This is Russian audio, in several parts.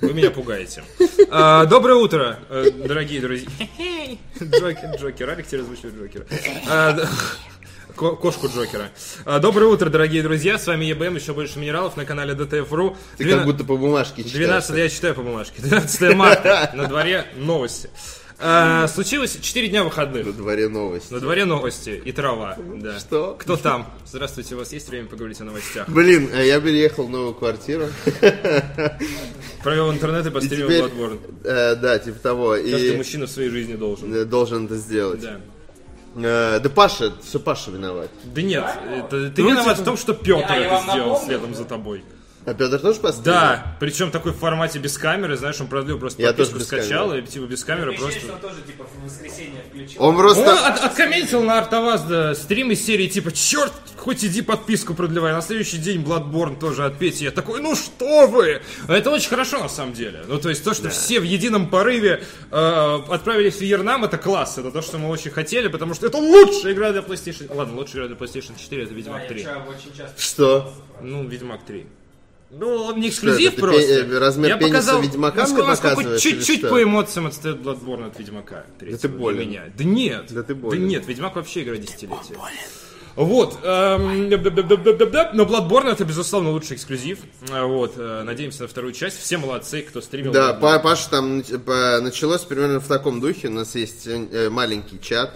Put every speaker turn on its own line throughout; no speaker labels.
Вы меня пугаете. А, Доброе утро, э, дорогие друзья. Джокер, Джокер, Алик теперь озвучивает Джокера. А, д- ко- Кошку Джокера. А, Доброе утро, дорогие друзья. С вами ЕБМ, еще больше минералов на канале ДТФ.ру.
Ты как будто по бумажке читаешь.
12, я читаю по бумажке. 12 марта, на дворе новости. А, Случилось 4 дня выходных.
На дворе новости.
На дворе новости и трава. Ну Да.
Что?
Кто там? Здравствуйте, у вас есть время поговорить о новостях?
Блин, а я переехал в новую квартиру.
Провел интернет и постримил
Теперь,
Bloodborne.
э, да, типа того.
Каждый
И
мужчина в своей жизни должен.
э, должен это сделать.
Да.
Э, Да Паша, все Паша виноват.
Да нет, это-
Ну,
ты виноват
типа,
в том, что Петр
Я- я
это
вам
сделал
напомню.
следом за тобой.
А Петр тоже поставил?
Да, причем такой в формате без камеры, знаешь, он продлил просто
Я
подписку,
тоже без
скачал,
камеры.
и типа без камеры
Ощущение,
просто...
что он тоже типа в воскресенье включил.
Он
Он
просто...
от- откомментил на Артоваз да, стрим из серии типа «Черт, хоть иди подписку продлевай». На следующий день Bloodborne тоже от Пети. Я такой «Ну что вы!» А Это очень хорошо на самом деле. Ну то есть то, что все в едином порыве э, отправились в Ернам, это класс. Это то, что мы очень хотели, потому что это лучшая игра для PlayStation... Ладно, лучшая игра для PlayStation 4 это
Да,
Ведьмак
А я
3.
вчера очень часто...
Что?
Ну, Ведьмак 3. Ну, он не
это,
эксклюзив
ты
просто.
пе- э, размер
я
пениса
показал,
Ведьмака
насколько-
мне
насколько
показываешь или
чуть-чуть
что?
по эмоциям отстает Bloodborne от Ведьмака. Да
ты болен.
Меня. Да нет.
Да ты болен.
Да нет, Ведьмак вообще игра десятилетия. Вот, эм, даб-даб-даб-даб-даб. но Bloodborne это, безусловно, лучший эксклюзив. А, Вот, э, надеемся на вторую часть. Все молодцы, кто стримил.
Да,
Bloodborne.
Па- Паша там нач- по- началось примерно в таком духе. У нас есть э, э, маленький чат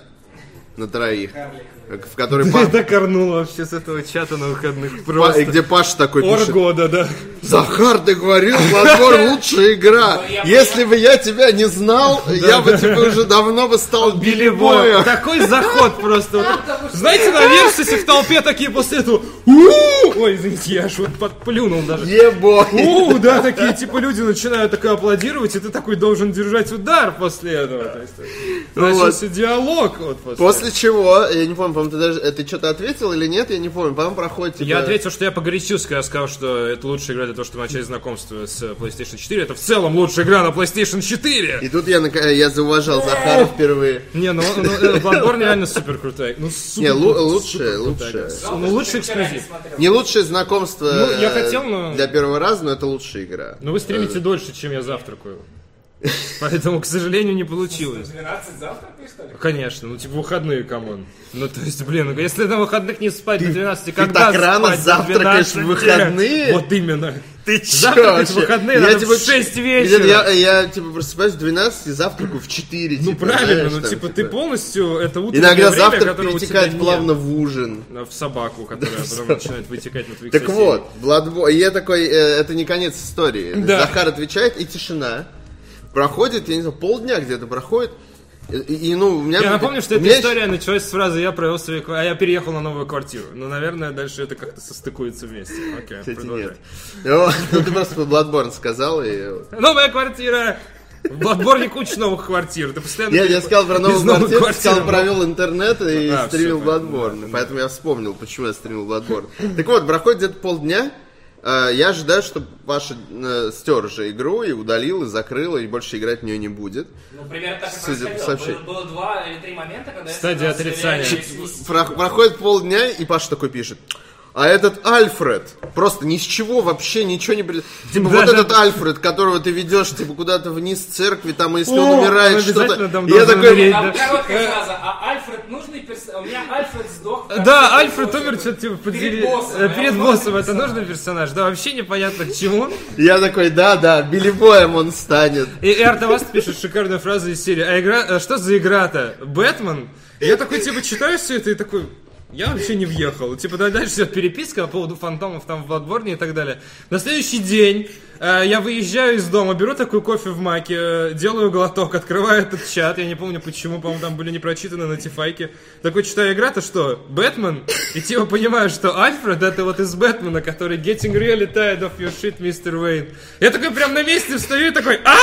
на троих, э, в который Па-
Это корнуло вообще с этого чата на выходных.
Па- и
Просто.
э, где Паша такой
Ор
пишет,
года, да.
Захар, ты говорил, Bloodborne лучшая игра. Если бы я тебя не знал, я бы типа уже давно бы стал Билли Боем.
Такой заход просто. Вот, Знаете, на версусе в толпе такие после этого. «У-у-у!» Ой, извините, я аж вот подплюнул даже.
Ебой.
У, да, такие типа люди начинают такое аплодировать, и ты такой должен держать удар после этого. То есть, начался диалог вот после.
После чего, я не помню, по-моему, ты даже э, ты что-то ответил или нет, я не помню. Потом проходит типа,
Я ответил, что я погорячился, когда сказал, что это лучшая игра для того, чтобы начать знакомство с э, PlayStation 4. Это в целом лучшая игра на PlayStation 4.
И тут я, нака- я зауважал Захара впервые.
Не, ну, ну, э, Bloodborne реально супер крутая. Ну, супер
Не, лу-
крутая,
лучшее,
крутая игра.
лучшее.
Ну, лучший
Вчера не
эксклюзив.
смотрел.
Не лучшее знакомство
Ну, я
э,
хотел, но-
для первого раза, но это лучшая игра.
Но Ну, вы
Э.
стримите дольше, чем я завтракаю. Поэтому, к сожалению, не получилось.
12 завтракаешь, что ли?
Конечно, ну типа выходные, камон. Ну то есть, блин, если на выходных не спать до 12, когда
так рано
спать до
завтракаешь в
12?
выходные?
Вот именно.
Ты чё
Завтракать в
вообще?
выходные надо в 6 вечера.
Нет, я, я, типа просыпаюсь в 12 и завтраку в 4.
Ну
типа,
правильно,
знаешь,
ну
там,
типа ты полностью, это утреннее
Иногда
время,
завтрак
которого у тебя
перетекает
нет.
плавно в ужин.
А, В собаку, которая потом начинает вытекать на твоих
Так
соседей.
вот, Bloodborne, и я такой, э, это не конец истории.
Да.
Захар отвечает, и тишина. Проходит, я не знаю, полдня где-то проходит. И, и, ну, у меня...
Я напомню, что
у
эта
меня
история началась с фразы «я провел свою... ква- а я переехал на новую квартиру». Ну, наверное, дальше это как-то состыкуется вместе. Окей,
Кстати,
продолжай.
нет. Вот, ну, ты просто Bloodborne сказал, и... вот.
Новая квартира! В Bloodborne куча новых квартир. Ты постоянно...
Нет, я сказал про новую
Из новой
квартиру,
квартиры,
сказал,
ну.
провел интернет и
А, всё
стримил
понятно,
Bloodborne. Поэтому я вспомнил, почему я стримил Bloodborne. Так вот, проходит где-то полдня, э, я ожидаю, что Паша э, стер уже игру и удалил, и закрыл, и больше играть в нее не будет.
Ну, примерно так и
Судя по
происходило.
сообщению.
Было, было два или три момента, когда я...
Стадия
сказал, что
отрицания.
реально есть-
Про- проходит полдня, и Паша такой пишет. А этот Альфред, просто ни с чего вообще ничего не... при- Типа
Да,
вот
да.
этот Альфред, которого ты ведешь, типа куда-то вниз церкви, там, если
О,
он
он
умирает,
обязательно
что-то...
там
И Я
должен умереть,
такой,
Там
Да. Э.
короткая фраза, а Альфред нужный персонаж? У меня Альфред сдох. как
Да,
раз
Альфред
после-
умер, что-то типа подели...
Перед боссом.
э, Перед
а он
боссом.
нужный
Это
персонаж.
нужный персонаж? Да, вообще непонятно к чему.
я такой, да-да, билибоем он станет.
И Эртоваст пишет шикарную фразу из серии. А игра... а что за игра-то? Бэтмен? Я такой, типа, читаю все это и такой... Я вообще не въехал. Типа, да, дальше идет переписка по поводу фантомов там в Bloodborne и так далее. На следующий день э, я выезжаю из дома, беру такой кофе в маке, э, делаю глоток, открываю этот чат. Я не помню почему, по-моему, там были не прочитаны нотифайки. Такой читаю игра-то что? Бэтмен? И типа понимаю, что Альфред это вот из Бэтмена, который getting really tired of your shit, Mr. Wayne. Я такой прям на месте встаю и такой, а!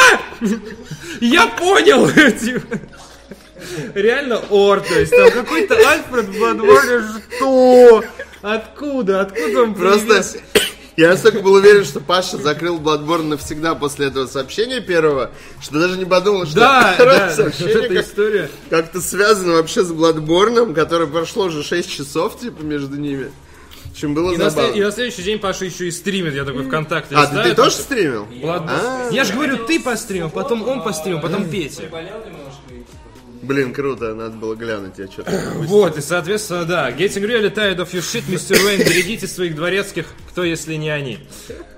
Я понял! Типа. Реально ор, то есть там какой-то Альфред в Bloodborne, что? Откуда? Откуда он
Просто
появился?
я настолько был уверен, что Паша закрыл Bloodborne навсегда после этого сообщения первого, что даже не подумал, что
Да,
второе
да, вот
сообщение
эта
как-
история.
как-то связано вообще с Bloodborne, которое прошло уже 6 часов, типа, между ними. Чем было
И на, след- и
забавно.
на следующий день Паша еще и стримит, я такой ВКонтакте.
А, ты-
листаю,
ты
там
тоже
что-
стримил?
Bloodborne.
А.
Ну, Я же говорю, ты постримил, потом он постримил, потом Петя.
Приболел немножко и типа,
Блин, круто, надо было глянуть, я что-то...
Вот, и, соответственно, да. Getting real, tired of your shit, Mr. Wayne, берегите своих дворецких, кто, если не они.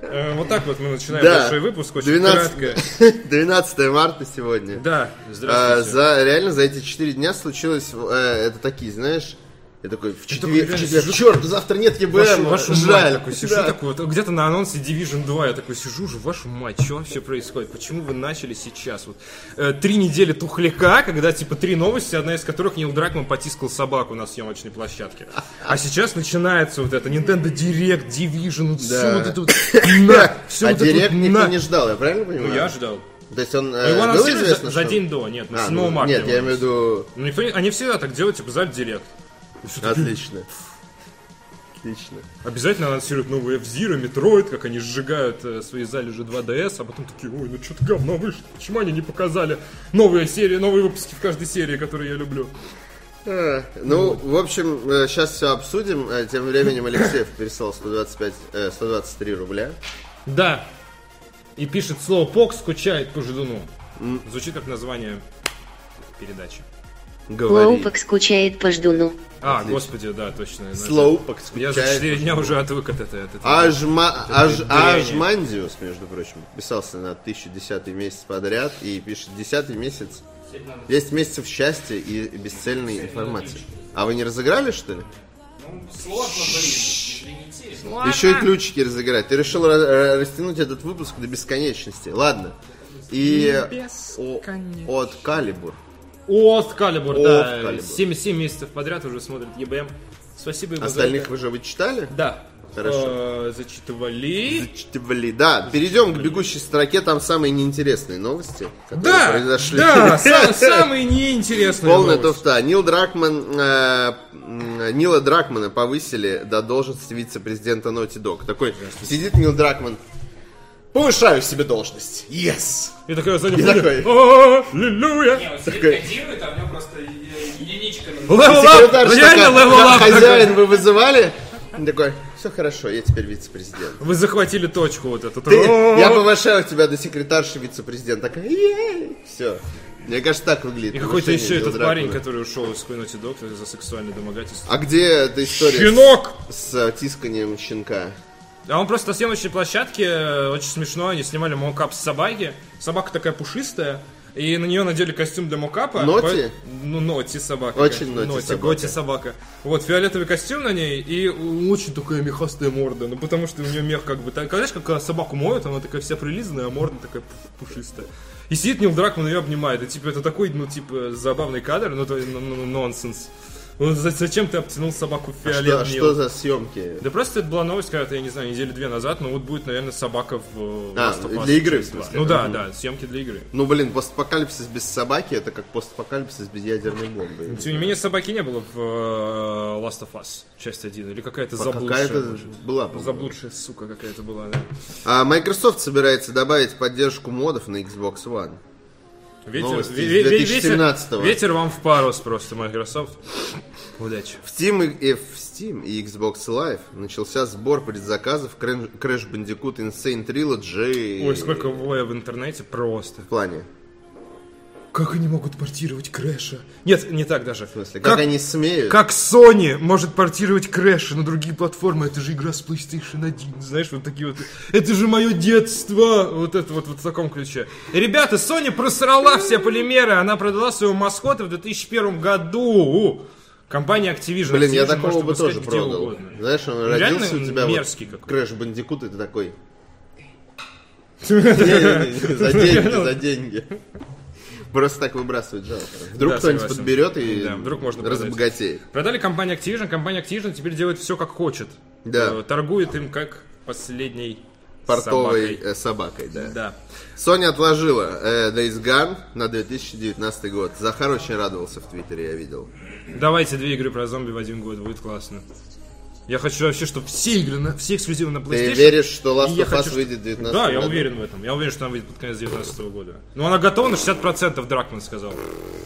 Э, Вот так вот мы начинаем
Да.
большой выпуск, очень
12
кратко.
12 марта сегодня.
Да,
А,
здравствуйте.
за, реально за эти 4 дня случилось, э, это такие, знаешь, я такой, в четверг,
реально
в четверг,
сижу-
черт, завтра нет
Вашу,
ЕБМ,
вашу мать,
жаль.
такой сижу,
Да.
такой, вот, где-то на анонсе Division 2, я такой сижу же, вашу мать, что вообще происходит? Почему вы начали сейчас? Вот, э, три недели тухляка, когда, типа, три новости, одна из которых Нил Дракман потискал собаку на съемочной площадке. А сейчас начинается вот это Nintendo Direct, Division, вот всё
Да.
вот это вот, на, всё
а
вот это вот
директ никто
на.
не ждал, я правильно понимаю?
Ну, я ждал.
То есть он,
Ну,
э,
Его
было
анонсировали
известно,
за,
что
за
он-
день до, нет, на
А, ну,
седьмого марта.
Нет,
его
я имею в виду,
Ну, никто не- они всегда так делают, типа, за директ. И всё такие,
отлично. Отлично.
Обязательно анонсируют новые F-Zero, Metroid, как они сжигают э, свои залежи 2DS, а потом такие, ой, ну что-то говно вышло, почему они не показали новые серии, новые выпуски в каждой серии, которые я люблю.
Э, Ну, в общем, сейчас все обсудим. Э, Тем временем Алексеев переслал 125, э, 123 рубля.
Да. И пишет слово «пок» скучает по ждуну. Звучит как название передачи.
Говори.
Лоупок скучает по ждуну.
А, господи, да, точно. я
Слоупок
знаю. Я за
скучает
4
по
дня уже отвык от этой. от этой.
А- Ажма, аж,
дрянь.
Ажмандиус, между прочим, подписался на 1010 месяц подряд и пишет 10 месяц, 10 месяцев счастья и бесцельной информации. А вы не разыграли, что ли?
ну, сложно, блин, не три недели.
Еще и ключики разыграть. Ты решил ра- ра- растянуть этот выпуск до бесконечности. Ладно. И о- от Калибур.
От Калибур,
От
да.
Калибур.
7 месяцев подряд уже смотрит ЕБМ. Спасибо ему за это.
Остальных вы же вычитали?
Да.
Хорошо.
Э, Зачитывали.
Зачитывали. Да, перейдем к бегущей строке, там самые неинтересные новости, которые
Да,
произошли.
да, са- самые неинтересные
Полная
новости.
туфта. Нил Дракман, э, м, Нила Дракмана повысили до должности вице-президента Naughty Dog. Такой сидит Нил Дракман. Повышаю себе должность. Yes!
И такая сзади
И
будет,
такой.
Аллилуйя.
Не, он сидит,
Такой.
кодирует, а у него просто е- единичка. на-
Левел ап,
Секретарша такая,
реально левел
«Да,
ап.
Хозяин,
такой.
вы вызывали? Он такой, все хорошо, я теперь вице-президент.
Вы захватили точку вот эту.
Ты- я повышаю тебя до секретарши вице-президента. Такая, все. Мне кажется, так выглядит.
И какой-то
повышение
еще
Нила
этот парень,
Дракмана.
который ушел из Койноти Док за сексуальное домогательство.
А где эта история? с-
Щенок!
С, э, тисканием щенка.
А он просто на съемочной площадке, э, очень смешно, они снимали мокап с собаки. Собака такая пушистая, и на нее надели костюм для мокапа.
Ноти?
По- Ну, Ноти собака.
Очень
конечно,
ноти собака.
Готи собака. Вот, фиолетовый костюм на ней, и очень такая мехастая морда. Ну, потому что у нее мех как бы... так- Знаешь, как собаку моют, она такая вся прилизанная, а морда такая пу- пушистая. И сидит Нил Дракман ее обнимает. И, типа, это такой, ну, типа, забавный кадр, ну, то есть, ну, ну, нонсенс. Ну, за- зачем ты обтянул собаку в
А
фиолет,
Что,
Нил?
что за съемки?
Да просто это была новость когда-то, я не знаю, недели две назад, но вот будет, наверное, собака в э,
А,
Last of Us
для игры,
часть
в
два.
смысле?
Ну да, да, съемки для игры.
Ну, блин, постапокалипсис без собаки, это как постапокалипсис без ядерной бомбы.
Тем не менее, собаки не было в э, Last of Us, часть 1, или какая-то заблудшая.
Какая-то
может.
была, по-моему.
Заблудшая сука какая-то была, да.
А Microsoft собирается добавить поддержку модов на Xbox One.
Ветер,
Новости из
ве- ве- ве-
2017-го.
ветер, ветер вам в парус просто, Microsoft. Удачи.
В Steam и, и в Steam и Xbox Live начался сбор предзаказов Крэн- Crash Bandicoot Insane Trilogy.
Ой, сколько воя в интернете, просто.
В плане.
Как они могут портировать Крэша? Нет, не так даже.
В смысле, как, они смеют?
Как Sony может портировать Crash на другие платформы? Это же игра с PlayStation 1, знаешь, вот такие вот. Это же мое детство! Вот это вот, вот в таком ключе. Ребята, Sony просрала все полимеры, она продала своего маскота в 2001 году. Компания Activision.
Блин, я
Activision
такого
может
бы
выпускать
тоже
где
продал.
угодно.
Знаешь, он
Реально
родился у тебя
мерзкий
вот,
какой-то.
Крэш Бандикут, и ты такой... Не-не-не, За
Ну
деньги, за деньги. Просто так выбрасывать жалко. Вдруг
Да,
кто-нибудь
согласен.
подберет и
Да, вдруг можно продать.
разбогатеет.
Продали компанию Activision, компания Activision теперь делает все как хочет.
Да.
Э, Торгует им как последней
Портовой
собакой.
э, собакой, да.
Да.
Sony отложила э, Days Gone на 2019 год. Захар очень радовался в Твиттере, я видел.
Давайте две игры про зомби в один год, будет классно. Я хочу вообще, чтобы все игры, на, все эксклюзивы на PlayStation.
Ты веришь, что Last
И я
of
хочу,
Us
что-
выйдет в 19
Да, я
году?
уверен в этом. Я уверен, что она выйдет под конец 19 года. Но она готова на 60%, Дракман сказал.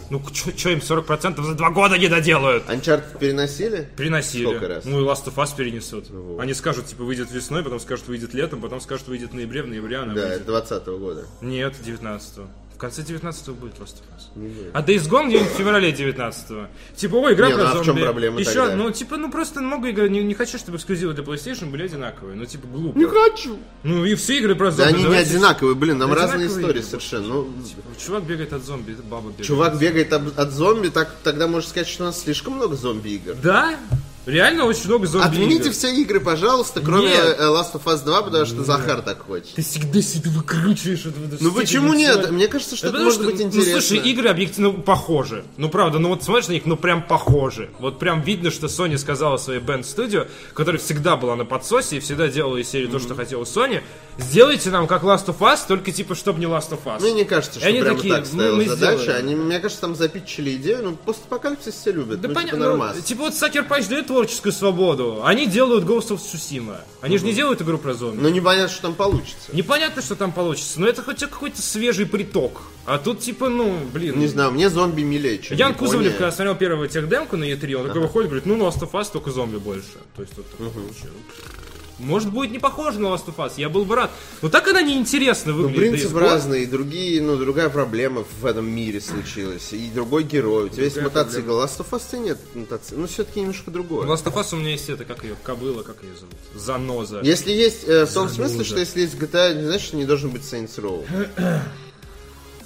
Ну, что им 40% за два года не доделают?
Uncharted переносили?
Переносили.
Сколько раз?
Ну и Last of Us перенесут. Они скажут, типа, выйдет весной, потом скажут, выйдет летом, потом скажут, выйдет в ноябре, в ноябре она
Да,
выйдет.
20 года.
Нет, 19-го. В конце 19-го будет Last of Us. А Days Gone где-нибудь в феврале 19-го. Типа, ой, игра
Не,
про
ну а
зомби.
в чем проблема
Еще,
тогда?
ну, типа, ну просто много игр. Не, не хочу, чтобы эксклюзивы для PlayStation были одинаковые. Ну, типа, глупо.
хочу!
Ну и все игры про
Да
зомби.
они не
давайте-
одинаковые, блин, нам
Да
разные
одинаковые
истории
игры,
совершенно. Ну,
Чувак бегает от зомби, это баба бегает.
чувак бегает об- от зомби, так тогда можно сказать, что у нас слишком много зомби-игр.
Да? Реально очень много зомби.
Отмените
игр.
все игры, пожалуйста, кроме
Нет.
э, Last of Us 2, потому что Захар так хочет.
Ты всегда себя выкручиваешь. вот в эту
Ну
степень,
почему
и всё.
нет? Мне кажется, что
Да потому
это может
что,
быть
Ну,
интересно.
слушай, игры объективно похожи. Ну, правда, ну вот смотришь на них, ну прям похожи. Вот прям видно, что Sony сказала своей Band Studio, которая всегда была на подсосе и всегда делала из серии то, что хотела Sony, сделайте нам как Last of Us, только типа, чтобы не Last of Us.
Мне не кажется,
И
что
они
прямо
такие,
так
«Ну,
стояла
мы
задача. а
сделаем».
Они, мне кажется, там запитчили идею. Ну, постапокалипсис все любят.
Да
ну,
понятно.
типа нормас.
ну, Типа вот Sucker Punch дает творческую свободу. Они делают Ghost of Tsushima. Они же не делают игру про зомби.
Но непонятно, Ну, что там получится.
Непонятно, что там получится, но это хотя какой-то свежий приток. А тут типа, ну, блин.
Не знаю, мне зомби милее, чем
Ян
Япония.
Кузовлев, когда смотрел первую техдемку на E3, он такой выходит, говорит, ну, на Last of Us только зомби больше. То есть, вот такой, вообще, ну, может будет не похоже на Last of Us, я был бы рад. Но так она неинтересно
Ну,
выглядит.
принцип
Days Gone.
разный, и другие, ну, другая проблема в этом мире случилась, и другой герой. У тебя есть мотоцикл, Last of Us нет мотоцикл, ну, все-таки немножко другое.
В Last of Us у меня есть это, как ее, кобыла, как ее зовут? Заноза.
Если есть, э, в том смысле, что если есть GTA, не значит, что не должен быть Saints Row.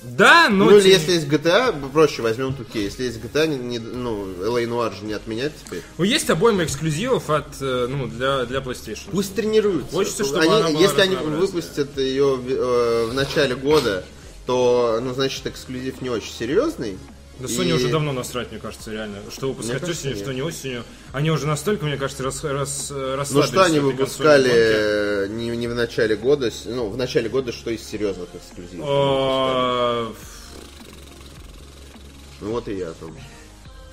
Да, но...
Ну, или
Ну, тем-
если есть GTA, проще возьмем туке. Если есть GTA, не, не- ну, LA Noir же не отменять теперь.
Ну, есть обойма эксклюзивов от, э, ну, для, для PlayStation.
Пусть тренируются.
Хочется, чтобы
Они-
она была
если они
разнообразная.
выпустят ее в, э, в начале года, то, ну, значит, эксклюзив не очень серьезный.
Да
И-
Sony уже давно насрать, мне кажется, реально. Что выпускать
кажется,
осенью,
нет.
что не осенью. Они уже настолько, мне кажется, рас, рас, расслабились.
Ну что они
в этой
выпускали
консольной гонке.
э, не, не в начале года, с- ну, в начале года что из серьезных эксклюзивов?
А,
Ну вот и я о том. же.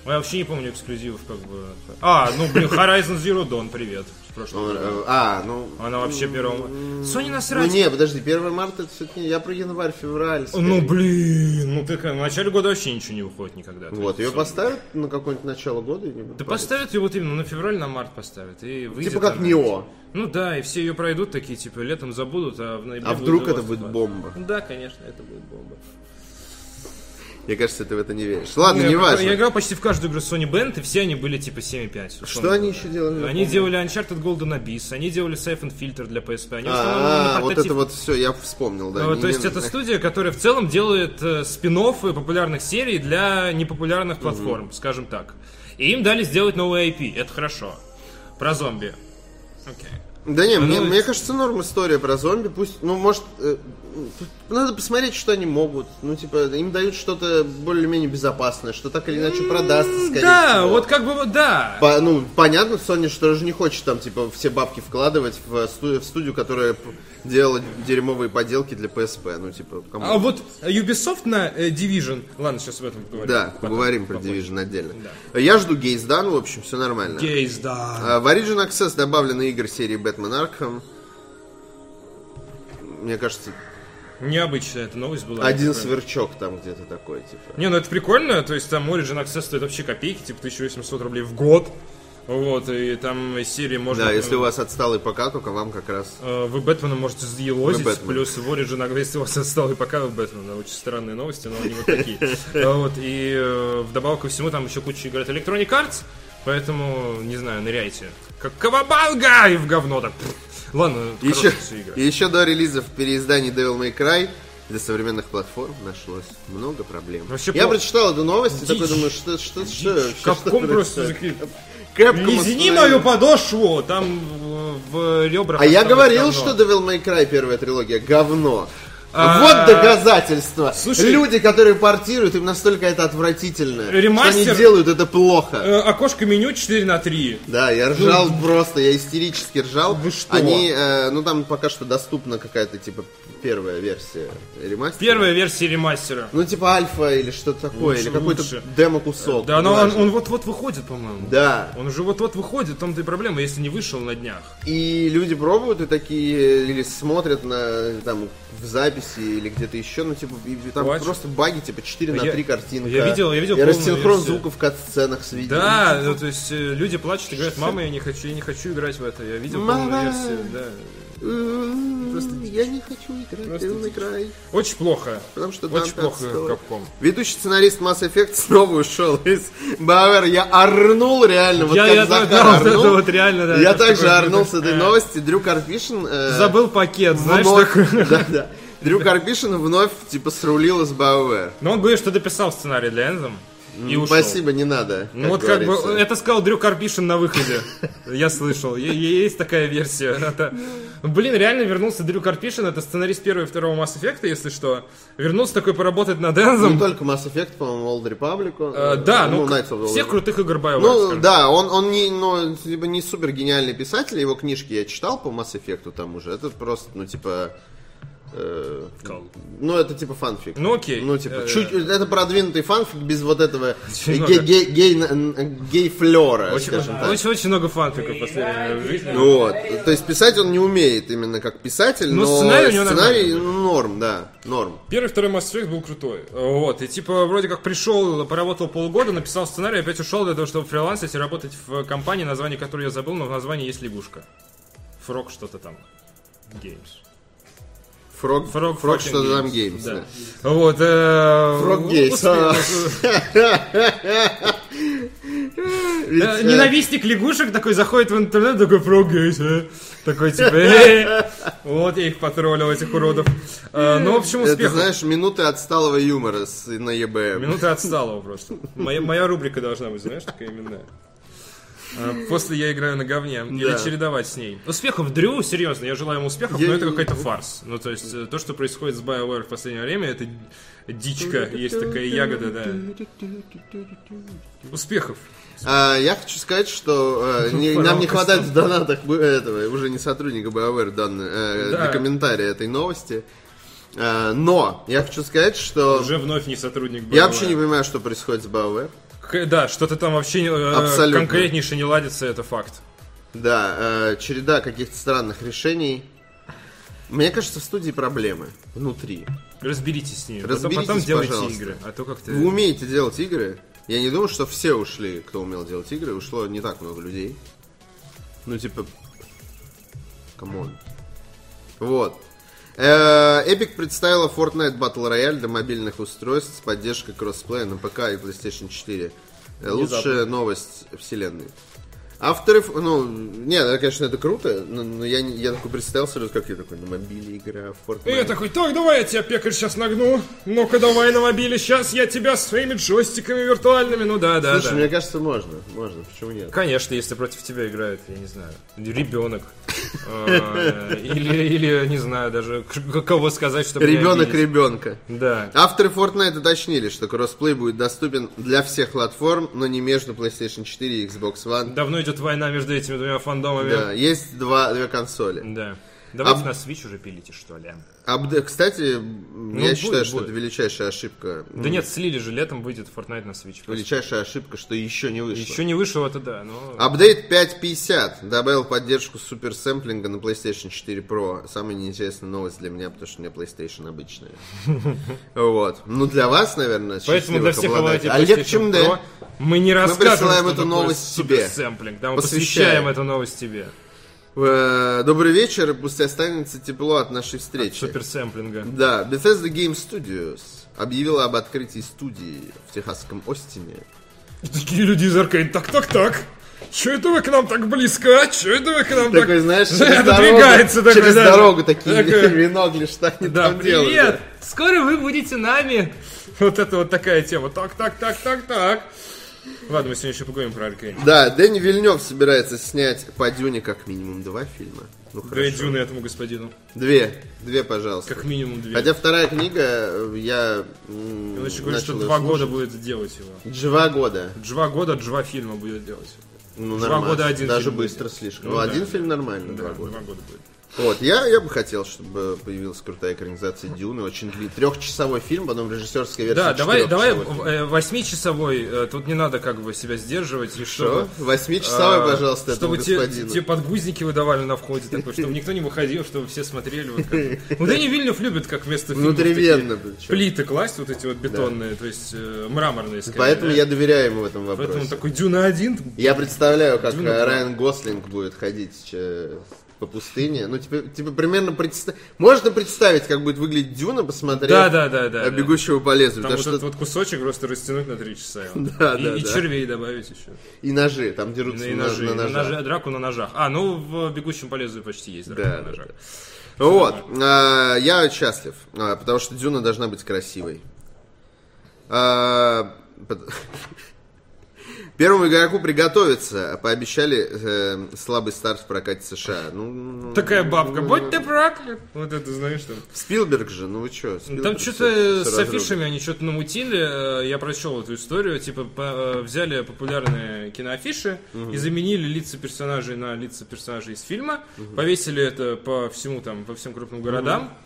Я вообще не помню эксклюзивов, как бы. А, ну блин, Horizon Zero Dawn, привет. С прошлого
Он,
года.
э, А, ну...
Она вообще первым. Sony
Ну
насрать.
не, подожди, 1 марта это все-таки... Я про январь-февраль.
Ну блин, ну так в начале года вообще ничего не выходит никогда. То есть
Вот, ее
Sony-
поставят на какое-нибудь начало года? и не будет
Да
париться.
поставят ее вот именно на февраль, на март поставят. И выйдет
Типа как
она.
Нео.
Ну да, и все ее пройдут такие, типа, летом забудут, а в ноябре
А вдруг
The
это
Last
будет
of Us.
бомба?
Да, конечно, это будет бомба.
Мне кажется, ты в это не веришь. Ладно,
Ну, Я-
А, ну, не
Я
важно.
играл почти в каждую игру Sony Band, и все они были типа 7,5.
Что они еще делали?
Они делали Uncharted Golden Abyss, они делали Safe and Filter для PSP, они в основном именно
А, вот
портатив-
это вот все, я вспомнил, да.
Э,
не-
То есть
не-
это студия, которая в целом делает э, спин-оффы популярных серий для непопулярных платформ, скажем так. И им дали сделать новый IP, это хорошо. Про зомби. Окей.
Да не, мне,
Ну,
мне
и-
кажется, норм история про зомби. Пусть, ну, может, э, надо посмотреть, что они могут. Ну, типа, им дают что-то более-менее безопасное, что так или иначе продастся, скорее
Да,
всего.
вот как бы вот да.
По- ну, понятно, Sony что тоже не хочет там, типа, все бабки вкладывать в, сту- в студию, которая п- делала дерьмовые поделки для PSP. Ну, типа, кому-
А вот Ubisoft на э, Division. Ладно, сейчас об этом поговорим.
Да, поговорим про Division отдельно. Я жду Гейс Дан, в общем, все нормально.
Гейс, да.
А, В Origin Access добавлены игры серии Batman Arkham. Мне кажется,
Необычная эта новость была.
один
Такая.
сверчок там где-то такой, типа.
Не, ну это прикольно, то есть там Origin Access стоит вообще копейки, типа 1800 рублей в год. Вот, и там из серии можно...
Да, если у вас отсталый ПК, только вам как раз...
Э, Вы Бэтмена можете заелозить,
Вы Бэтмен.
плюс в Origin, Access, если у вас отстал и пока вы Бэтмена. Очень странные новости, но они вот такие. Э, Вот, и э, вдобавок ко всему там еще куча играет Electronic Arts, поэтому, не знаю, ныряйте. Как Кавабанга! И в говно так. Пф. Ладно,
Еще,
короче, все игры.
еще до релиза в переиздании Devil May Cry для современных платформ нашлось много проблем.
Вообще
Я
пол-
прочитал эту новость и
Дичь.
такой думаю, что... что, что,
Дичь.
вообще, что
Капком просто
происходит?
такие,
Capcom
Лизни
остановил.
мою подошву! Там э, в ребрах.
А я
осталось
говорил,
говно.
что Devil May Cry первая трилогия говно.
А,
Вот доказательство.
слушай-
Люди, которые портируют, им настолько это отвратительно.
Ремастер-
Что они делают это плохо.
э, Окошко меню 4 на 3.
Да, я ржал просто, я истерически ржал.
Ну, Вы что?
Они, э, ну там пока что доступна какая-то типа первая версия ремастера.
Первая версия ремастера.
Ну типа альфа или что-то такое,
Лучше,
или какой-то
лучше.
демо-кусок.
Да, но он,
неважно.
он вот-вот выходит, по-моему.
Да.
Он уже вот-вот выходит, в том-то и проблема, если не вышел на днях.
И люди пробуют и такие, или смотрят на там в записи или где-то еще, ну типа и- и там
Плачут.
просто баги типа 4 на
Я-
3 картинка.
я видел- я видел
И
полную
рассинхрон
версию.
звуков в кат-сценах с видео.
Да, ну, то есть э, люди плачут и говорят, мама, я не хочу, я не хочу играть в это. Я видел полную
Мама.
версию, да.
М, Я не хочу играть
Просто
в темный край.
Очень плохо.
Потому что
Очень
там
плохо,
отстой.
Капком.
Ведущий сценарист Mass Effect снова ушел из Бауэр. Я орнул реально, вот
Я-
как
я-
Захар
да, вот
орнул.
это вот реально, да,
Я
это
также
такой,
орнул с
э,
этой новости. Дрю Карпишин... э,
Забыл пакет, знаешь,
вновь-
такой.
Да, да. Дрю Карпишин вновь, типа, срулил из Бауэр.
Но он говорит, что дописал сценарий для Anthem и ушел.
Спасибо, не надо.
Ну вот как бы,
говорится.
это сказал Дрю Карпишин на выходе. Я слышал. Е- е- Есть такая версия. Это- Блин, реально вернулся Дрю Карпишин, это сценарист первого и второго Mass Effect, если что. Вернулся такой поработать над
Не
Энзом.
только Mass Effect, по-моему, Old Republic. он-
Э, Да, ну,
Knights of the Old
всех
Republic.
крутых игр BioWare.
Ну,
скажем.
да, он, он не, ну, типа, не супер гениальный писатель, его книжки я читал по Mass Effect там уже, это просто, ну, типа, э, ну, это типа фанфик.
Ну, окей.
Ну, типа,
Э,
чуть, это продвинутый фанфик без вот этого
много.
ге- ге- гей- гей-флера,
Очень,
скажем так.
очень, очень много фанфиков в последнее время в жизни.
Вот, то есть писать он не умеет именно как писатель,
Но
но,
Ну, сценарий у него
сценарий, ну, норм, да, норм.
Первый, второй Mass Effect был крутой. Вот. И типа вроде как пришел, поработал полгода, написал сценарий, опять ушел для того, чтобы фрилансить и работать в компании, название которой я забыл, но в названии есть лягушка. Фрог что-то там. Games.
Фрог,
Frog
фрог,
fucking
что там
games,
геймс,
да.
да.
Вот. э,
Frog
у- Э,
Games,
успел.
а. Ведь,
Э,
э,
Ненавистник лягушек такой заходит в интернет, такой Frog Games, э. Такой типа, «Э, вот я их потроллил, этих уродов. Э, Ну, в общем,
Это,
успех.
знаешь, минуты отсталого юмора с, на Эм. ЕБМ.
Минута отсталого просто. Моя, моя рубрика должна быть, знаешь, такая именная. А, После я играю на говне. Или
Да.
чередовать с ней. Успехов Дрю, серьезно, я желаю ему успехов, но
Я-
это какой-то фарс. Ну, то есть, э, то, что происходит с BioWare в последнее время, это дичка, есть такая ягода, да. Успехов.
А, я хочу сказать, что э, не- нам не хватает в донатах бы- этого, уже не сотрудника BioWare данные, э,
Да.
для комментария этой новости. Э, но я хочу сказать, что
Уже вновь не сотрудник BioWare.
я вообще не понимаю, что происходит с BioWare.
К- Да, что-то там вообще э,
Абсолютно.
конкретнейше не ладится, это факт.
Да, э, череда каких-то странных решений. Мне кажется, в студии проблемы внутри.
Разберитесь с ней. Потом-
Разберитесь,
потом, делайте
пожалуйста.
игры. А то как-то...
Вы умеете делать игры? Я не думаю, что все ушли, кто умел делать игры. Ушло не так много людей. Ну, типа... Камон. Вот. Э, Epic представила Fortnite Battle Royale для мобильных устройств с поддержкой кроссплея на ПК и PlayStation 4. Э, Лучшая новость вселенной. Авторы, ф- ну, нет, это, конечно, это круто, но, но я, не- я такой представил сразу, как я такой, на мобиле игра в Fortnite.
И я такой, так, давай я тебя, пекарь, сейчас нагну. Ну-ка, давай на мобиле, сейчас я тебя своими джойстиками виртуальными. Ну да, да,
Слушай,
да.
мне кажется, можно, можно, почему нет?
Конечно, если против тебя играет, я не знаю, ребенок. Э, Или, или, не знаю, даже к- кого сказать, чтобы не
Ребенок
обидеть.
ребенка.
Да.
Авторы Fortnite уточнили, что кроссплей будет доступен для всех платформ, но не между PlayStation 4 и Xbox One.
Давно идет война между этими двумя
Да,
фандомами.
есть два, две консоли.
Да. Давайте
А-
на Switch уже пилите, что ли.
Апде- Кстати, я
Ну, будет,
считаю, что
будет.
это величайшая ошибка.
Да нет, слили же, летом выйдет Fortnite на Switch. Просто
Величайшая ошибка, что еще не вышло.
Еще не вышло, это да, но...
Апдейт 5.50 добавил поддержку суперсэмплинга на PlayStation 4 Pro. Самая неинтересная новость для меня, потому что у меня PlayStation обычная. Вот. Ну, для вас, наверное,
Поэтому для
счастливых
всех обладателей
обладателей. Олег
PlayStation Pro
Чемде.
мы не рассказываем,
присылаем
что
эту
такое
новость тебе.
суперсэмплинг. Да, мы посвящаем
Посвящаем.
эту новость тебе.
Э, Добрый вечер, пусть останется тепло от нашей встречи.
Суперсэмплинга.
Да, Bethesda Game Studios объявила об открытии студии в техасском Остине.
И такие люди из Аркейн, так-так-так, Че это вы к нам так близко? а? Че это вы к нам так...
Такой, знаешь, через
Отодвигается такой,
дорогу, через
да.
дорогу такие
Такой.
вино или что они
Да,
там делают.
привет! Скоро вы будете нами! Вот это вот такая тема. Так, так, так, так, так. Ладно, мы сегодня еще поговорим про Аркейн.
Да, Дэнни Вильнев собирается снять по Дюне как минимум два фильма. Ну
Две
хорошо.
дюны этому господину.
Две. Две, пожалуйста.
Как минимум две.
Хотя вторая книга, э, я м,
Он еще говорит, что
начал её
два
слушать.
года будет делать его.
Два года.
Два года, два фильма будет делать.
Ну,
Два
нормально.
года один
Даже
фильм
быстро
будет.
слишком.
Ну
Ну,
да.
один фильм нормально, два года.
два года будет.
Вот, я, я бы хотел, чтобы появилась крутая экранизация Дюны, очень длинный, трехчасовой фильм, потом режиссерская версия
Да, давай, давай
четырёхчасовой фильм.
э, восьмичасовой, э, тут не надо как бы себя сдерживать. И
Что?
чтобы,
Восьмичасовой,
а,
пожалуйста, этому
Чтобы те,
господину.
те типа, подгузники выдавали на входе, такой, чтобы никто не выходил, чтобы все смотрели. Вот как. Ну, Дэнни Вильнев любит, как вместо фильмов
Внутривенно
такие
причем.
плиты класть, вот эти вот бетонные, то есть э, мраморные, скорее.
Поэтому
да.
я доверяю ему в этом вопросе.
Поэтому такой Дюна один.
Я представляю, как
Дюна
э,
два.
Райан Гослинг будет ходить э, по пустыне. Ну, типа, типа примерно представить. Можно представить, как будет выглядеть Дюна, посмотреть
Да, да, да, да. да.
э, бегущего по лезвию.
Там
Да
вот
что-
этот вот кусочек просто растянуть на три часа. его.
Да,
и,
да,
и
да.
червей добавить еще.
И ножи, там дерутся
И
на,
ножи.
на
На
ножах.
ножа- драку на ножах. А, ну в «Бегущем по лезвию» почти есть драка
Да,
на
да,
ножах.
Вот, а, я счастлив, а, потому что Дюна должна быть красивой. А, пот- Первому игроку приготовиться, а пообещали э, слабый старт в прокате США. Ну, ну,
Такая бабка, будь ты проклят! Вот это знаешь там.
Спилберг же, ну вы чё? Спилберг
Там
всё-
что-то
всё
с
разрубит.
афишами они что-то намутили. Э, Я прочел эту историю. Типа по- э, взяли популярные киноафиши и заменили лица персонажей на лица персонажей из фильма. Повесили это по всему там, по всем крупным городам.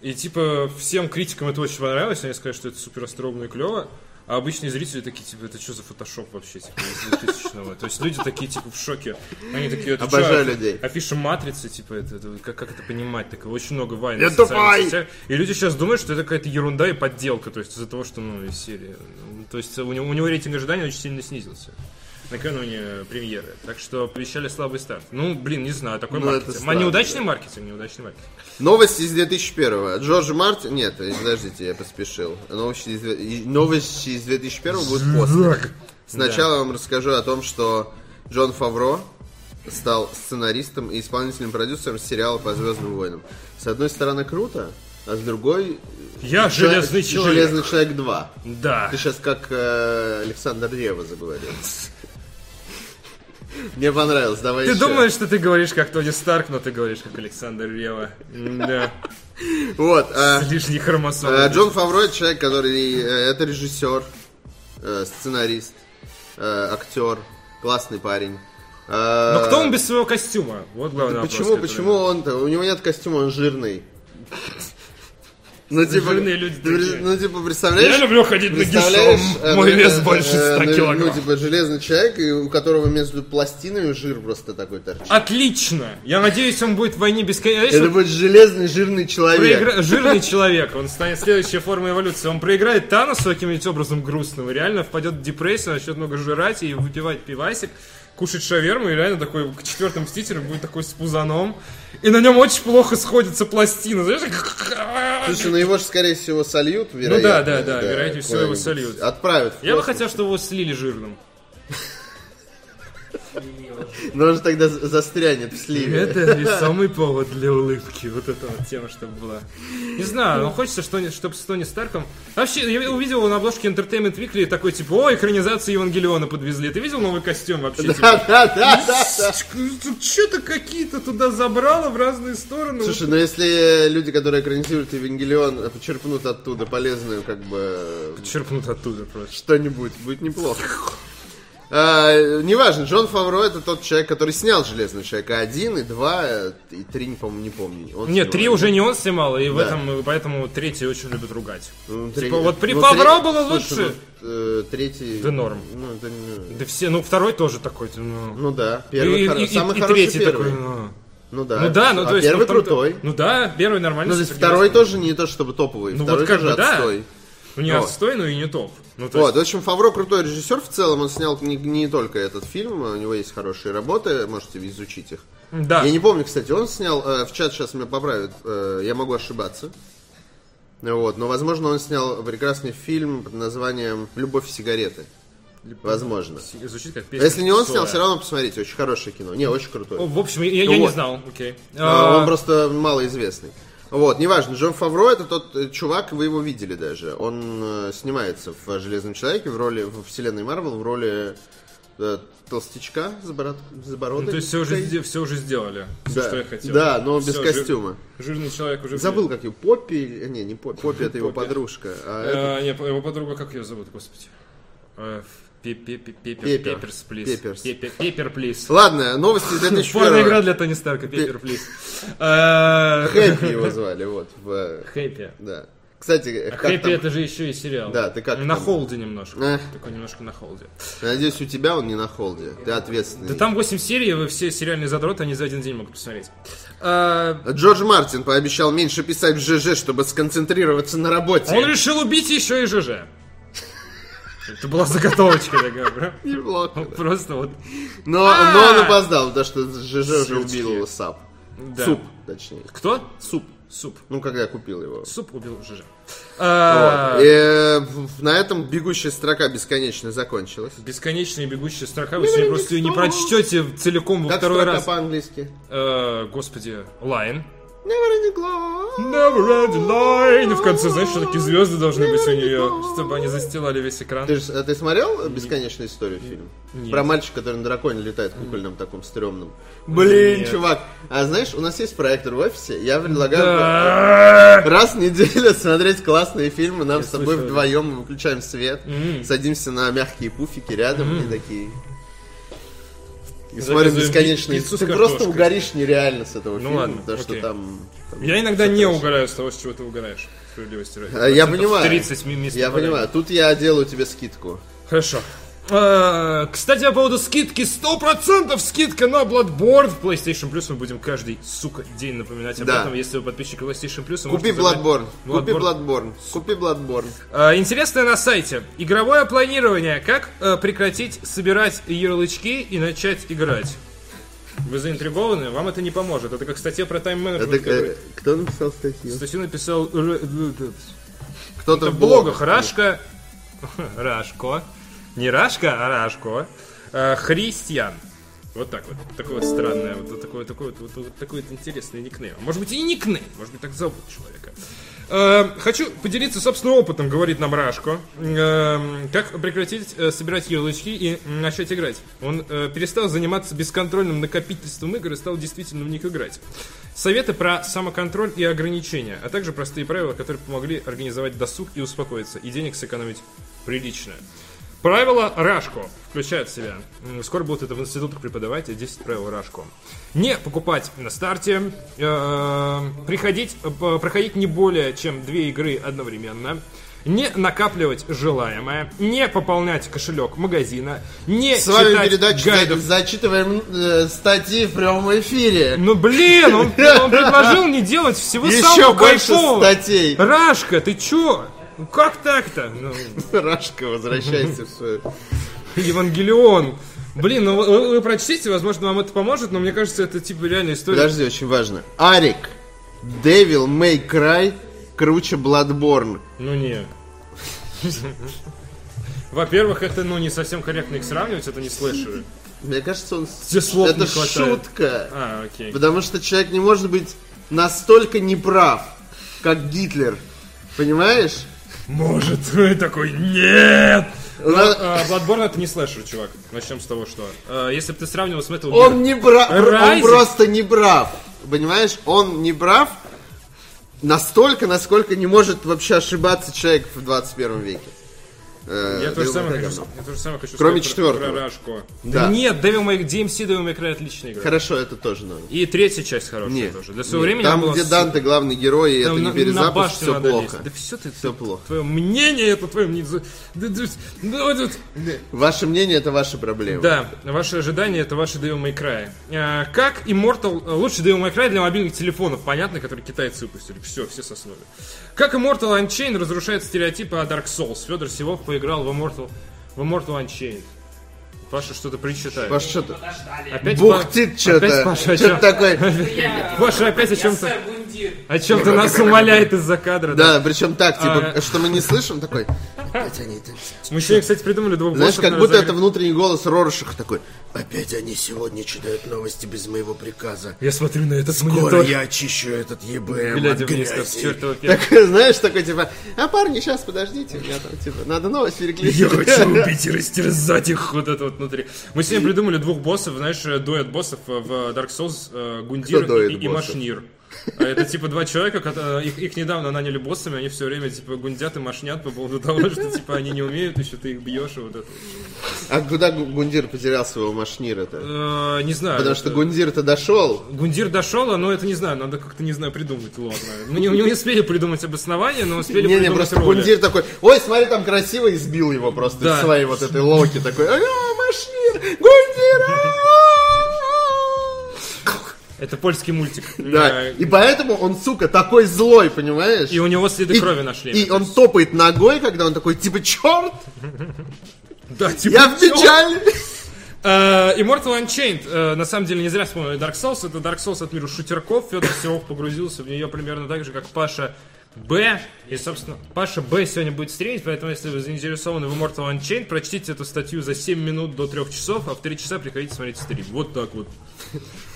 И типа всем критикам это очень понравилось. Они сказали, что это супер остроумно и клево. А обычные зрители такие, типа, это что за фотошоп вообще, типа, из 2000 То есть люди такие, типа, в шоке. Они такие, это чё,
Обожаю
это
людей.
Афиша Матрицы, типа, это, это как, как это понимать? Так, очень много вайн.
Я
в социальных
тупой!
сетях. И люди сейчас думают, что это какая-то ерунда и подделка, то есть из-за того, что, ну, из серии. Ну, То есть у него, у него рейтинг ожиданий очень сильно снизился накануне премьеры. Так что обещали слабый старт. Ну, блин, не знаю, такой
Ну, это
маркетинг.
странно,
неудачный маркетинг, неудачный маркетинг.
Новости из 2001 Джордж Мартин... Нет, подождите, я поспешил. Новости из, две- и- новости из 2001 будут после. Сначала вам расскажу о том, что Джон Фавро стал сценаристом и исполнительным продюсером сериала по Звездным войнам. С одной стороны, круто, а с другой...
Я железный человек.
Железный человек 2.
Да.
Ты сейчас как э, Александр Рева заговорил. Мне понравилось, давай
Ты
ещё.
думаешь, что ты говоришь как Тони Старк, но ты говоришь как Александр Рева. Да.
Вот. а,
С лишней
Э,
хромосомой.
Джон Фавро это человек, который э, это режиссер, э, сценарист, э, актер, классный парень. Э,
Но кто он без своего костюма? Вот главный вопрос.
Почему,
который-
почему он-то? У него нет костюма, он жирный. Ну,
Жирные люди
ты при-
такие.
ну, типа, представляешь?
Я люблю ходить на
Представляешь, э,
Мой
э,
вес
э,
больше
э,
100
ну, Ну,
килограмм.
типа, железный человек, и у которого между пластинами жир просто такой торчит.
Отлично! Я надеюсь, он будет в войне бесконечно.
Это будет железный, жирный человек.
Проигра- Жирный человек, он станет следующей формой эволюции. Он проиграет Таносу каким-нибудь образом грустным, и реально впадет в депрессию, начнет много жрать и выпивать пивасик, кушать шаверму, и реально такой к четвертому мстителю будет такой с пузаном. И на нем очень плохо сходятся пластины. Знаешь, как-
Слушай, ну его же, скорее всего, сольют, вероятно.
Ну да, да, вероятнее всего, его
куда-нибудь.
сольют.
Отправят. в
Я бы
космос.
хотел, чтобы его слили жирным.
Но он же тогда за- застрянет в сливе.
Это весомый повод для улыбки. Вот эта вот тема, чтобы была. Не знаю, но хочется, чтобы с Тони Старком... Вообще, я увидел его на обложке Entertainment Weekly и такой, типа, о, экранизацию Евангелиона подвезли. Ты видел новый костюм вообще? Типа,
Да, да, да, да.
Что-то какие-то туда забрало в разные стороны.
Слушай, ну если люди, которые экранизируют Евангелион, э, почерпнут оттуда полезную, как бы, э,
Черпнут оттуда просто.
что-нибудь, будет неплохо. А, неважно, Джон Фавро это тот человек, который снял Железного Человека. Один и два, э, и три, не помню, не помню. Он
Нет,
снимал.
три уже не он снимал, и в
Да.
этом, и поэтому третий очень любит ругать.
Ну, три-
Типа, вот при
ну,
Фавро
три-
было
слушай,
лучше.
ну, э, Третий...
Да норм.
Ну, это не-
Да все, ну второй тоже такой, типа, ну...
Ну да,
И,
первый
и-
хоро-
и-
самый
и
хороший
третий
первый.
такой, ну...
Ну да.
Ну да, ну
А
то есть...
первый
ну, там-
крутой.
Ну да, первый нормальный.
Ну, то есть
супергерой.
второй тоже не то чтобы топовый,
Ну,
второй
вот как
тоже
бы, да.
отстой.
Ну, не
Вот.
отстой, но и не топ. Ну, то
Вот, в общем, Фавро крутой режиссер в целом, он снял не, не только этот фильм, у него есть хорошие работы, можете изучить их.
есть, да.
Я не помню, кстати, он снял, э, в чат сейчас меня поправят, э, я могу ошибаться. Ну Вот, но, возможно, он снял прекрасный фильм под названием «Любовь и сигареты». Возможно.
Си- Звучит как песня.
Если не он снял,
Цоя.
все равно посмотрите, очень хорошее кино. Не, очень крутое.
О, В общем, я, я
Ну
не
вот.
знал, окей.
А,
А,
Он просто малоизвестный. Вот, неважно, Джон Фавро это тот э, чувак, вы его видели даже. Он э, снимается в «Железном человеке» в роли, в вселенной Марвел, в роли э, толстячка с, бород, с бородой.
Ну, то есть все уже, сде- всё уже сделали. Все,
Да.
что я хотел.
Да, но без
Всё, жир-
костюма.
Жирный человек уже...
Забыл, как его, Поппи, или- э, не, не Поппи, Поппи это его подружка. а это-
Э, не, его подруга, как ее зовут, господи? Э, пе- пе- пе- Пеппер.
Пеппер.
Пепперс, плиз.
Пепперс.
Пепе- Пеппер, плиз.
Ладно, новости
Порная игра
2001
для Тони Старка, Пеппер, плиз. Э,
Хэппи его звали, вот. в-
Хэппи.
Да. Кстати, как
А Хэппи
там-
это же еще и сериал.
Да, ты как
На
там?
холде немножко.
Э.
Такой немножко на холде.
Надеюсь, у тебя он не на холде. Ты ответственный.
Да там 8 серий, и вы все сериальные задроты, они за один день могут посмотреть. А,
Джордж Мартин пообещал меньше писать в ЖЖ, чтобы сконцентрироваться на работе.
Он решил убить еще и ЖЖ. Это была заготовочка такая, бра.
Неплохо, да.
Просто вот,
Но,
Ну, А!
но он опоздал, потому что ЖЖ уже
Сучки.
убил его сап.
да.
Суп, точнее.
Кто? Суп. Суп.
Ну, когда купил его.
Суп убил ЖЖ. А,
Вот. Э, в- на этом бегущая строка бесконечно закончилась.
Бесконечная бегущая строка. Вы сегодня просто ее не прочтете целиком во
Как
второй
строка
раз.
по-английски?
Э, Господи, Лайн.
Never ending glow.
Never end line. В конце, знаешь, что такие звезды должны быть у нее, чтобы они застилали весь экран.
Ты, ж- а ты смотрел «Бесконечную историю» фильм?
Нет.
Про мальчика, который на драконе летает кукольном таком стрёмном. Блин,
Нет.
чувак. А знаешь, у нас есть проектор в офисе. Я предлагаю
Да.
раз в неделю смотреть классные фильмы. Нам с тобой
слышал это.
вдвоем выключаем свет,
Мгм.
садимся на мягкие пуфики рядом и такие... И
Заказываем
смотрим бесконечные.
пиццу с
Ты просто
картошкой.
угоришь нереально с этого
Ну
фильма,
ладно,
потому что
окей.
там... там
Я иногда
всё
не
хорошо.
угораю с того, с чего ты угораешь. Справедливости ради.
А, я
Процентов
понимаю.
30 ми- мест
Я
попаданий.
понимаю. Тут я делаю тебе скидку.
Хорошо. Э, Кстати, по поводу скидки. 100% скидка на Bloodborne в PlayStation Plus. Мы будем каждый, сука, день напоминать об
Да.
этом. Если вы подписчик PlayStation Plus, вы
Купи
можете забрать
Bloodborne. Купи Bloodborne. Купи Bloodborne.
Э, Интересное на сайте. Игровое планирование. Как э, прекратить собирать ярлычки и начать играть? Вы заинтригованы? Вам это не поможет. Это как статья про
Это,
тайм-менеджмент.
э,
который-
кто написал статью?
Статью написал... Р- Р- Р-
Кто-то
в блогах Рашка... Рашко. Не Рашка, а Рашко. Э, Христиан. Вот так вот. Такое вот странное. Вот такой, такой, вот, вот- вот такой вот интересный никнейм. А Может быть и не никнейм. Может быть так зовут человека. Э, Хочу поделиться собственным опытом, говорит нам Рашко. Эм, Как прекратить э, собирать ярлычки и начать играть? Он э, перестал заниматься бесконтрольным накопительством игр и стал действительно в них играть. Советы про самоконтроль и ограничения, а также простые правила, которые помогли организовать досуг и успокоиться, и денег сэкономить прилично. Правила Рашко включают в себя. м, Скоро будут это в институтах преподавать, и 10 правил Рашко. Не покупать на старте, э, приходить, э, п- проходить не более чем две игры одновременно, не накапливать желаемое, не пополнять кошелек магазина, не
С вами
читать
передача
гайдов.
«Зачитываем э, статьи в прямом эфире».
Ну блин, он, он предложил не делать всего
Еще
самого
больше
кайфового.
статей.
Рашка, ты чё? Ну как так-то? Ну,
Рашка, возвращайся в свою...
Евангелион. Блин, ну вы, вы прочтите, возможно, вам это поможет, но мне кажется, это типа реальная история.
Подожди, очень важно. Арик, Devil May Cry круче Bloodborne.
Ну не. Во-первых, это ну не совсем корректно их сравнивать, это не слэшеры.
Мне кажется, он...
Тебе слов
Это
не хватает.
шутка.
А, окей.
Потому что человек не может быть настолько неправ, как Гитлер. Понимаешь?
Может, ты такой, нет!
Ла-
А, Bloodborne это не слэшер, чувак. Начнем с того, что. а, Если бы ты сравнивал с Metal Gear-
Он не прав. Он
Райзик.
просто не прав. Понимаешь, он не прав настолько, насколько не может вообще ошибаться человек в 21 веке. Э,
Я то, же
Devil May
самое
Cry
хочу,
говно.
я то же самое хочу
Кроме
сказать
четвертого.
про, про Рашко.
Да.
Нет, Devil May, DMC Devil May Cry отличная игра.
Хорошо, это тоже новый.
И третья часть хорошая
Нет,
тоже. Для своего
нет.
времени она
Там,
была
где
с-
Данте главный герой, и
там
это
на- на
не перезапуск,
башню
все
надо
плохо.
лезть. Да все ты,
Всё плохо.
Твое мнение это твое мнение. за- да- да- да вот это-
Ваше мнение это ваши проблемы.
Да, ваши ожидания это ваши Devil May Cry. А, Как Immortal, э, лучший Devil May Cry для мобильных телефонов, понятно, которые китайцы выпустили. Все, все соснули. Как Immortal Unchained разрушает стереотипы о Dark Souls. Федор Сивов поиграл в Immortal, в Immortal Unchained. Паша что-то причитает.
Ваш что то
Подождали.
Опять
бухтит
Па- Опять
что-то.
Паша о
Что-то
чем-
такое.
Я-
Паша опять о
я
чем-то-
сэр Гундир.
А о чем-то нас умоляет из-за кадра.
Да, причем так, типа,
А.
что мы не слышим, такой. Опять они там.
Мы сегодня, кстати, придумали двух
Знаешь,
боссов,
как
на
будто
разогре-
это внутренний голос Роршиха такой. Опять они сегодня читают новости без моего приказа.
Я смотрю на этот
Скоро
монитор.
я очищу этот ЕБМ от
Глядя вниз, как с
грязи.
чертова пи-
Так, знаешь, такой типа, а парни, сейчас, подождите, у меня там, типа, надо новость переключить.
Я хочу убить и растерзать их вот это вот внутри. Мы сегодня придумали двух боссов, знаешь, э, дуэт боссов э, в Dark Souls, э, Гундир
Кто дуэт
и, и
боссов?
Машнир. А Это типа два человека, которые- их, их недавно наняли боссами, они все время типа гундят и машнят по поводу того, что типа они не умеют, еще ты их бьешь и вот это.
А куда Гу- Гундир потерял своего машнира-то?
Э, Не знаю.
Потому что
это-
Гундир-то дошел.
Гундир дошел, а, но это не знаю, надо как-то, не знаю, придумать, ладно. Мы не, не успели придумать обоснование, но успели
Не, не,
придумать
просто
роли.
Гундир такой, ой, смотри, там красиво, и сбил его просто
Да.
из своей вот этой локи, такой, а, машнир, Гундир, а!»
Это польский мультик.
Да,
Э,
и поэтому он, сука, такой злой, понимаешь?
И у него следы крови нашли.
И он топает ногой, когда он такой, типа, черт,
Да, типа,
я в печали.
Э, Immortal Unchained, э, на самом деле, не зря вспомнили Dark Souls. Это Dark Souls от мира шутерков. Федор Серов погрузился в нее примерно так же, как Паша Б. И, собственно, Паша Б сегодня будет стримить, поэтому, если вы заинтересованы в Immortal Unchained, прочтите эту статью за 7 минут до 3 часов, а в 3 часа приходите смотреть стрим. Вот так вот.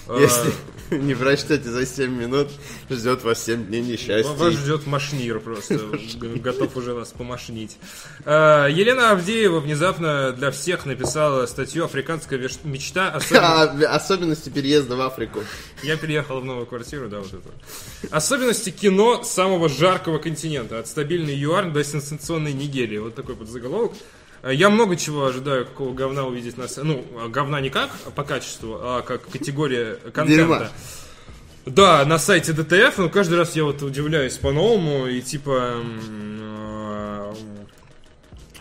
Э,
Если не прочтете за 7 минут, ждет вас 7 дней несчастья.
Вас ждет машнир просто, г- готов уже вас помашнить. Э, Елена Авдеева внезапно для всех написала статью «Африканская веш- мечта». Особенно...
А, Особенности переезда в Африку.
Я переехал в новую квартиру, да, вот это. Особенности кино самого жаркого континента. От стабильной ЮАР до сенсационной Нигерии. Вот такой подзаголовок. Э, Я много чего ожидаю, какого говна увидеть на с- Ну, э, говна не как по качеству, а как категория контента.
Дерьма.
Да, на сайте ДТФ, но каждый раз я вот удивляюсь по-новому, и типа м,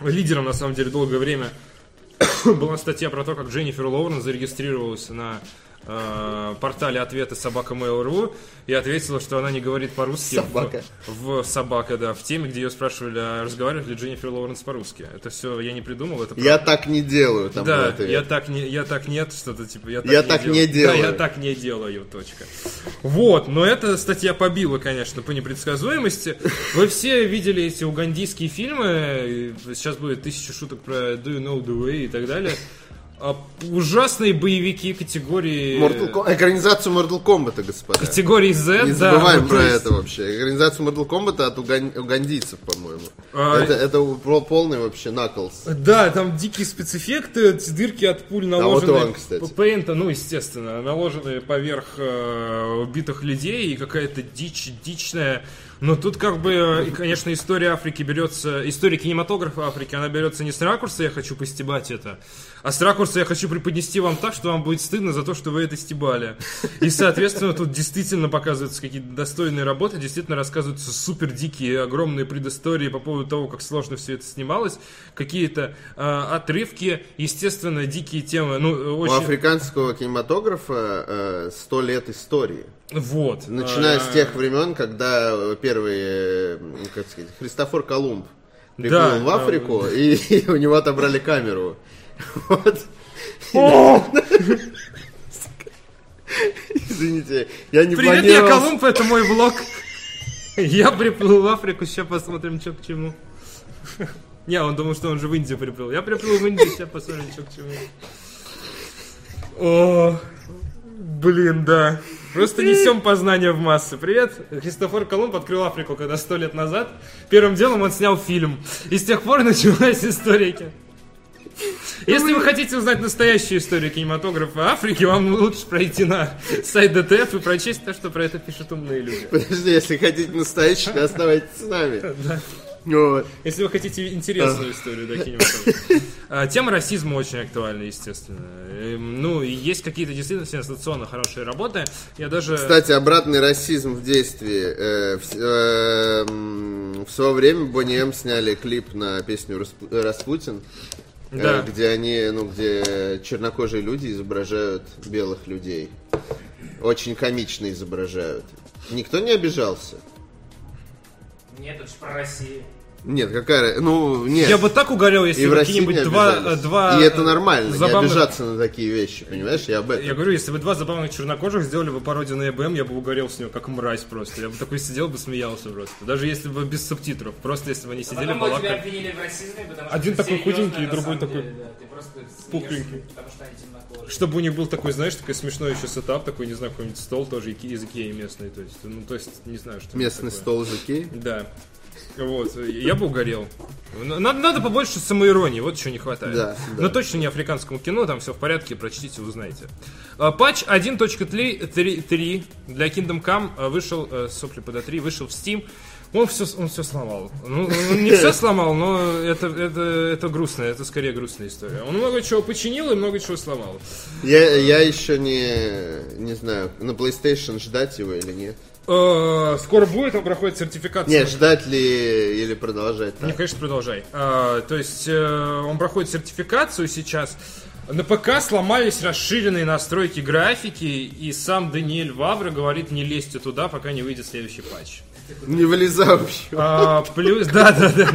э, лидером на самом деле долгое время была статья про то, как Дженнифер Лоурен зарегистрировалась на э, портале ответы собака Mail.ru и ответила, что она не говорит по-русски.
Собака.
В, в- собака, да, в теме, где ее спрашивали, а разговаривает ли Дженнифер Лоуренс по-русски. Это все я не придумал, это
Я так не делаю, там был
да,
ответ.
я так не, я так нет, что-то типа я так,
Я так не делаю.
Да, я так не делаю, точка. Вот, но эта статья побила, конечно, по непредсказуемости. Вы все видели эти угандийские фильмы, и сейчас будет тысяча шуток про Do You Know The Way и так далее. А, ужасные боевики категории...
Mortal Kombat- Экранизацию Mortal Kombat, господа.
Категории Z,
Не
да.
забываем
ну, то
про
есть-
это вообще. Экранизацию Mortal Kombat от уган- угандийцев, по-моему.
А-
Это, это у- про- полный вообще Knuckles.
Да, там дикие спецэффекты, эти дырки от пуль
А вот
наложенные.
и он, кстати.
Пейнта, ну, естественно, наложенные поверх э, убитых людей и какая-то дичь, дичная. Но тут как бы, э, и, конечно, история Африки берется, история кинематографа Африки, она берется не с ракурса «я хочу постебать это», а с ракурса «я хочу преподнести вам так, что вам будет стыдно за то, что вы это стебали». И, соответственно, тут действительно показываются какие-то достойные работы, действительно рассказываются супер дикие, огромные предыстории по поводу того, как сложно все это снималось, какие-то э, отрывки, естественно, дикие темы. Ну, э,
У
очень...
африканского кинематографа э, сто лет истории.
Вот.
Начиная с
А,
тех времен, когда э, первые, э, как сказать, Христофор Колумб приплыл
Да,
в
да,
Африку, и, и у него отобрали камеру. Вот. Извините, я не
Привет, я
планировал.
Колумб, это мой влог. Я приплыл в Африку, сейчас посмотрим, что к чему. Не, он думал, что он же в Индию приплыл. Я приплыл в Индию, сейчас посмотрим, что к чему. О, блин, да. Просто несем познание в массы. Привет, Христофор Колумб открыл Африку, когда сто лет назад. Первым делом он снял фильм. И с тех пор началась история кино. Если вы хотите узнать настоящую историю кинематографа Африки, вам лучше пройти на сайт ДТФ и прочесть то, что про это пишут умные люди.
Подожди, если хотите настоящий, то оставайтесь с нами. Вот.
Если вы хотите интересную историю, да, кинематографа. А, Тема расизма очень актуальна, естественно. Эм, Ну, и есть какие-то действительно сенсационно хорошие работы. Я даже...
Кстати, обратный расизм в действии. Э, В, э, м, в свое время Бонни М сняли клип на песню «Расп- Распутин. э,
Да.
где они, ну, где чернокожие люди изображают белых людей. Очень комично изображают. Никто не обижался.
Нет, это ж про Россию.
Нет, какая... Ну, нет.
Я бы так угорел, если
И в
бы
России не
какие-нибудь два, э,
обижались.
два...
И
э,
это нормально, не
забавных-
обижаться на такие вещи, понимаешь? Я об этом.
Я говорю, если бы два забавных чернокожих сделали бы пародию на ЭБМ, я бы угорел с него, как мразь просто. Я бы такой сидел бы смеялся просто. Даже если бы без субтитров. Просто если бы они сидели
Потом
бы
бы тебя
лакали.
обвинили в расизме, потому что
Один
ты
такой
серьезная,
худенький и
на
другой
самом
такой
деле, да. Ты просто смеешься,
пухленький.
Потому что они темнокожие.
Чтобы у них был такой, знаешь, такой смешной еще сетап, такой, не знаю, какой-нибудь стол тоже ики- из Икеи местный. То есть, ну, то есть, не знаю, что
Местный
это такое.
стол жуки.
Да. Вот, я бы угорел. Но Надо, надо побольше самоиронии, вот чего не хватает.
Да, да.
Но точно не африканскому кино, там все в порядке, прочтите, узнаете. А, Патч 1.3 для Kingdom Come а, вышел, э, сопли подо 3, вышел в Steam. Он все, он все сломал. Ну, он не все сломал, но это, это, это грустно, это скорее грустная история. Он много чего починил и много чего сломал.
Я, я еще не, не знаю, на PlayStation ждать его или нет.
Э, скоро будет, он проходит сертификацию.
Не, ждать ли или продолжать
Не,
так.
конечно, продолжай. А, то есть э, он проходит сертификацию сейчас. На ПК сломались расширенные настройки графики, и сам Даниэль Вавра говорит, не лезьте туда, пока не выйдет следующий патч.
Не вылезай вообще.
А, плюс, да, да, да.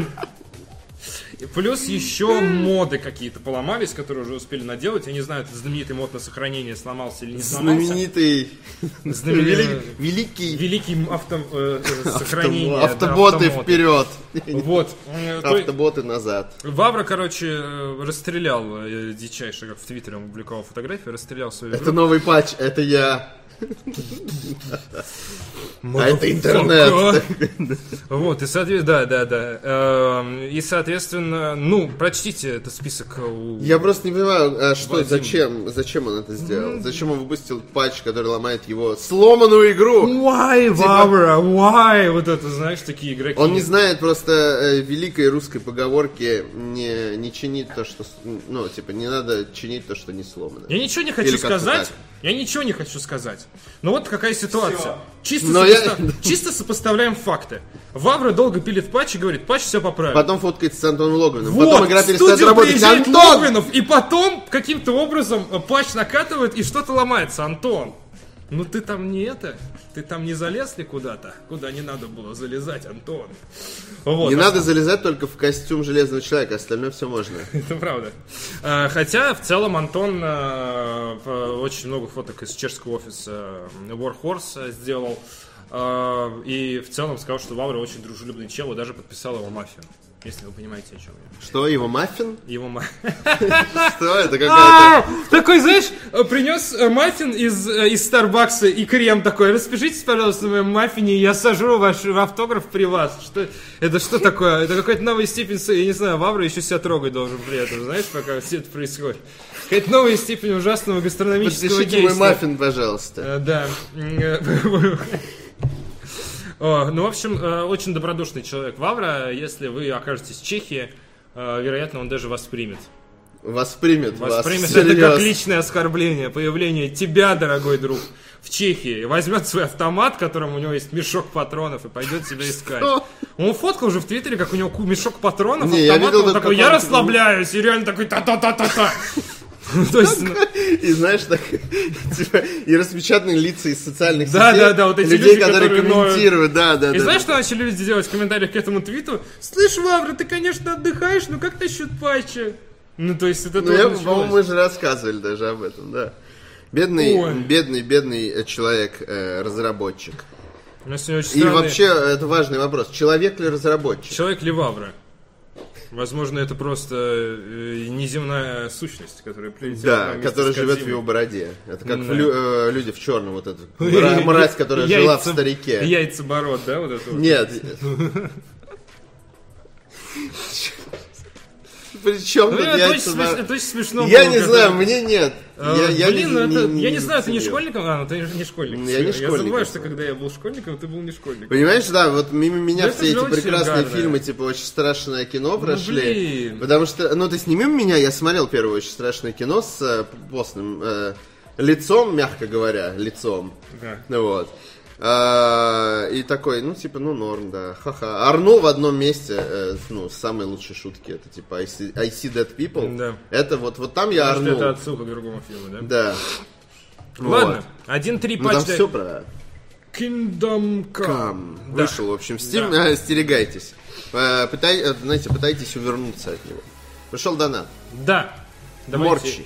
И Плюс еще моды какие-то поломались, которые уже успели наделать. Я не знаю, этот знаменитый мод на сохранение сломался или не сломался.
Знаменитый,
Знаменитый.
вели- великий
Великий авто, э, э, сохранение. да,
автоботы
автомод.
вперед.
Вот. Э, то-
Автоботы назад.
Вавра, короче, э, расстрелял э, дичайше, как в Твиттере он публиковал фотографию, расстрелял свою
Это новый патч, это я. А это интернет.
Вот, и соответственно, да, да, да. Эм, И, соответственно, ну, прочтите этот список. у-
Я просто не понимаю, а что,
Вадим. Ну,
зачем, зачем он это сделал? Зачем он выпустил патч, который ломает его сломанную игру?
Why, Вавра, why? Вот это, знаешь, такие игроки.
Типа- Он не знает просто э, великой русской поговорки не, не чинит то, что... с- Ну, типа, не надо чинить то, что не сломано.
Я ничего не хочу
Или как-то
сказать.
так.
Я ничего не хочу сказать. Но вот какая ситуация. Чисто,
Но
сопоста-
я-
чисто сопоставляем факты. Вавра долго пилит патч и говорит, патч все поправит.
Потом фоткается с Антоном Логвином.
Вот,
потом игра
в
перестает
студию
работать.
приезжает
Антон!
Логвинов, и потом каким-то образом э, патч накатывает, и что-то ломается, Антон. Ну ты там не это, ты там не залез ли куда-то, куда не надо было залезать, Антон. Вот,
Не
а
надо залезать только в костюм Железного Человека, остальное все можно.
это правда. Э, Хотя, в целом, Антон э, в- очень много фоток из чешского офиса э, Warhorse э, сделал. Э, И в целом сказал, что Вавра очень дружелюбный чел и даже подписал его мафию. Если вы понимаете, о чем я.
Что, его маффин?
Его ма-
Что это
А!
какая-то...
Такой, знаешь, э, принес э, маффин из, э, из Старбакса и крем такой. Распишитесь, пожалуйста, на моем маффине, я сожру ваш автограф при вас. Что, это что такое? Это какая-то новая степень, с- я не знаю, Вавра еще себя трогать должен при этом, знаешь, пока все это происходит. Какая-то новая степень ужасного гастрономического
Подпишите мой
действия.
маффин, пожалуйста.
Э, Да. О, Ну, в общем, э, очень добродушный человек Вавра. Если вы окажетесь в Чехии, э, вероятно, он даже вас примет.
Воспримет вас.
Воспримет это
всерьез.
как личное оскорбление, появление тебя, дорогой друг, в Чехии. Возьмет свой автомат, в котором у него есть мешок патронов, и пойдет тебя искать.
Что?
Он фоткал уже в Твиттере, как у него ку- мешок патронов,
Не, я
автомат,
видел
он
это
такой,
в
я
каком-то-
расслабляюсь, и реально такой та-та-та-та-та. Ну, То есть, ну,
И знаешь, так, типа, и распечатанные лица из социальных
Да,
сетей.
да, да, вот эти
людей,
люди,
которые,
которые ноют.
комментируют, да, да,
И
да.
знаешь, что начали люди делать в комментариях к этому твиту? Слышь, Вавра, ты, конечно, отдыхаешь, но как насчет патча? Ну, то есть, это
Ну, я,
тоже
по-моему,
началось.
мы же рассказывали даже об этом, да. Бедный,
Ой.
бедный, бедный э, человек, э, разработчик.
У нас сегодня очень
И
странные-
вообще, э, это важный вопрос. Человек ли разработчик?
Человек ли Вавра? Возможно, это просто э, неземная сущность, которая прилетела к
Да,
нам вместе
который
с
живет в
Кодзимой.
его бороде. Это как в
Да.
лю- э, люди в черном, вот эта мра- мразь, которая жила в
Ну, Яйца-
старике.
Яйцебород, да, вот это вот?
Нет. Причем
Ну,
тут
это,
яйца
очень Ну,
на-
смеш- это очень смешно
Ну, Я
было,
не
когда-
знаю, мне нет.
Э,
Я- я
Блин, ну это- я не знаю, ты не
ценю.
школьником? А, ну ты же не школьник.
Я не
Я
школьник,
забываю, что
я знаю.
когда я был школьником, ты был не школьником.
Понимаешь, да, вот мимо меня
Ну, это
все
же
эти
очень
прекрасные
гадно.
фильмы, типа очень страшное кино прошли.
блин.
Потому что, ну ты сними меня, я смотрел первое очень страшное кино с э, постным э, лицом, мягко говоря, лицом.
Да.
Ну вот. А, и такой, ну типа, ну норм, да, ха-ха. Арно в одном месте, э, ну, самые лучшие шутки, это типа I see, I see dead people.
Да.
Это вот, вот там я
Потому что это
Арну.
отсылка к другому фильму, да?
Да.
Ладно,
ну. Вот.
1-3
Ну там
патч для
все про
Kingdom Come.
Кам.
Да.
Вышел, в общем, Steam,
Да.
э, остерегайтесь. Э, пытай- э, знаете, пытайтесь увернуться от него. Пришел донат.
Да.
Морчи.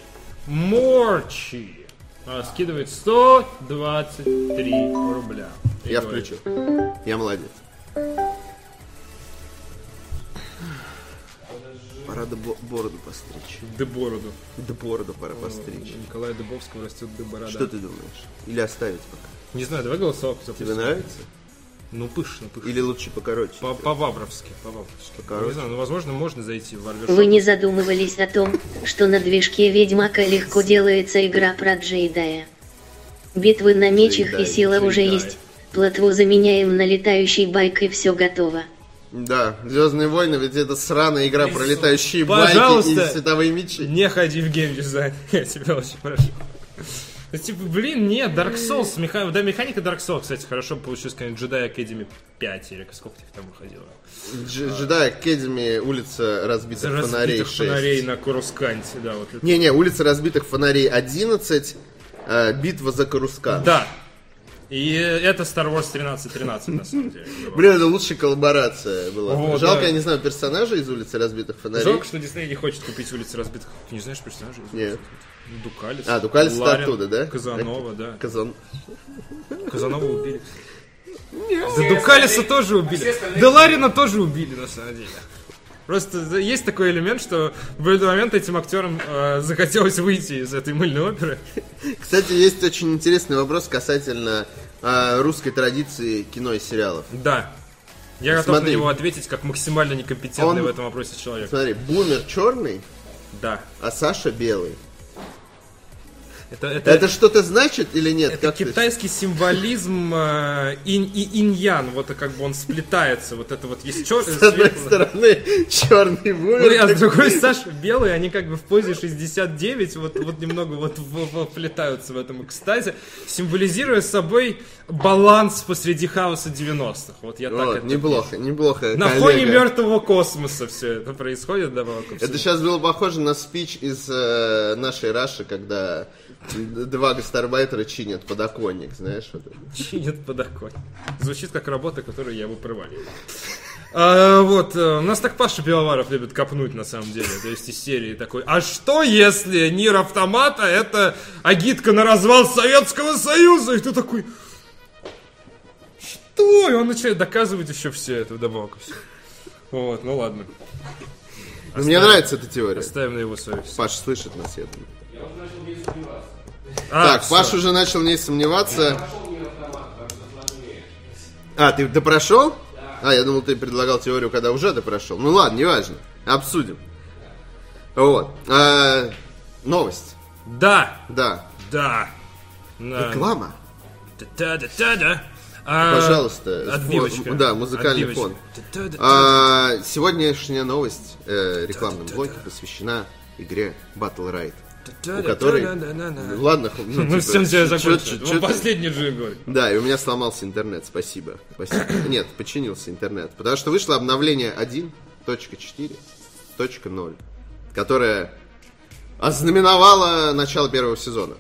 Морчи. А, Скидывает 123 рубля. И
Я
говорит,
включу. Я молодец. Пора до бо- бороду постричь.
До бороду.
До бороду пора постричь.
У Николая Дубовского растет до борода.
Что ты думаешь? Или оставить пока?
Не знаю, давай голосовку запустим.
Тебе нравится?
Ну, пышно, пышно.
Или лучше покороче?
По- По-вавровски, по-вавровски.
Покороче.
Не знаю, ну, возможно, можно зайти в барбершоп.
Вы не задумывались о том, что на движке Ведьмака легко делается игра про Джейдая. Битвы на мечах
Джейдай,
и сила уже
Джейдай.
есть. Плотву заменяем на летающий байк и все готово.
Да, Звездные войны, ведь это сраная игра про летающие байки и
Пожалуйста.
световые мечи.
Не ходи в геймдизайн, я тебя очень прошу. Ну, типа, блин, нет, Dark Souls, меха- да, механика Dark Souls, кстати, хорошо получилась, конечно, Jedi Academy 5, или сколько их там выходило.
Дж- Джедай Академии, улица разбитых
Разбитых
фонарей 6.
фонарей на Корусканте, да, вот. это.
Не-не, улица разбитых фонарей 11, э, битва за Карускан.
Да. И это Star Wars 1313, на самом деле.
Блин, это лучшая коллаборация была.
Вот,
Жалко,
да.
я не знаю персонажей из улицы разбитых фонарей.
Жалко, что Дисней не хочет купить улицы разбитых. Ты не знаешь персонажей? из
Нет.
«Улицы»? Дукалис.
А, Дукалис это
Ларин,
оттуда, да?
Казанова, да.
Казан.
Казанова убили. Да Дукалиса
остальные-
тоже
а все
убили.
остальные-
Да Ларина тоже убили, на самом деле. Просто да, есть такой элемент, что в этот момент этим актерам э, захотелось выйти из этой мыльной оперы.
Кстати, есть очень интересный вопрос касательно э, русской традиции кино и сериалов.
Да. Я готов
Смотри.
на него ответить как максимально некомпетентный в
Он-
этом вопросе человек.
Смотри, Бумер черный,
Да.
а Саша белый.
Это, это,
Это что-то значит или нет?
это
ты-
китайский символизм э, инь и инь-ян. Вот как бы он сплетается. Вот это вот есть черный
С одной стороны черный бумер.
а с
так-
другой Саша белые, они как бы в позе 69, вот, вот немного вот в- в- вплетаются в этом экстазе, символизируя собой баланс посреди хаоса 90-х. Вот я так
Вот,
это...
неплохо, неплохо.
На
коллега.
фоне мертвого космоса все это происходит, добавок. ко всему.
Это сейчас было похоже на спич из э, нашей Раши, когда два гастарбайтера чинят подоконник, знаешь? вот это. Ну,
чинит подоконник. Звучит как работа, которую я бы провалил. А, вот, э, у нас так Паша Пивоваров любит копнуть, на самом деле, то есть из серии такой, а что если Нир Автомата это агитка на развал Советского Союза? И ты такой, что? И он начинает доказывать еще все это вдобавок. и всё. Вот, ну ладно,
Ну, Мне нравится эта теория.
ставим на его совесть.
Паш слышит нас, я думаю.
А,
Так,
всё.
Паш уже начал в ней сомневаться. А, ты допрошел? А, я думал, ты предлагал теорию, когда уже допрошел. Ну ладно, неважно. Обсудим. Вот. А, новость.
Да,
Да.
да. Да.
Реклама.
Та-та-та-та-да. А,
Пожалуйста.
Отбивочка.
фон- да, музыкальный
Отбивочка.
фон.
Та-та-та-та.
А, сегодняшняя новость э, рекламном блоке посвящена игре Battle Ride. У которой... Ну, Ладно, ху- ну,
Мы
типа,
всем тебя
чё-
закончили.
чё-
Ну,
чё-
Последний джингл.
Да, и у меня сломался интернет, спасибо. Спасибо. Нет, починился интернет. Потому что вышло обновление 1.4.0, которое ознаменовало начало первого сезона.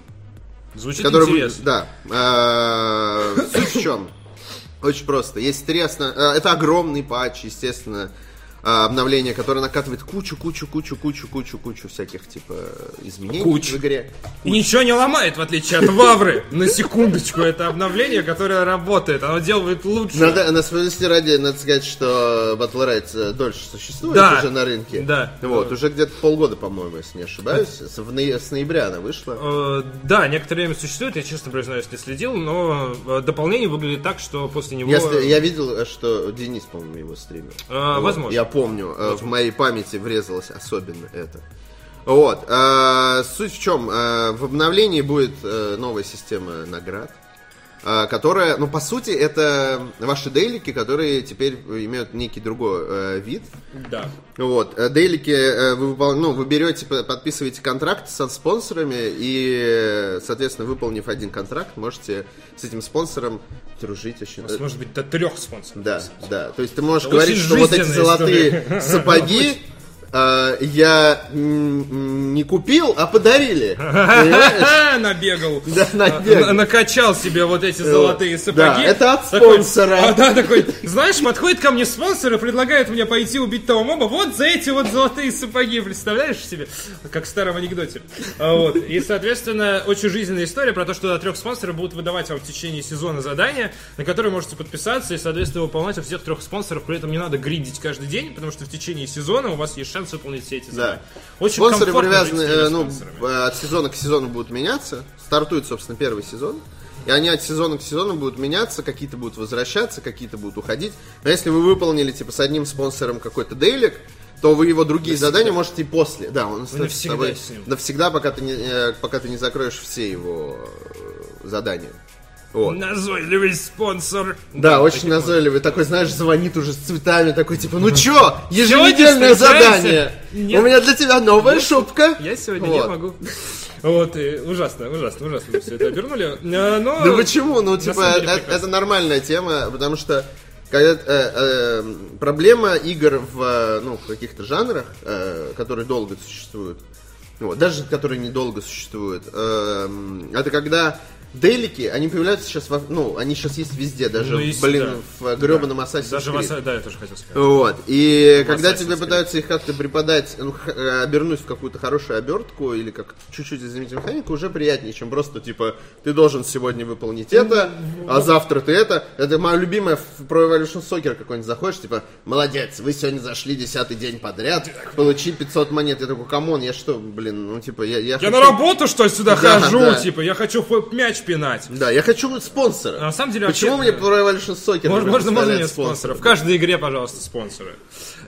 Звучит
Который вы-
интересно.
Да. Э, Суть в чем? Очень просто. Есть три основ- э, Это огромный патч, естественно, э, обновление, которое накатывает кучу, кучу, кучу, кучу, кучу, кучу всяких типа изменений
Куч.
в игре.
И ничего не ломает, в отличие от Вавры. На секундочку, это обновление, которое работает. Оно делает лучше.
Надо, на справедливости ради, надо сказать, что Battle Rights э, дольше существует
Да.
уже на рынке.
Да.
Вот, уже где-то полгода, по-моему, если не ошибаюсь. С, в ноя- с ноября она вышла.
Э, Да, некоторое время существует, я честно признаюсь, не следил, но э, дополнение выглядит так, что после него...
Если, я видел, э, что Денис, по-моему, его стримил.
А,
Вот,
возможно.
Я помню, э, в моей памяти врезалось особенно это. Вот. э, суть в чем? э, в обновлении будет э, новая система наград, э, которая, ну, по сути, это ваши дейлики, которые теперь имеют некий другой э, вид.
Да.
Вот, э, дейлики э, вы, выпол- ну, вы берете, п- подписываете контракт со спонсорами и, э, соответственно, выполнив один контракт, можете с этим спонсором дружить очень... э,
У нас может быть до трех спонсоров.
Да, да. То есть ты можешь
Это
говорить,
очень
что вот эти
жизненная
золотые
история.
сапоги э, я м, м, не купил, а подарили. Понимаешь?
Ха, набегал.
Да,
На-
набегал.
накачал себе вот эти золотые сапоги.
Э, Да, это от
Такой,
спонсора.
а, да, такой, знаешь, подходит ко мне спонсор и предлагает мне пойти убить того моба вот за эти вот золотые сапоги, представляешь себе? Как в старом анекдоте. А, Вот. И, соответственно, очень жизненная история про то, что до трех спонсоров будут выдавать вам в течение сезона задания, на которые можете подписаться и, соответственно, выполнять у всех трех спонсоров. При этом не надо гриндить каждый день, потому что в течение сезона у вас есть шанс выполнить все эти задания. Очень
Спонсоры
комфортно жить с
привязаны,
тремя
э, ну,
спонсорами.
э, от сезона к сезону будут меняться. Стартует, собственно, первый сезон. И они от сезона к сезону будут меняться, какие-то будут возвращаться, какие-то будут уходить. Но если вы выполнили, типа, с одним спонсором какой-то дейлик, то вы его другие задания можете и после. Да, он остается с
навсегда
тобой
с ним.
навсегда, пока ты не, э, пока ты не закроешь все его э, задания. Вот.
Назойливый спонсор.
Да, очень назойливый. Такой, знаешь, звонит уже с цветами, такой типа, ну чё, еженедельное
встречаемся?
задание.
Нет.
У меня для тебя новая шубка.
Я сегодня
Вот.
не могу. Вот, и ужасно, ужасно, ужасно все это обернули. А, Но...
Да почему? Ну, типа,
самом деле
э-
прекрасно.
это нормальная тема, потому что когда э, э, проблема игр в э, ну, в каких-то жанрах, э, которые долго существуют, вот, даже которые недолго существуют, эм, это когда делики, они появляются сейчас, во- ну, они сейчас есть везде, даже,
Ну, есть,
блин, в гребаном Assassin's
Даже в
Creed.
Аса- Да, я тоже хотел сказать.
Вот. И когда
Assassin's
тебе
Creed.
пытаются их как-то преподать, ну, х- э, обернуть в какую-то хорошую обертку или как чуть-чуть изменить механику, уже приятнее, чем просто типа ты должен сегодня выполнить это, а завтра ты это. Это моя любимая в Pro Evolution Soccer какой-нибудь заходишь, типа, молодец, вы сегодня зашли десятый день подряд, получи 500 монет. Я такой, камон, я что, блин, ну типа, я, я
Я
хочу-
на работу, что ли, сюда
Да,
хожу?
да.
Типа, я хочу ф- мяч пинать.
Да, я хочу спонсора.
На самом деле,
Почему
вообще- э,
мне Pro Evolution
Можно,
Soccer не
можно, можно
предоставляет
нет спонсоров. В каждой игре, пожалуйста, спонсоры.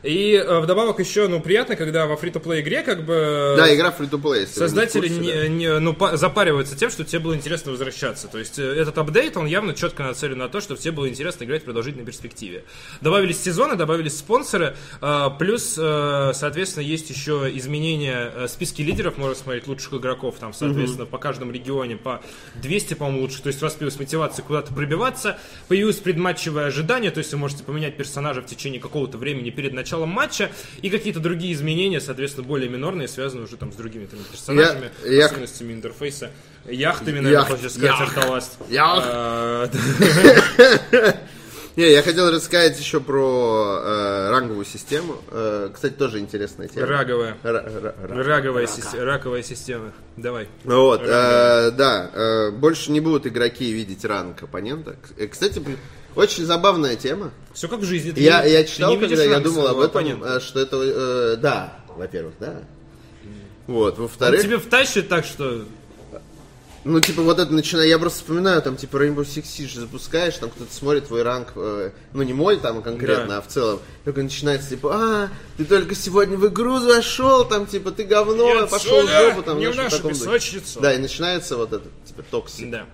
И э, вдобавок еще, ну, приятно, когда во фри-то-плей игре, как бы...
Да, игра free-to-play. если вы не в
Создатели
курсе,
не,
да.
не- ну, па- запариваются тем, что тебе было интересно возвращаться. То есть э, этот апдейт, он явно четко нацелен на то, чтобы тебе было интересно играть в продолжительной перспективе. Добавились сезоны, добавились спонсоры, э, плюс, э, соответственно, есть еще изменения э, списки лидеров, можно смотреть лучших игроков, там, соответственно, по каждому регионе по 200, по-моему, лучше. То есть у вас появилась мотивация куда-то пробиваться, появилось предматчевое ожидание, то есть вы можете поменять персонажа в течение какого-то времени перед началом матча, и какие-то другие изменения, соответственно, более минорные, связаны уже там с другими там, персонажами персонажами,
Я- я-
особенностями интерфейса, яхтами, наверное,
Яхт,
хочешь сказать,
яхт,
Арталаст.
яхт.
А, да.
Не, я хотел рассказать еще про э, ранговую систему. Э, кстати, тоже интересная тема.
Раговая.
Ра- ра- ра-
Раговая система, раковая система. Давай.
Вот, э, да, э, больше не будут игроки видеть ранг оппонента. К- э, Кстати, блин, очень забавная тема.
Все как в жизни. Ты
Я,
не-
я
ты
читал,
не видишь
когда я
ранг
думал об
своего
этом,
оппонента.
э, что это, э, да, во-первых, да. Вот,
Он
во-вторых,
Ну, тебе втащит так, что...
Ну, типа, вот это начинаю, я просто вспоминаю, там, типа, Rainbow Six Siege запускаешь, там кто-то смотрит твой ранг, э, ну, не мой там конкретно,
Да.
а в целом, только начинается, типа, а, ты только сегодня в игру зашел, там, типа, ты говно,
И
пошел в
отсюда
жопу, там,
не
знаешь,
в нашу
таком духе.
песочницу.
Да, и начинается вот это, типа, токсик.
Да.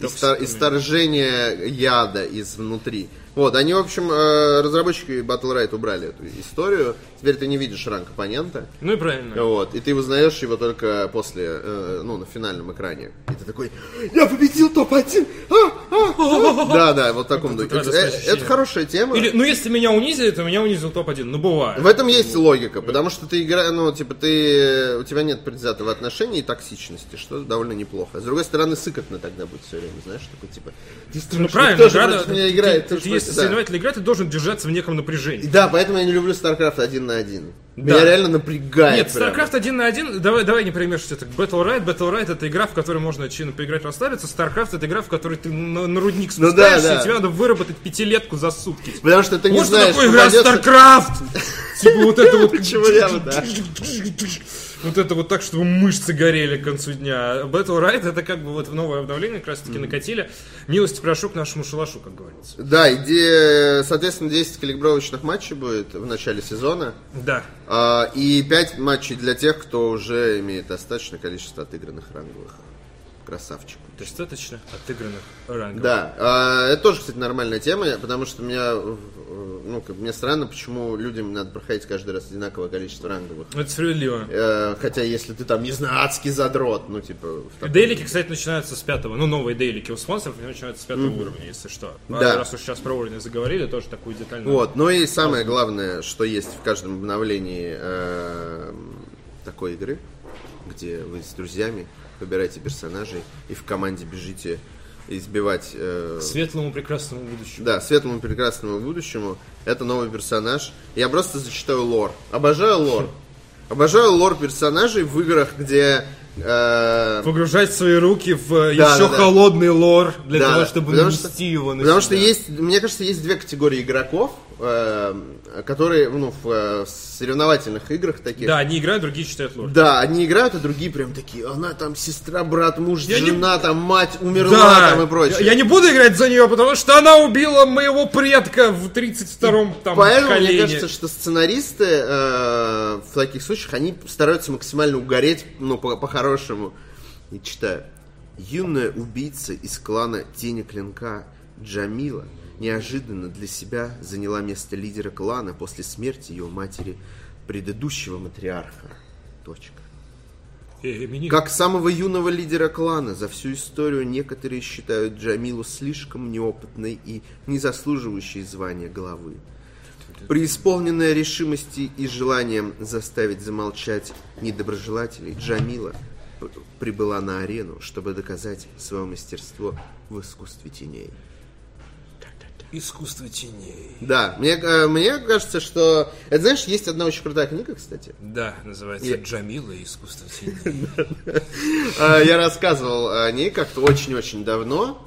И стор- и сторжение яда из внутри. Вот, они, в общем, э, разработчики Battle Right убрали эту историю. Теперь ты не видишь ранг оппонента.
Ну и правильно.
Вот, и ты узнаешь его только после, э, ну, на финальном экране. И ты такой, я победил топ-1! а, Да, да, вот в таком духе.
радостное
Э,
ощущение.
Это хорошая тема.
Или, ну если меня унизили, то меня унизил топ-1. Ну бывает.
В этом есть логика, потому что ты играешь, ну, типа, ты, у тебя нет предвзятого отношения и токсичности, что довольно неплохо. С другой стороны, сыкотно тогда будет все время, знаешь, такой, типа, ты
Ну
страшный,
правильно,
кто же
надо-
против меня играет?
ты-
Ты
ты-
же
если
против- да.
соревнователь играет, ты должен держаться в неком напряжении.
И Да, поэтому я не люблю StarCraft один на один. Меня
Да.
реально напрягает.
Нет,
прямо.
StarCraft один на один, давай, давай не примешивать это к Battle Right. Battle Right это игра, в которой можно чинно поиграть, расслабиться. StarCraft это игра, в которой ты на, на рудник
Ну да,
спускаешься,
да.
и тебе надо выработать пятилетку за сутки. Типа,
Потому что ты не
Вот что
знаешь,
такое игра
попадётся-
StarCraft! Типа вот это вот...
Чего да?
Вот это вот так, чтобы мышцы горели к концу дня. Battle Right это как бы вот в новое обновление как раз таки накатили. Милости прошу к нашему шалашу, как говорится.
Да, иди, соответственно, 10 калибровочных матчей будет в начале сезона.
Да.
а, и 5 матчей для тех, кто уже имеет достаточное количество отыгранных ранговых. Красавчик.
Достаточно отыгранных рангов.
Да, а, это тоже, кстати, нормальная тема, потому что у меня в- э, ну, как бы мне странно, почему людям надо проходить каждый раз одинаковое количество ранговых.
Ну, Это справедливо.
Э, хотя, если ты там, не знаю, адский задрот, ну, типа... в таком-
Дейлики, кстати, начинаются с пятого. Ну, новые дейлики у спонсоров они начинаются с пятого уровня, если что. А
Да.
Раз уж сейчас про уровни заговорили, тоже такую детальную.
Вот, ну и самое главное, что есть в каждом обновлении э, такой игры, где вы с друзьями выбираете персонажей и в команде бежите избивать... э,
Светлому прекрасному будущему.
Да, светлому прекрасному будущему. Это новый персонаж. Я просто зачитаю лор. Обожаю лор. Обожаю лор персонажей в играх, где... э,
Погружать свои руки в э,
Да,
еще
да, да.
холодный лор для
Да,
того,
да.
чтобы
Потому
нанести
что-
его на
Потому что
себя.
есть, мне кажется, есть две категории игроков, э, которые, ну, в э, соревновательных играх таких.
Да, одни играют, другие читают лор.
Да, одни играют, а другие прям такие, она там сестра, брат, муж,
Я не-
жена, там мать умерла,
Да,
там и прочее.
Я, я не буду играть за нее, потому что она убила моего предка в 32-м там
Поэтому
колене.
мне кажется, что сценаристы э, в таких случаях они стараются максимально угореть, ну по- по-хорошему. И читаю. Юная убийца из клана Тени Клинка Джамила неожиданно для себя заняла место лидера клана после смерти ее матери предыдущего матриарха. Точка.
Э, э, меня-
Как самого юного лидера клана за всю историю некоторые считают Джамилу слишком неопытной и не заслуживающей звания главы. Преисполненная решимости и желанием заставить замолчать недоброжелателей, Джамила п- прибыла на арену, чтобы доказать свое мастерство в искусстве теней.
Искусство теней.
Да, мне, э, мне кажется, что... Это, знаешь, есть одна очень крутая книга, кстати.
Да, называется
Я-
Джамила и искусство теней.
Э, Я рассказывал о ней как-то очень-очень давно.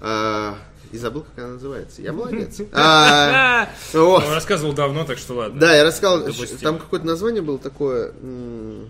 Э, И забыл, как она называется. Я молодец. А, вот.
Он рассказывал давно, так что ладно.
Да, я рассказывал.
Допустим.
Там какое-то название было такое. м,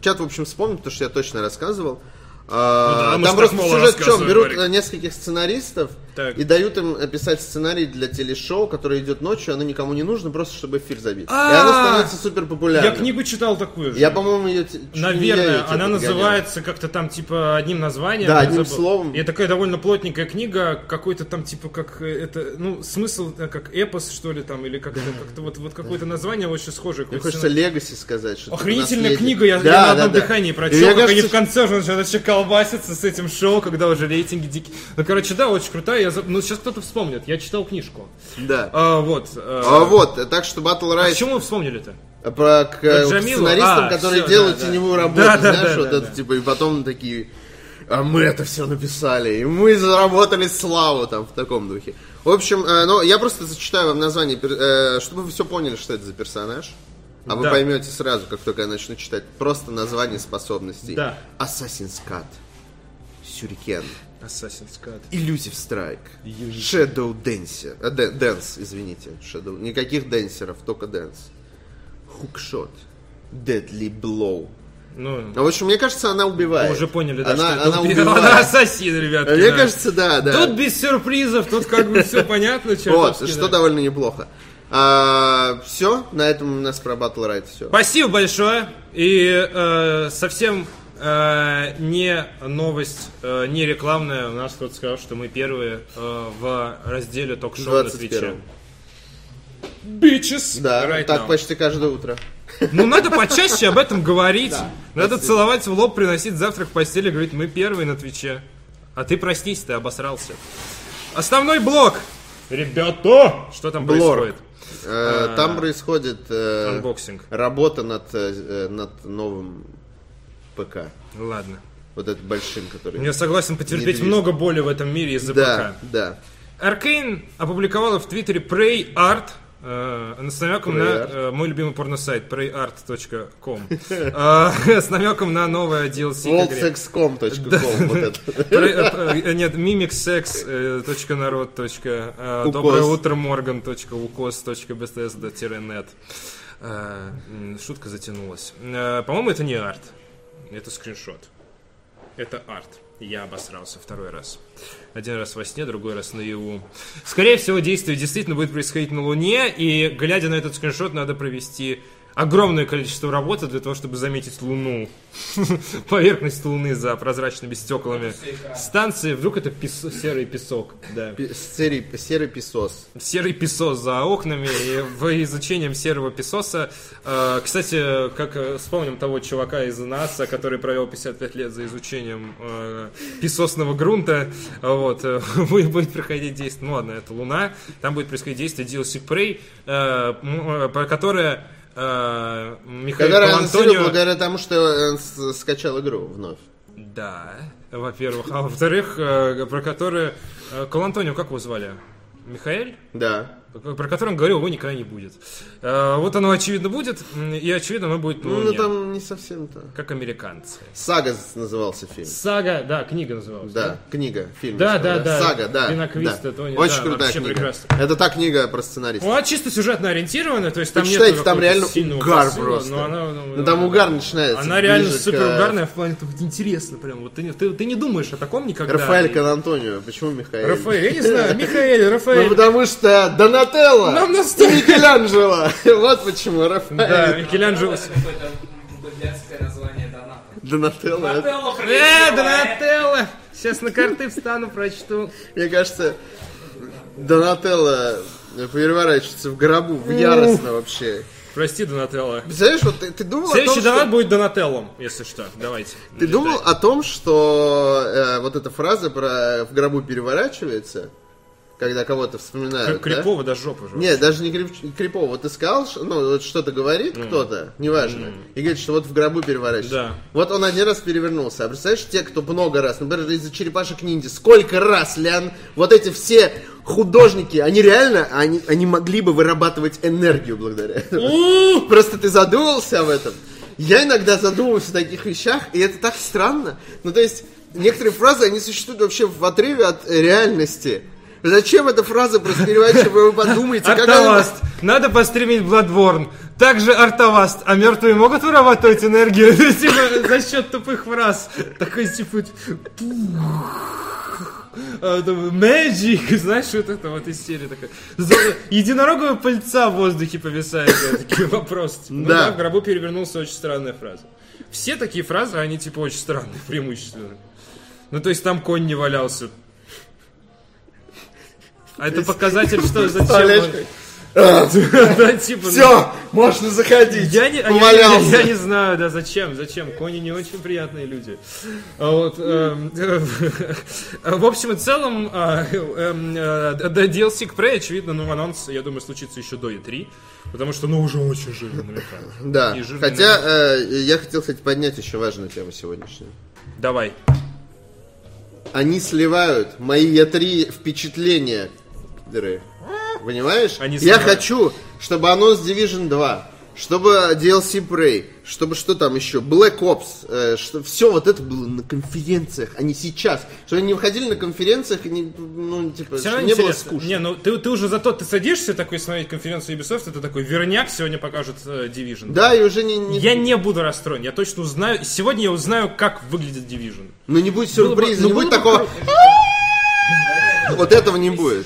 Чат, в общем, вспомнил, потому что я точно рассказывал. А,
Ну да, мы
Там
ж
просто
так мало
сюжет в чем?
рассказываем,
Берут
Марик.
э, нескольких сценаристов
Так.
и дают им писать сценарий для телешоу, которое идет ночью, оно никому не нужно, просто чтобы эфир забить. И оно
А-а-а!
становится
А!
супер
Я
популярным.
книгу читал такую же.
Я, по-моему, ее...
Наверное, она называется как-то там типа одним названием.
Да,
я
одним словом.
И такая довольно плотненькая книга, какой-то там типа как э, это, ну смысл э, как эпос что ли там или как-то как-то вот вот какое-то название очень схожее.
Мне
какое-то
хочется Легаси сказать, что типа,
Охренительная
наследие.
книга, я,
Да,
я на
да,
одном
да.
дыхании
И мне
прочел, как они
кажется,
в конце уже начинают вообще колбаситься с этим шоу, когда уже рейтинги дикие. Ну, короче, да, очень крутая. Я за- Ну, сейчас кто-то вспомнит. Я читал книжку.
что- Да.
А, вот. а,
А, вот, э, так что Battle
а
Riot
Почему мы вспомнили-то?
э, про к, э,
Про
к
Джамилу?
сценаристам,
А,
которые
всё,
делают
да, да.
теневую работу,
Да, да,
знаешь,
да,
вот
да,
это
да.
типа, и потом такие, а мы это все написали, и мы заработали славу там в таком духе. В общем, э, ну, я просто зачитаю вам название, пер- э, чтобы вы все поняли, что это за персонаж. А вы
Да.
поймете сразу, как только я начну читать. Просто название способностей.
Да.
Assassin's Cut. Сюрикен.
Assassin's Creed.
Illusive Strike, Shadow Dancer, а, Дэ- Dance, извините, Shadow, никаких денсеров, только Dance, Hookshot, Deadly Blow.
Ну,
А в общем, мне кажется, она убивает.
вы уже поняли, да,
Э, она,
что
она
это убий-
убивает.
Она ассасин, ребятки.
Мне
да.
кажется, да, да.
Тут без сюрпризов, тут как бы все понятно.
вот,
чертовски,
что
да.
довольно неплохо. все, на этом у нас про Battle Ride все.
Спасибо большое. И э, совсем э, не новость, э, не рекламная. У нас кто-то сказал, что мы первые э, в разделе ток-шоу на
21
Твиче. Bitches!
Да,
Right
так
now.
почти каждое утро.
Ну, надо почаще об этом говорить. Надо целовать в лоб, приносить завтрак в постели, говорить, мы первые на Твиче. А ты проснись, ты обосрался. Основной блок. Ребята! Что там
Блорк.
происходит? А,
Э, Там происходит э,
Анбоксинг.
работа над, э, над новым ПК.
Ладно.
Вот этот большим, который...
Я согласен потерпеть
Недвижно.
много боли в этом мире из-за
да,
ПК.
да.
Аркейн опубликовала в Твиттере Prey Art. э, с намеком
Prey
на
Art.
э, мой любимый порносайт preyart.com э, с намеком на новое DLC. к игре.
Worldsexcom.com вот это.
Пре- э, э, Нет, мимиксекс, э, точка народ, точка, э,
Укос.
доброе утро, морган, точка, укос, точка, бсд, тире, нет. Э, м, Шутка затянулась. Э, По-моему, это не арт. Это скриншот. Это арт. Я обосрался второй раз. Один раз во сне, другой раз наяву. Скорее всего, действие действительно будет происходить на Луне, и глядя на этот скриншот, надо провести огромное количество работы для того, чтобы заметить Луну. Поверхность Луны за прозрачными стеклами станции. Вдруг это пес- серый песок. Да.
Пи- Серый, серый песос.
Серый песос за окнами и в изучением серого песоса. э, Кстати, как э, вспомним того чувака из НАСА, который провел 55 лет за изучением э, песосного грунта, вот, э, будет, будет проходить действие, ну ладно, это Луна, там будет происходить действие DLC Prey, э, м, э, про которое э, Михаил
Который анонсировал
Антонио...
благодаря тому, что он с- скачал игру вновь.
Да, во-первых. А во-вторых, э, про которое... э, Колантонио, как его звали? Михаэль?
Да.
про который он говорил, его никогда не будет. Э, Вот оно, очевидно, будет, м, и, очевидно, оно будет, ну,
Ну,
не,
там не совсем то.
как американцы.
Сага с- назывался фильм.
Сага, да, книга называлась.
Да, книга, фильм.
Да,
скорее.
да, да.
Сага, да.
Пиноквиста,
да.
Тони,
Очень
да,
крутая
вообще
книга.
прекрасно.
Это та книга про сценариста.
Ну, а чисто сюжетно ориентированная, то есть там
Вы
нет
читаете, там
какого-то
реально
сильного
угар
посыла,
просто.
но она, ну,
Ну, там
она-
угар начинается.
Она реально
ближе к,
супер угарная в плане того, интересно прям. Вот ты, не- ты, ты не думаешь о таком никогда.
э, Рафаэль
И-
Канантонио. Почему Михаил?
Рафаэль, я не знаю, Михаэль,
Ну,
Рафаэль.
потому что Донателло
Нам
и
настолько...
Микеланджело. Вот почему
Да,
Рафаэль.
Микеланджело.
Это какое-то блядское название доната.
Донателло. это-
Отелло
Э,
прилетело,
Донателло! Сейчас на карты встану, прочту.
Мне кажется, Донателло переворачивается в гробу, в яростно вообще.
Прости, Донателло.
Представляешь, вот ты, ты думал о
Следующий
том, что...
донат будет Донателлом, если что. Давайте.
Ты думал о том, что э, вот эта фраза про в гробу переворачивается, когда кого-то
Кр-
вспоминают, да?
Крепова до жопы же.
Нет, даже не крип- Крипово. Вот ты сказал, ш- ну, вот что-то говорит кто-то, неважно, и говорит, что вот в гробу переворачивается.
Да.
Вот он один раз перевернулся. А представляешь, те, кто много раз, например, из-за черепашек ниндзя, сколько раз, Лян, вот эти все художники, они реально, они, они могли бы вырабатывать энергию благодаря этому.
У-у-у!
Просто ты задумывался об этом. Я иногда задумываюсь о таких вещах, и это так странно. Ну, то есть, некоторые фразы, они существуют вообще в отрыве от реальности. Зачем эта фраза просто переводчик, вы подумаете, как она-
Артоваст! Надо постримить Bloodborne. Также Артоваст. А мертвые могут вырабатывать энергию Типа, за счет тупых фраз. Такой типа... пух. А, там, Magic, знаешь, вот это вот из серии такая. За- Единороговая пыльца в воздухе повисает. Я Такие вопросы. типа. Ну
Да.
да, в гробу перевернулся очень странная фраза. Все такие фразы, они типа очень странные преимущественно. Ну то есть там конь не валялся. А это показатель, что зачем... он-
Представляешь,
Да, типа,
Все, можно заходить.
я не, а я-
Повалялся.
я- я не знаю, да, зачем, зачем. Кони не очень приятные люди. А Вот, эм, э, в общем и целом, а, эм, э, да, DLC к Prey, очевидно, ну, анонс, я думаю, случится еще до E3, потому что, ну, уже очень жирно наверняка.
Да,
И жирный
хотя э, я хотел, кстати, поднять еще важную тему сегодняшнюю.
Давай.
Они сливают мои Е3 впечатления. пидоры. Понимаешь?
Они
я
сливают.
хочу, чтобы анонс Division 2, чтобы DLC Prey, чтобы что там еще, Black Ops, э, что все вот это было на конференциях, а не сейчас. Чтобы они не выходили на конференциях, и не, ну, типа,
Все
чтобы
равно
не было
интересно.
скучно.
Не, ну ты, ты уже зато ты садишься такой смотреть конференцию Ubisoft, это такой верняк, сегодня покажут э, Division.
Да, и уже не... не-
Я не буду расстроен, я точно узнаю, сегодня я узнаю, как выглядит Division.
Ну не будет
бы-
сюрприза,
ну,
не
было
будет
бы
такого... Вот этого не будет.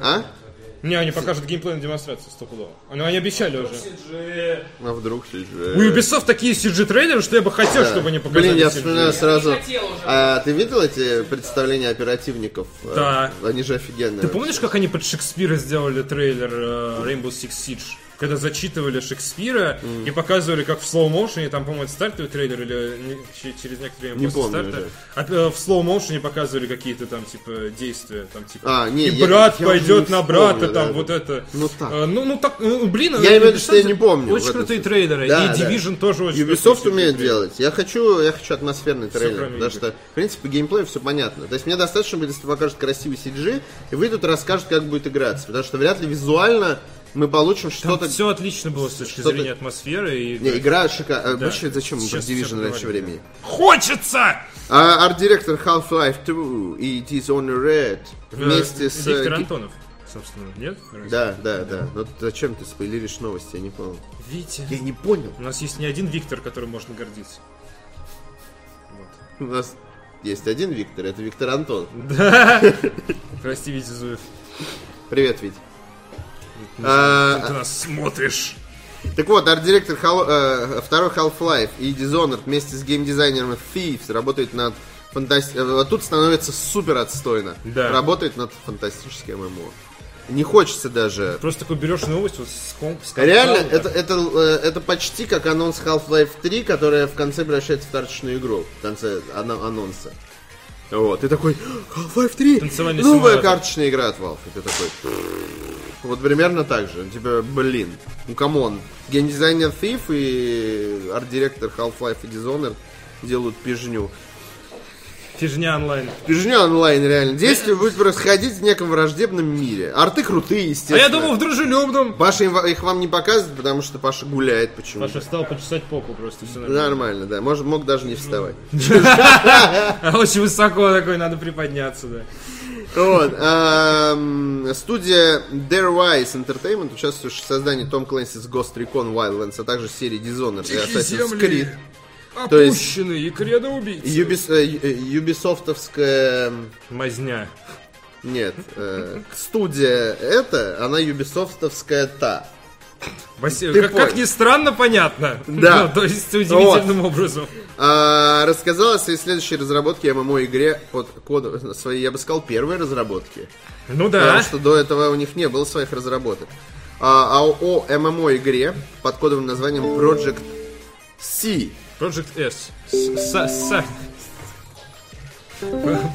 А?
Не, они покажут геймплей на демонстрации стопудово. Ну, они обещали уже.
CG.
А вдруг CG?
У Ubisoft такие CG-трейлеры, что я бы хотел, чтобы они показали
Блин, я
CG.
вспоминаю сразу.
не хотел уже.
А ты видел эти представления оперативников? Э,
Да.
Они же офигенные.
Ты помнишь, как они под Шекспира сделали трейлер э, Rainbow Six Siege? Когда зачитывали Шекспира и показывали, как в слоу-моушене, там, по-моему, это стартовый трейлер или не- че- через некоторое время
Не
после
помню
старта,
уже.
от- э, в слоу-моушене показывали какие-то там, типа, действия, там, типа,
А, не,
и
я-
брат
я уже
пойдет
не
на брата,
вспомню,
там,
да,
вот
да.
это.
Ну так.
Э, ну, ну так, ну, блин.
Я имею в виду, что я
Ubisoft
не помню в
Очень
этом
крутые
смысле.
трейлеры,
Да,
и
да.
Division тоже очень
Ubisoft
крутые
умеет
трейлеры.
делать. Я хочу, я хочу атмосферный трейлер,
кроме
потому
игр.
что, в принципе, по геймплею все понятно. То есть мне достаточно будет, если покажут красивый CG, и выйдут, расскажут, как будет играться. Потому что вряд ли визуально мы получим что-то...
все отлично было с точки
что-то-
зрения атмосферы и
Не, игра шикарная.
Да.
зачем мы про
Сейчас
Division
всё
раньше
поговорим.
времени?
Хочется!
А, арт-директор Half-Life 2 и It is Only Red вместе с... э,
Виктор
Ки-
Антонов, собственно, нет?
Да, да, да. Но зачем ты спойлеришь новости, я не понял.
Витя.
Я не понял.
У нас есть не один Виктор, которым можно гордиться.
У нас есть один Виктор, это Виктор Антон.
Прости, Витя Зуев.
Привет, Витя.
Ты
А,
нас смотришь.
Так вот, арт-директор Hal- э, второй Half-Life и Dishonored вместе с геймдизайнером Thieves работают над фантасти... э, вот Тут становится супер отстойно.
Да.
Работает над фантастической ММО. Не хочется даже...
Просто такой берешь новость вот с ком- с
Реально,
компа,
это, это, э, это почти как анонс Half-Life 3, которая в конце превращается в карточную игру. В конце ано- анонса. Вот, ты такой, «А, Half-Life 3,
Танцевальный
новая
симулятор.
карточная игра от Valve. И ты такой, вот примерно так же. Типа, блин, ну камон. Геймдизайнер Thief и арт-директор Half-Life и Dishonored делают пижню.
Фижня онлайн. А
Пижню онлайн, реально. Действие будет происходить в неком враждебном мире. Арты крутые,
А
естественно.
я думал в дружелюбном.
Паша им- их вам не показывает, потому что Паша гуляет почему-то.
Паша стал почесать попу просто. Все
Нормально, да. Может, мог даже не вставать.
Очень высоко такой, надо приподняться, да.
Вот. эм, Студия Darewise Entertainment участвует в создании Tom Clancy's Ghost Recon Wildlands, а также серии Dishonored и Assassin's Creed. То есть-
Опущенный и кредо убийцы.
Юбис- э, ю- э, Юбисофтовская... м,
Мазня.
Нет. э, студия эта, она юбисофтовская та.
Васи-
Ты
Как, как
понял.
ни странно, понятно.
Да.
Ну, То есть удивительным образом.
А, рассказала о своей следующей разработке ММО-игре под кодом... Своей, я бы сказал, первой разработки.
Ну
Потому
да.
что до этого у них не было своих разработок. А, а о ММО-игре под кодовым названием Project C.
Project S. С- са- са-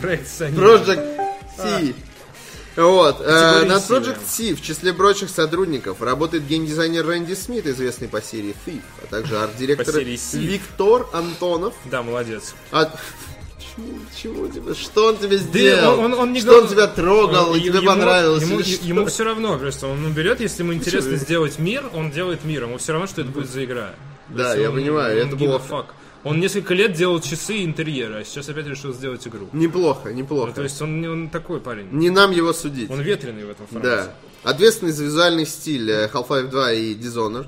Проект Саня.
Project C. Вот. э,
А. Категория
над
C,
Project C в числе прочих сотрудников работает геймдизайнер Рэнди Смит, известный по серии Thief, а также арт-директор
По серии C.
Виктор Антонов.
Да, молодец.
А- Почему? Почему тебе? Что он тебе
Да
сделал?
он- он- он не
что он
гов-
тебя трогал и
Е-
тебе
ему-
понравилось?
Ему,
или
е-
что? Ну,
ему все равно, просто он берет, если ему интересно сделать мир, он делает мир. Ему все равно, что это будет за игра.
Да,
То есть
я
он-
понимаю,
он
это
give a
было-
fuck. Он несколько лет делал часы и интерьеры, а сейчас опять решил сделать игру.
Неплохо,
Ну, то
неплохо.
есть он, он такой парень.
Не нам его судить.
Он ветреный в этом формате.
Да. Ответственный за визуальный стиль э, Half-Life 2 и Dishonored.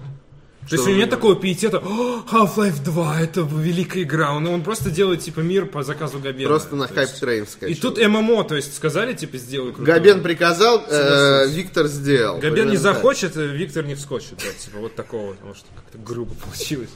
То есть у него нет такого пиетета, «О, Half-Life 2, это великая игра. Он, он просто делает, типа, мир по заказу Габена.
Просто на
То
хайп
есть-
трейн
И
скачал.
тут ММО, то есть сказали, типа, сделай крутую.
Габен приказал, э,
Согласен.
Виктор сделал.
Габен не
Примерно так.
захочет, э, Виктор не вскочит. Да, типа, вот такого, потому что как-то грубо получилось.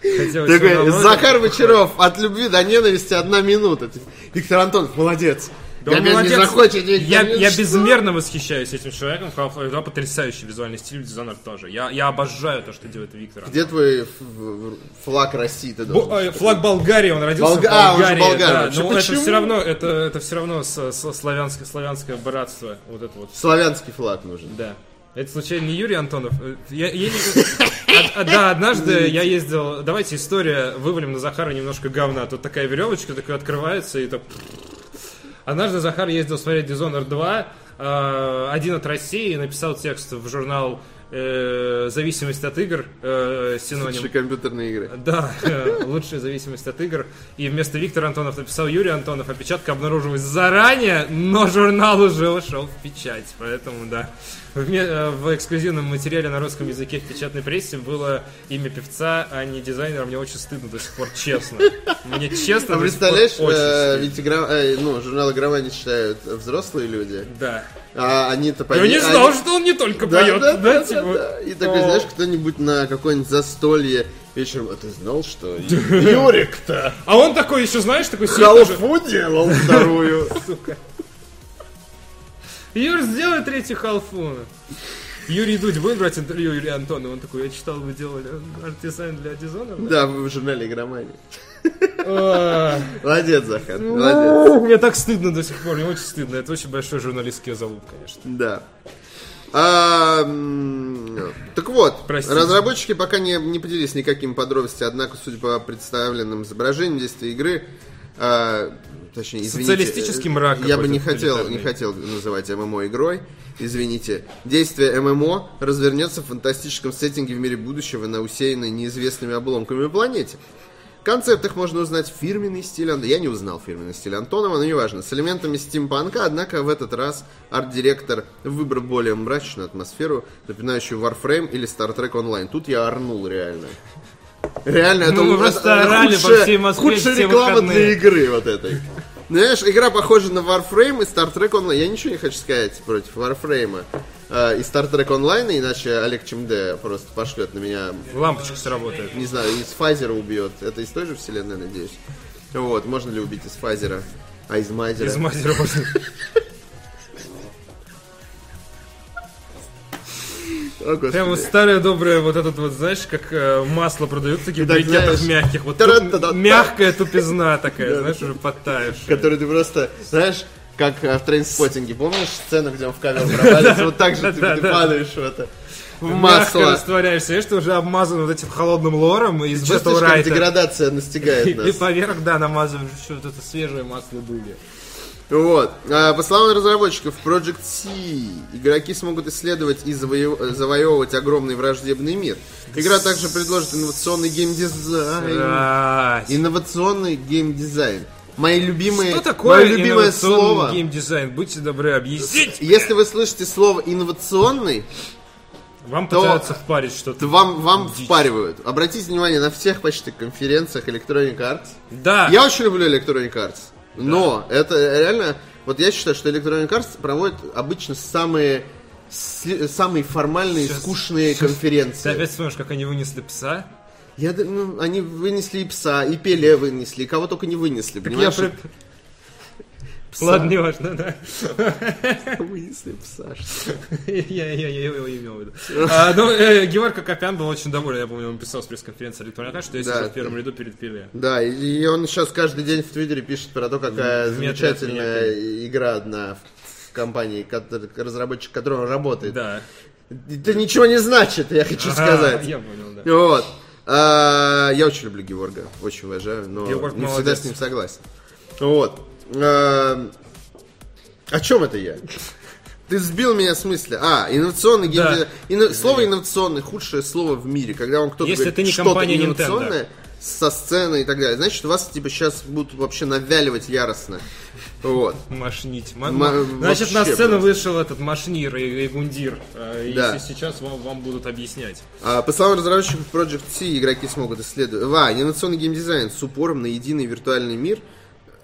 Хотелось
Такой,
а всё равно-
Захар Вечеров, от любви до ненависти одна минута. Ты- Виктор Антонов, молодец.
Да он
Габен
молодец.
не захочет. Виктор,
Я,
нет,
я
что?
безмерно восхищаюсь этим человеком. Half-Life 2 потрясающий визуальный стиль, дизайнер тоже. Я, я обожаю то, что делает Виктор.
Где твой ф- в- флаг России? Ты
Бо-
должен...
э, флаг Болгарии, он родился
Болга- а,
в
он же
Болгарии.
болгар
да,
вообще.
но это
Почему?
все равно, это, это все равно со- со- славянское, славянское братство. Вот это вот,
Славянский флаг нужен.
да. Это случайно не Юрий Антонов? Э, я- я не- А- а, Да, однажды я ездил... Давайте история, вывалим на Захара немножко говна. Тут такая веревочка такая открывается, и так... Однажды Захар ездил смотреть Dishonored 2, э, один от России, и написал текст в журнал э, «Зависимость от игр», э, синоним.
Лучше компьютерные игры.
Да, э, лучшая зависимость от игр. И вместо Виктора Антонов написал Юрий Антонов. Опечатка обнаружилась заранее, но журнал уже ушел в печать. Поэтому, да. В, ме- э, в эксклюзивном материале на русском языке в печатной прессе было имя певца, а не дизайнера. Мне очень стыдно до сих пор, честно. Мне честно до
А
сих пор
представляешь,
очень
э,
стыдно.
ведь игра- э, ну, журнал «Игромания» читают взрослые люди,
Да.
а они-то
Я не
поверят-
знал,
они-
что он не только
Да,
поет.
да, да,
типа.
да, да. И такой,
О.
знаешь, кто-нибудь на какое-нибудь застолье вечером, а ты знал, что Юрик-то
А он такой еще, знаешь, такой сидит тоже.
халфу делал вторую?
Юр, сделай третью халфу. Юрий Дудь будет брать интервью Юрия Антонова? Он такой, я читал, вы делали артизайн для Дизона.
Да, в журнале «Игромания».
Ой, Ну,
Молодец, Захар, молодец.
Мне так стыдно до сих пор, мне очень стыдно. Это очень большой журналистский залуп, конечно.
Да. А, м, так вот,
Простите.
разработчики пока не, не поделились никакими подробностями, однако, судя по представленным изображениям действия игры, а, точнее, извините, э,
Социалистический мрак
Я бы
какой-то
не хотел, не
тоталитарный.
хотел называть ММО игрой. Извините. Действие ММО развернется в фантастическом сеттинге в мире будущего на усеянной неизвестными обломками планете. В концептах можно узнать фирменный стиль Ан- Я не узнал фирменный стиль Антонова, но неважно. С элементами стимпанка, однако в этот раз арт-директор выбрал более мрачную атмосферу, напоминающую Warframe или Star Trek Online. Тут я орнул реально. Реально, это
Ну, мы
это-
просто
это
орали по
худшая-
всей Москве
худшая
все
реклама для
выходные.
игры вот этой. Знаешь, игра похожа на Warframe и Star Trek Online. Я ничего не хочу сказать против Warframe. э, из Star Trek Online, иначе Олег ЧМД просто пошлет на меня,
Лампочка сработает.
не знаю, из Файзера убьет. Это из той же вселенной, надеюсь. Вот, можно ли убить из Файзера? А из Майзера?
Из мастера.
О, господи.
Прям вот старое доброе вот этот вот, знаешь, как э, масло продают в таких
Да,
брикетах
знаешь.
мягких. Вот
Тра-та-та-та.
мягкая тупизна такая, знаешь, уже подтаявшая.
Который ты просто, знаешь, как э, в трейнспоттинге, помнишь сцену, где он в камеру провалится? Вот так же ты ты падаешь в это. В
Мягко
масло.
растворяешься, видишь, ты уже обмазан вот этим холодным лором из
Чувствуешь, как
Бэтл
деградация настигает
И
нас.
поверх, да, намазываешь еще вот это свежее масло дули.
Вот. А, По словам разработчиков Project C, игроки смогут исследовать и завоев- завоевывать огромный враждебный мир. Игра также предложит инновационный геймдизайн.
Да.
Инновационный геймдизайн. Мои любимые,
Что такое
мое любимое
инновационный
слово.
геймдизайн? Будьте добры, объясните.
Если вы слышите слово инновационный,
Вам
То-
пытаются впарить что-то.
то вам, вам впаривают. Обратите внимание на всех почти конференциях Electronic Arts.
Да.
Я очень люблю Electronic Arts, но это реально... Вот я считаю, что Electronic Arts проводит обычно самые сли- самые формальные,
Щас-
скучные
Ты
конференции.
опять смотришь, как они вынесли пса?
Я, д- ну, они вынесли и пса, и Пеле вынесли, и кого только не вынесли,
Я
понимаешь?
про- Ладно, не важно, да.
Вынесли пса. что ли?
Я я- я его имел в виду. А, Ну, э, Георг Копян был очень доволен. Я помню, он писал с пресс-конференции Electronic Arts, что я
Да.
сижу в первом ряду перед Пеле.
Да, и- и он сейчас каждый день в Твиттере пишет про то, какая
В метре от
замечательная игра одна в компании, который- разработчик которого работает.
Да.
Это ничего не значит, я хочу сказать.
А, Я понял, да.
Ну Вот. А, я очень люблю Георга, очень уважаю, но
Георг
не всегда
молодец.
с ним согласен. Ну Вот. А, о чем это я? Ты сбил меня с мысли. А, инновационный
Да.
геймдизайн. Инно- Слово инновационное худшее слово в мире. Когда вам кто-то
Если
говорит,
ты не
что-то
компания Nintendo».
инновационное со сцены и так далее. Значит, вас типа сейчас будут вообще навяливать яростно. Вот.
Машнить. Ма-
Ма-
Значит, на
вообще
сцену
просто.
вышел этот машнир и и гундир. Э, И
Да.
се- сейчас вам вам будут объяснять.
А, По словам разработчиков Project C, игроки смогут исследовать... А, анимационный геймдизайн с упором на единый виртуальный мир,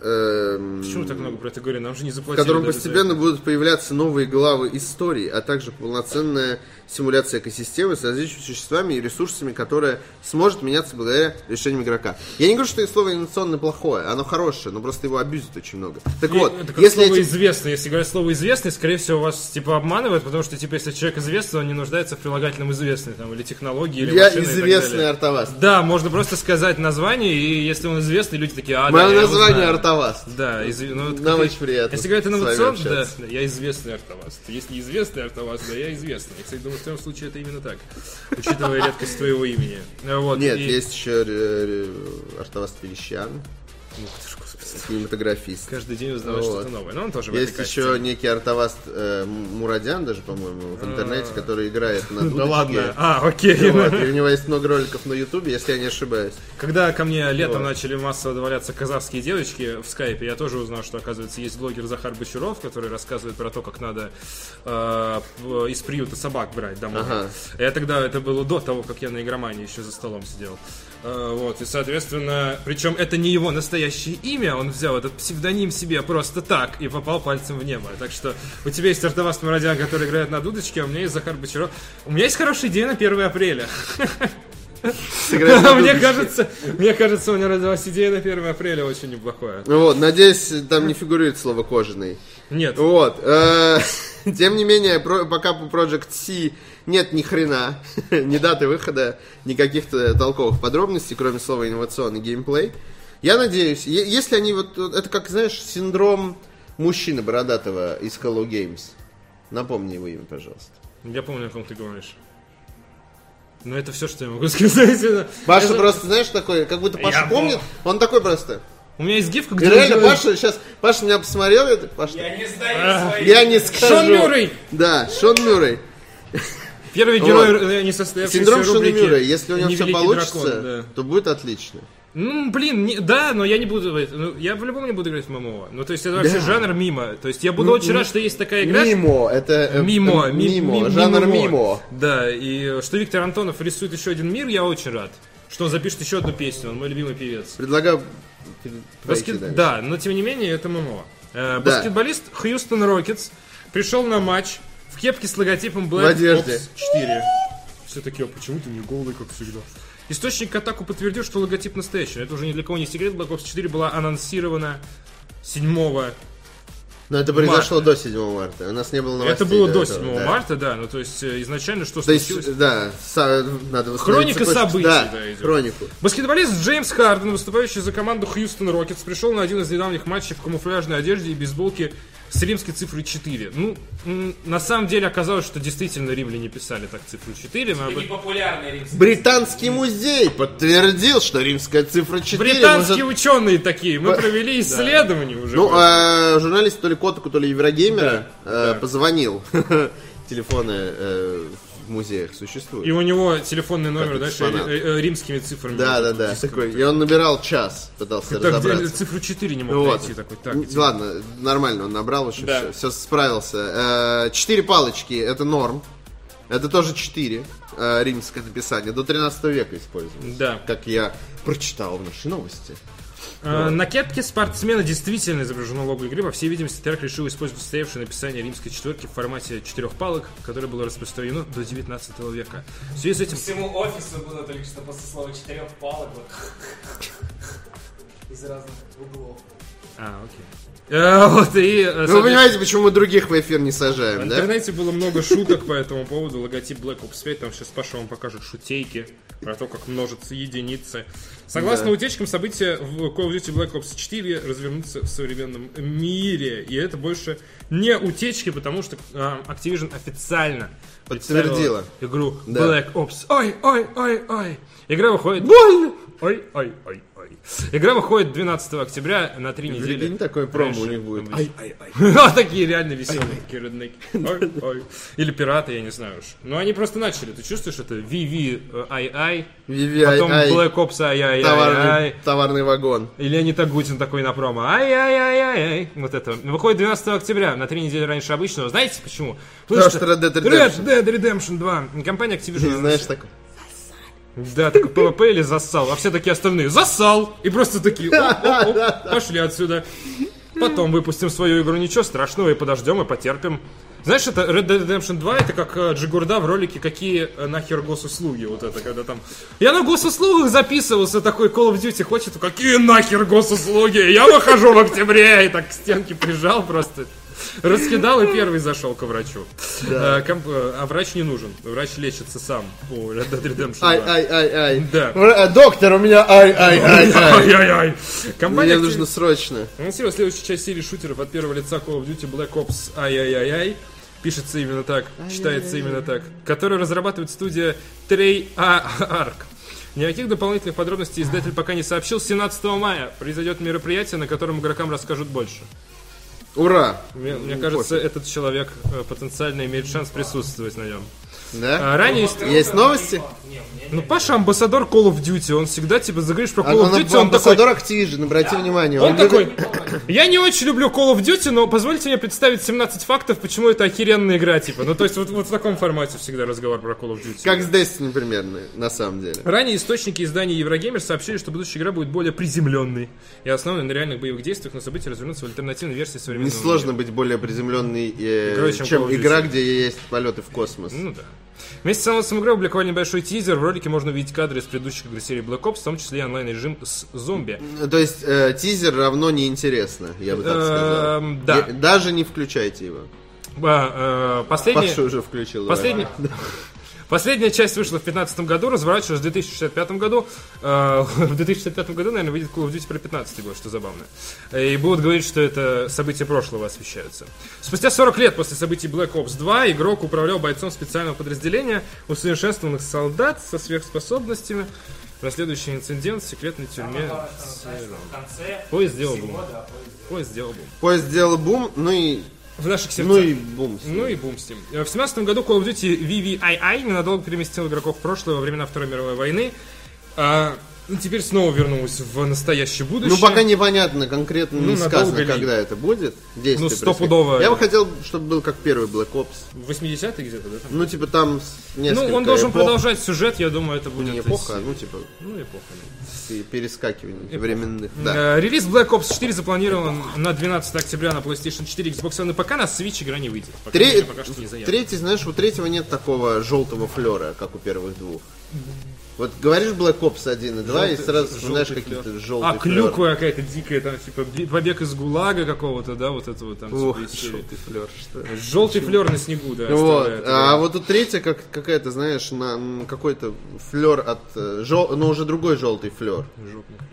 эм,
Почему так много про это говорю? Нам же не
в
заплатили.
котором
даже за
постепенно будут появляться новые главы истории, а также полноценная симуляция экосистемы с различными существами и ресурсами, которая сможет меняться благодаря решениям игрока. Я не говорю, что слово анимационное плохое, оно хорошее, но просто его абьюзит очень много. Так
И
вот,
это как
если
слово
эти-
известный, если говорят слово известный, скорее всего вас типа обманывают, потому что типа если человек известный, он не нуждается в прилагательном известный там или технологии или
я
машины и так
известный
далее.
артоваст.
Да, можно просто сказать название, и если он известный, люди такие, а, да,
Мое
я его
название
знаю».
артоваст.
Да, изв- ну, вот
Нам
как-
очень приятно
Если говорят
с вами
инновационно, да,
общаться.
да, я известный артоваст. Если известный артоваст, да, я известный. Я, кстати, думаю, в твоем случае это именно так, учитывая редкость твоего имени. Э, Вот,
Нет,
и-
есть еще э, э, Артавас Велищан,
Ух ты ж, господи,
кинематографист.
Каждый день узнавать
Вот.
что-то новое. Но он тоже в
Есть
этой касте. Ну
еще некий артоваст э, М- Мурадян даже, по-моему, в интернете, который играет на
А. Да
дудочке.
ладно. А, окей.
Вот, и у него есть много роликов на Ютубе, если я не ошибаюсь.
Когда ко мне летом
Вот.
начали массово добавляться казахские девочки в скайпе, я тоже узнал, что, оказывается, есть блогер Захар Бочаров, который рассказывает про то, как надо э, в- из приюта собак брать домой.
Ага.
Я тогда, это было до того, как я на игромании еще за столом сидел. Э, вот, и, соответственно, причем это не его настоящее имя, он взял этот псевдоним себе просто так и попал пальцем в небо. Так что у тебя есть Артовас Мурадян, который играет на дудочке, а у меня есть Захар Бочаров. У меня есть хорошая идея на 1 апреля.
Сыграет на
Мне
дудочке.
кажется, мне кажется, у меня родилась идея на 1 апреля очень неплохая.
Ну Вот, надеюсь, там не фигурирует слово кожаный.
Нет.
Вот. э, Тем не менее, про- пока по Project C нет ни хрена, ни даты выхода, ни каких-то толковых подробностей, кроме слова инновационный геймплей. Я надеюсь, е- если они вот... вот Это как, знаешь, синдром мужчины бородатого из Hello Games. Напомни его имя, пожалуйста.
Я помню, о ком ты говоришь. Но это все, что я могу сказать. Это-
Паша
это-
просто, знаешь, такой, как будто Паша
Я
помнит, он такой просто.
У меня есть гифка,
И
где... он
реально,
делает-
Паша сейчас, Паша меня посмотрел, и так, Паша,
Я не
Э,
знаю свои...
я не скажу.
Мюррей!
Да, Шон Мюррей.
Первый герой
Вот.
э, не состоявшейся
Синдром Шона
рубрики
Мюррея, если у него все
«Невеликий
получится,
дракон», да.
то будет отлично.
Ну, блин, не- да, но я не буду... э, ну, я по-любому не буду играть в ММО. Ну, то есть это вообще
Да. Ну,
жанр мимо. То есть я буду очень рад, что есть такая игра.
Мимо, это э,
Мимо,
э,
ми-
мимо,
ми-
жанр мимо.
Да, и э, что Виктор Антонов рисует еще один мир, я очень рад. Что он запишет еще одну песню, он мой любимый певец.
Предлагаю пер- пройти
Баскет-
дальше.
Да, но тем не менее это ММО. Э, Баскетболист Хьюстон Рокетс пришел на матч В кепке с логотипом Black
В одежде.
Ops 4. Все такие, а почему ты не голый, как всегда? Источник Катаку подтвердил, что логотип настоящий. Это уже ни для кого не секрет. Black Ops 4 была анонсирована 7
Но это произошло до 7 марта. У нас не было
Это
новостей.
было до
этого,
7
да.
марта, да. Ну, то есть, э, изначально что
То
случилось?
есть, да, са- надо восстановить
Хроника
цепочку.
событий,
Да,
да, идет.
хронику.
Баскетболист Джеймс Харден, выступающий за команду Хьюстон Рокетс, пришел на один из недавних матчей в камуфляжной одежде и бейсболке с римской цифрой 4. Ну, м, на самом деле оказалось, что действительно римляне писали так цифру 4. Мы об этом-
Непопулярный римский.
Британский музей подтвердил, что римская цифра 4
Британские
может-
ученые такие, мы провели исследование уже.
Ну, а, журналист то ли Котаку, то ли Еврогеймера э, позвонил. Телефоны э, в музеях существуют.
И у него телефонный номер,
Как
знаешь,
экспонат.
э, э, римскими цифрами.
Да, да, да. Такой, и он набирал час, пытался
Так, где
разобраться.
цифру 4 не мог
Ну вот.
найти такой. Так,
Н-
где?
Ладно, нормально, он набрал еще
Да.
все, справился. Э, Четыре палочки это норм. Это тоже четыре. э, римское написание. До 13 века использовалось.
Да.
Как я прочитал в нашей новости.
Э, На кепке спортсмена действительно изображено лого игры. По всей видимости, Терк решил использовать устоявшее написание римской четверки в формате четырех палок, которое было распространено до 19 века. В связи с этим...
Всему офису было только что после слова четырех палок. вот Из разных углов.
А, окей. Э, Вот, и... э,
Ну, вы
соответственно,
понимаете, почему мы других в эфир не
В
сажаем, да?
интернете было много шуток по этому поводу. Логотип Black Ops 5, там сейчас Паша вам покажет шутейки про то, как множатся единицы. Согласно утечкам, события в Call of Duty Black Ops 4 развернутся в современном мире. И это больше не утечки, потому что а, Activision официально представила
Подтвердила.
игру
Да.
Black Ops. Ой, ой, ой, ой. Игра выходит... Больно! Ой, ой, ой, ой. Игра выходит 12 октября на три недели.
Прикинь, такое промо у
раньше.
них будет.
Ну, такие реально веселые такие реднеки. Ой, ой. Или пираты, я не знаю уж. Но они просто начали. Ты чувствуешь это? VVII, потом
VVII,
Black Ops
товарный,
ай
товарный вагон.
и Леонид Агутин такой на промо. Ай-яй-яй-яй. Вот это. Выходит 12 октября, на три недели раньше обычного. Знаете почему?
Потому что Red Dead Redemption.
Red Dead Redemption 2. Компания Activision.
Ты знаешь, такой.
Да, такой ПВП или засал. А все такие остальные засал. И просто такие, оп, оп, оп, пошли отсюда. Потом выпустим свою игру, ничего страшного, и подождем, и потерпим. Знаешь, это Red Dead Redemption 2, это как э, Джигурда в ролике «Какие э, нахер госуслуги?» Вот это, когда там... Я на госуслугах записывался, такой Call of Duty хочет, а «Какие нахер госуслуги? Я выхожу в октябре!» И так к стенке прижал просто, раскидал и первый зашел ко врачу. Э, комп- э, А врач не нужен, врач лечится сам у Red Dead Redemption 2.
Ай, ай, ай, ай.
Да.
Вра- э, Доктор, у меня ай, ай, ай, ай.
Ай-яй-яй. Компания
Мне
Activ-
нужно срочно.
анонсировала следующую часть серии шутеров от первого лица Call of Duty Black Ops Ай-яй-яй-яй. Пишется именно так, читается именно так. Которую разрабатывает студия Trey Arc. Никаких дополнительных подробностей издатель пока не сообщил. 17 мая произойдет мероприятие, на котором игрокам расскажут больше.
Ура!
Мне, мне кажется, этот человек э, потенциально имеет шанс присутствовать на нем.
Да?
А, ранее... ист-
Есть новости?
Ну, Паша амбассадор Call of Duty. Он всегда, типа, заговоришь про Call of
он,
Duty, он такой...
амбассадор Activision, обрати внимание.
Он такой,
любит-
я не очень люблю Call of Duty, но позвольте мне представить 17 фактов, почему это охеренная игра, типа. Ну, то есть вот, вот в таком формате всегда разговор про Call of Duty.
Как с Destiny примерно, на самом деле.
Ранее источники издания Еврогеймер сообщили, что будущая игра будет более приземленной и основанной на реальных боевых действиях, но события развернутся в альтернативной версии современного
Несложно быть более приземленной, э,
Игрой, чем
чем,
Call of Duty.
игра, где есть полеты в космос.
Ну да. Вместе с анонсом игры опубликовали небольшой тизер. В ролике можно увидеть кадры из предыдущих игр серии Black Ops, в том числе и онлайн-режим с зомби.
То есть э, тизер равно неинтересно, я бы так сказал.
Эм, да.
Е- Даже не включайте его.
А, э, Последний...
Паша уже включил. давай.
Последний- Последняя часть вышла в 2015 году, разворачивалась в 2065 году. Э, В 2065 году, наверное, выйдет Call of Duty про 15 год, что забавно. И будут говорить, что это события прошлого освещаются. Спустя 40 лет после событий Black Ops 2 игрок управлял бойцом специального подразделения, усовершенствованных солдат со сверхспособностями. Расследующий инцидент в секретной тюрьме.
В конце
Поезд сделал бум.
всего, да, поезд.
Поезд сделал бум.
Поезд сделал бум, ну и,
В наших сердцах.
ну и бум.
Ну и бум с ним. Э, В 17 году Call of Duty VVII ненадолго переместил игроков в прошлое во времена Второй мировой войны. А, Ну, теперь снова вернулась в настоящее будущее.
Ну, пока непонятно, конкретно не
Ну,
сказано,
надолго ли?
когда это будет. действие
Ну,
происходит.
стопудово.
Я бы хотел, чтобы был как первый Black Ops.
80-е где-то, да? там?
Ну, типа там с-
Ну,
несколько
он должен
эпох.
продолжать сюжет, я думаю, это будет...
Не
из-
эпоха, а, ну, типа
Ну, эпоха, да.
пе- перескакиваний временных. Да.
Э, Релиз Black Ops 4 запланирован на 12 октября на PlayStation 4, Xbox One и ПК. На Switch игра не выйдет. По крайней
Тре-
мере, Пока что не заявлено.
Третий, знаешь, у третьего нет такого желтого флера, как у первых двух. Вот говоришь Black Ops 1 и 2, и
Желтый-
сразу
желтый
вспоминаешь
флёр.
какие-то желтые
А, клюква какая-то дикая, там, типа, би- побег из ГУЛАГа какого-то, да, вот этого там, типа,
Ох,
из серии.
желтый флер, что ли?
Желтый флер на снегу, да,
Вот.
оставляет.
А вот у третья как, какая-то, знаешь, на, м, какой-то флер от... э, жел- но уже другой желтый флер.
Жопный клюк.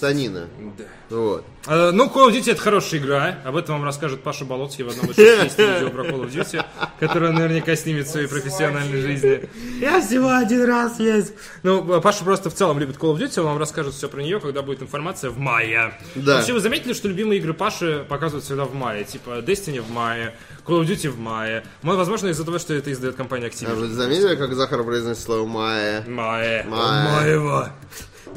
Санина.
Да.
Вот.
Э, Ну, Call of Duty это хорошая игра. Об этом вам расскажет Паша Болоцкий в одном из шести видео про Call of Duty, которая наверняка снимет в своей профессиональной жизни. Я всего один раз есть. Ну, Паша просто в целом любит Call of Duty, он вам расскажет все про нее, когда будет информация в мае.
Да.
Вообще, вы заметили, что любимые игры Паши показывают всегда в мае? Типа Destiny в мае, Call of Duty в мае. Ну, Возможно, из-за того, что это издает компания
А
Activision.
вы заметили, как Захар произносит слово «мая»?
Мае.
Мае.
Маева.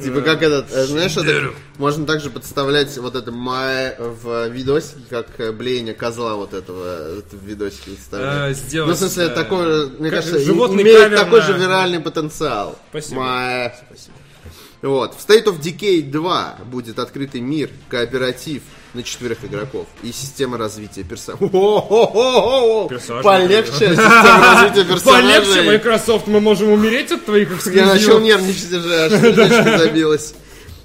Типа как этот, э, знаешь, это, можно также подставлять вот это «мая» в э, видосике, как э, блеяние козла вот этого э, в видосике
Э,
вставлять.
сделать,
ну, в смысле,
да.
такое, мне
Как
кажется, и-
животный
имеет
кавер
такой
на-
же виральный потенциал.
Спасибо.
«Мая». Вот. В State of Decay 2 будет открытый мир, кооператив на четверых игроков и система развития персонажей.
Персонажей.
Полегче система развития персонажей.
Полегче, Microsoft, мы можем умереть от твоих эксклюзивов.
Я начал нервничать уже, аж сердечко забилось.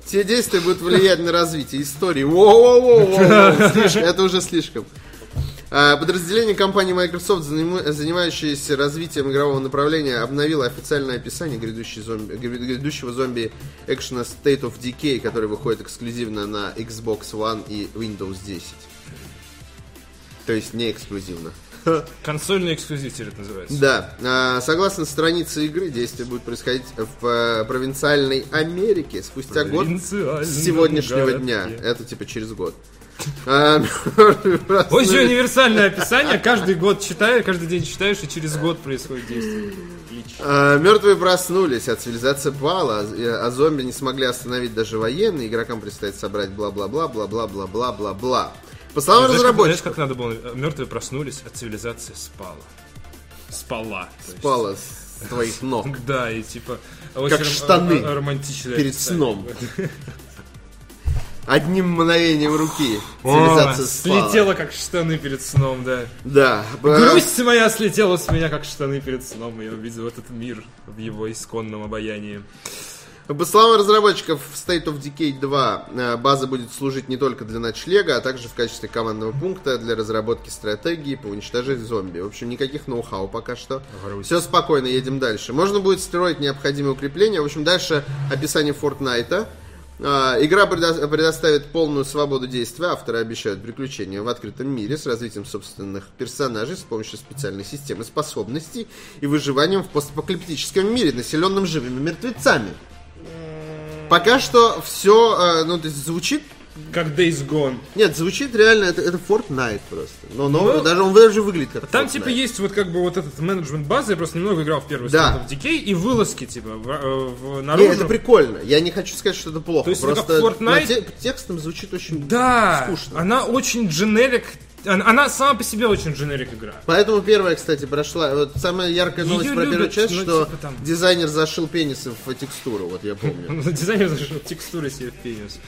Все действия будут влиять на развитие истории. Воу-воу-воу-воу-воу. Слишком- Это уже слишком. А, Подразделение компании Microsoft, заним- занимающееся развитием игрового направления, обновило официальное описание грядущей зомби- гря- грядущего зомби экшена State of Decay, который выходит эксклюзивно на Xbox One и Windows 10. То есть не эксклюзивно.
Консольный эксклюзив теперь это называется.
Да, а, согласно странице игры, действие будет происходить в э, провинциальной Америке спустя год
Провинциальном
с сегодняшнего
городке.
дня. Это типа через год. А, раз-
Ой, еще универсальное описание. Каждый год читаю, каждый день читаешь, и через год происходит действие. Отлично.
А, Мертвые проснулись от цивилизации пала, а а зомби не смогли остановить даже военные. Игрокам предстоит собрать бла-бла-бла, бла-бла-бла-бла-бла-бла. По словам
Знаешь, как, знаешь,
разработчиков,
как надо было? Мертвые проснулись, а цивилизация спала. Спала. то есть.
пала с твоих ног
Да, и типа... очень ром-
штаны
ро- романтичное
перед
описание.
сном. Одним мгновением руки
О,
цивилизация спала. Э.
слетела, как штаны перед сном, да.
Да.
Грусть моя слетела с меня, как штаны перед сном. Я увидел этот мир в его исконном обаянии.
По словам разработчиков в State of Decay 2, э, база будет служить не только для ночлега, а также в качестве командного пункта для разработки стратегии по уничтожению зомби. В общем, никаких ноу-хау пока что.
Грусть.
Все спокойно, едем дальше. Можно будет строить необходимые укрепления. В общем, дальше описание Фортнайта. А, Игра предо- предоставит полную свободу действия. Авторы обещают приключения в открытом мире с развитием собственных персонажей с помощью специальной системы способностей и выживанием в постапокалиптическом мире, населенном живыми мертвецами. Пока что все, ну, то есть звучит...
Как Days Gone.
Нет, звучит реально, это, это Fortnite просто. Но, но
Ну,
даже он даже выглядит как
Там
Fortnite.
типа есть вот как бы вот этот менеджмент базы, я просто немного играл в первый
Да.
State of Decay, и вылазки типа в, э, в-
Не,
наружу.
это прикольно. Я не хочу сказать, что это плохо.
То есть это
Просто
как Fortnite?
на те- текстом звучит очень
Да,
скучно.
она очень дженерик, она, она сама по себе очень дженерик игра.
Поэтому первая, кстати, прошла. Вот самая яркая
Её
новость про первую
любят,
часть,
ну,
что
типа там.
дизайнер зашил пенисы в текстуру, вот я помню.
Дизайнер зашел текстуры себе в пенис.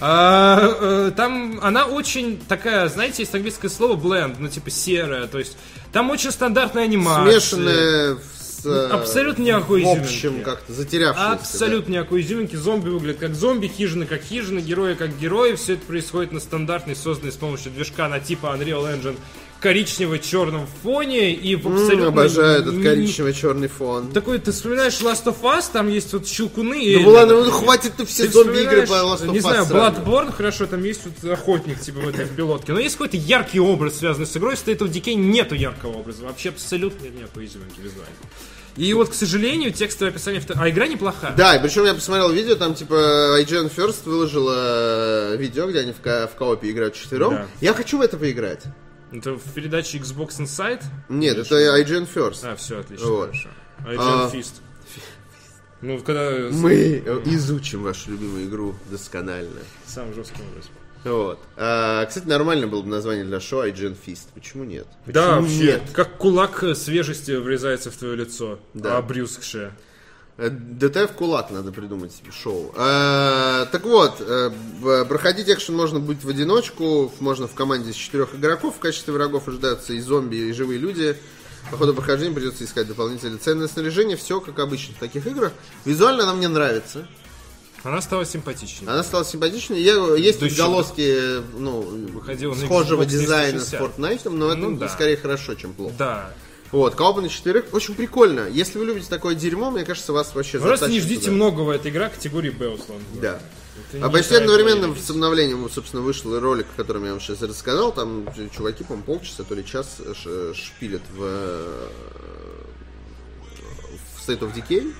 А, э, Там она очень такая, знаете, есть английское слово blend, ну типа серая, то есть там очень стандартная анимация.
Смешанная с... э,
Абсолютно никакой
В
изюминки.
общем, как-то затерявшаяся.
Абсолютно никакой изюминки. Зомби выглядят как зомби, хижины как хижины, герои как герои. Все это происходит на стандартной, созданной с помощью движка на типа Unreal Engine коричнево-черном фоне и в
да. М,
абсолютно...
Обожаю этот
ни-
коричнево-черный фон.
Такой, ты вспоминаешь Last of Us, там есть вот щелкуны и...
Ну
эльфы.
ладно, ну хватит ты все
Ты
зомби-игры
вспоминаешь,
по Last of
Не
Us
знаю,
сравнивать.
Bloodborne, хорошо, там есть вот охотник, типа в этой в пилотке. Но есть какой-то яркий образ, связанный с игрой. В State of Decay нету яркого образа. Вообще абсолютно нет никакой изюминки визуально. И вот, к сожалению, текстовое описание... вто- А игра неплоха.
Да, и причем я посмотрел видео, там типа IGN First выложила э, видео, где они в, ко- в коопе играют четвером.
Да.
Я хочу в это поиграть.
Это в передаче Xbox Inside?
Нет, это IGN First.
А, все, отлично,
Вот.
хорошо. А,
А.
Fist. Ну, когда...
Мы э, изучим вашу любимую игру досконально.
Самым жестким образом.
Вот. А, кстати, нормально было бы название для шоу IGN Fist. Почему нет?
Да,
Почему
вообще,
нет?
как кулак э, свежести врезается в твое лицо,
Да.
обрюзгшее.
Э, ДТФ кулак надо придумать себе шоу. Э, так вот, э, б- проходить экшен можно будет в одиночку, в- можно в команде из четырех игроков. В качестве врагов ожидаются и зомби, и живые люди. По ходу прохождения придется искать дополнительное ценное снаряжение. Все как обычно в таких играх. Визуально она мне нравится.
Она стала симпатичнее.
Она стала симпатичной. Я- есть
Да еще
отголоски ну,
Выходила на
схожего
Xbox
дизайна с
360.
Fortnite, но это
Ну да.
скорее хорошо, чем плохо.
Да.
Вот, коопа на четверых. Очень прикольно. Если вы любите такое дерьмо, мне кажется, вас вообще
Просто Ну, не
затащит
ждите
туда.
многого от игра категории Б, условно. говоря.
Да.
Это не
А почти
игра,
одновременно
это
с обновлением, собственно, вышел и ролик, о котором я вам сейчас рассказал. Там чуваки, по-моему, полчаса, то ли час ш- шпилят в, э, в State of Decay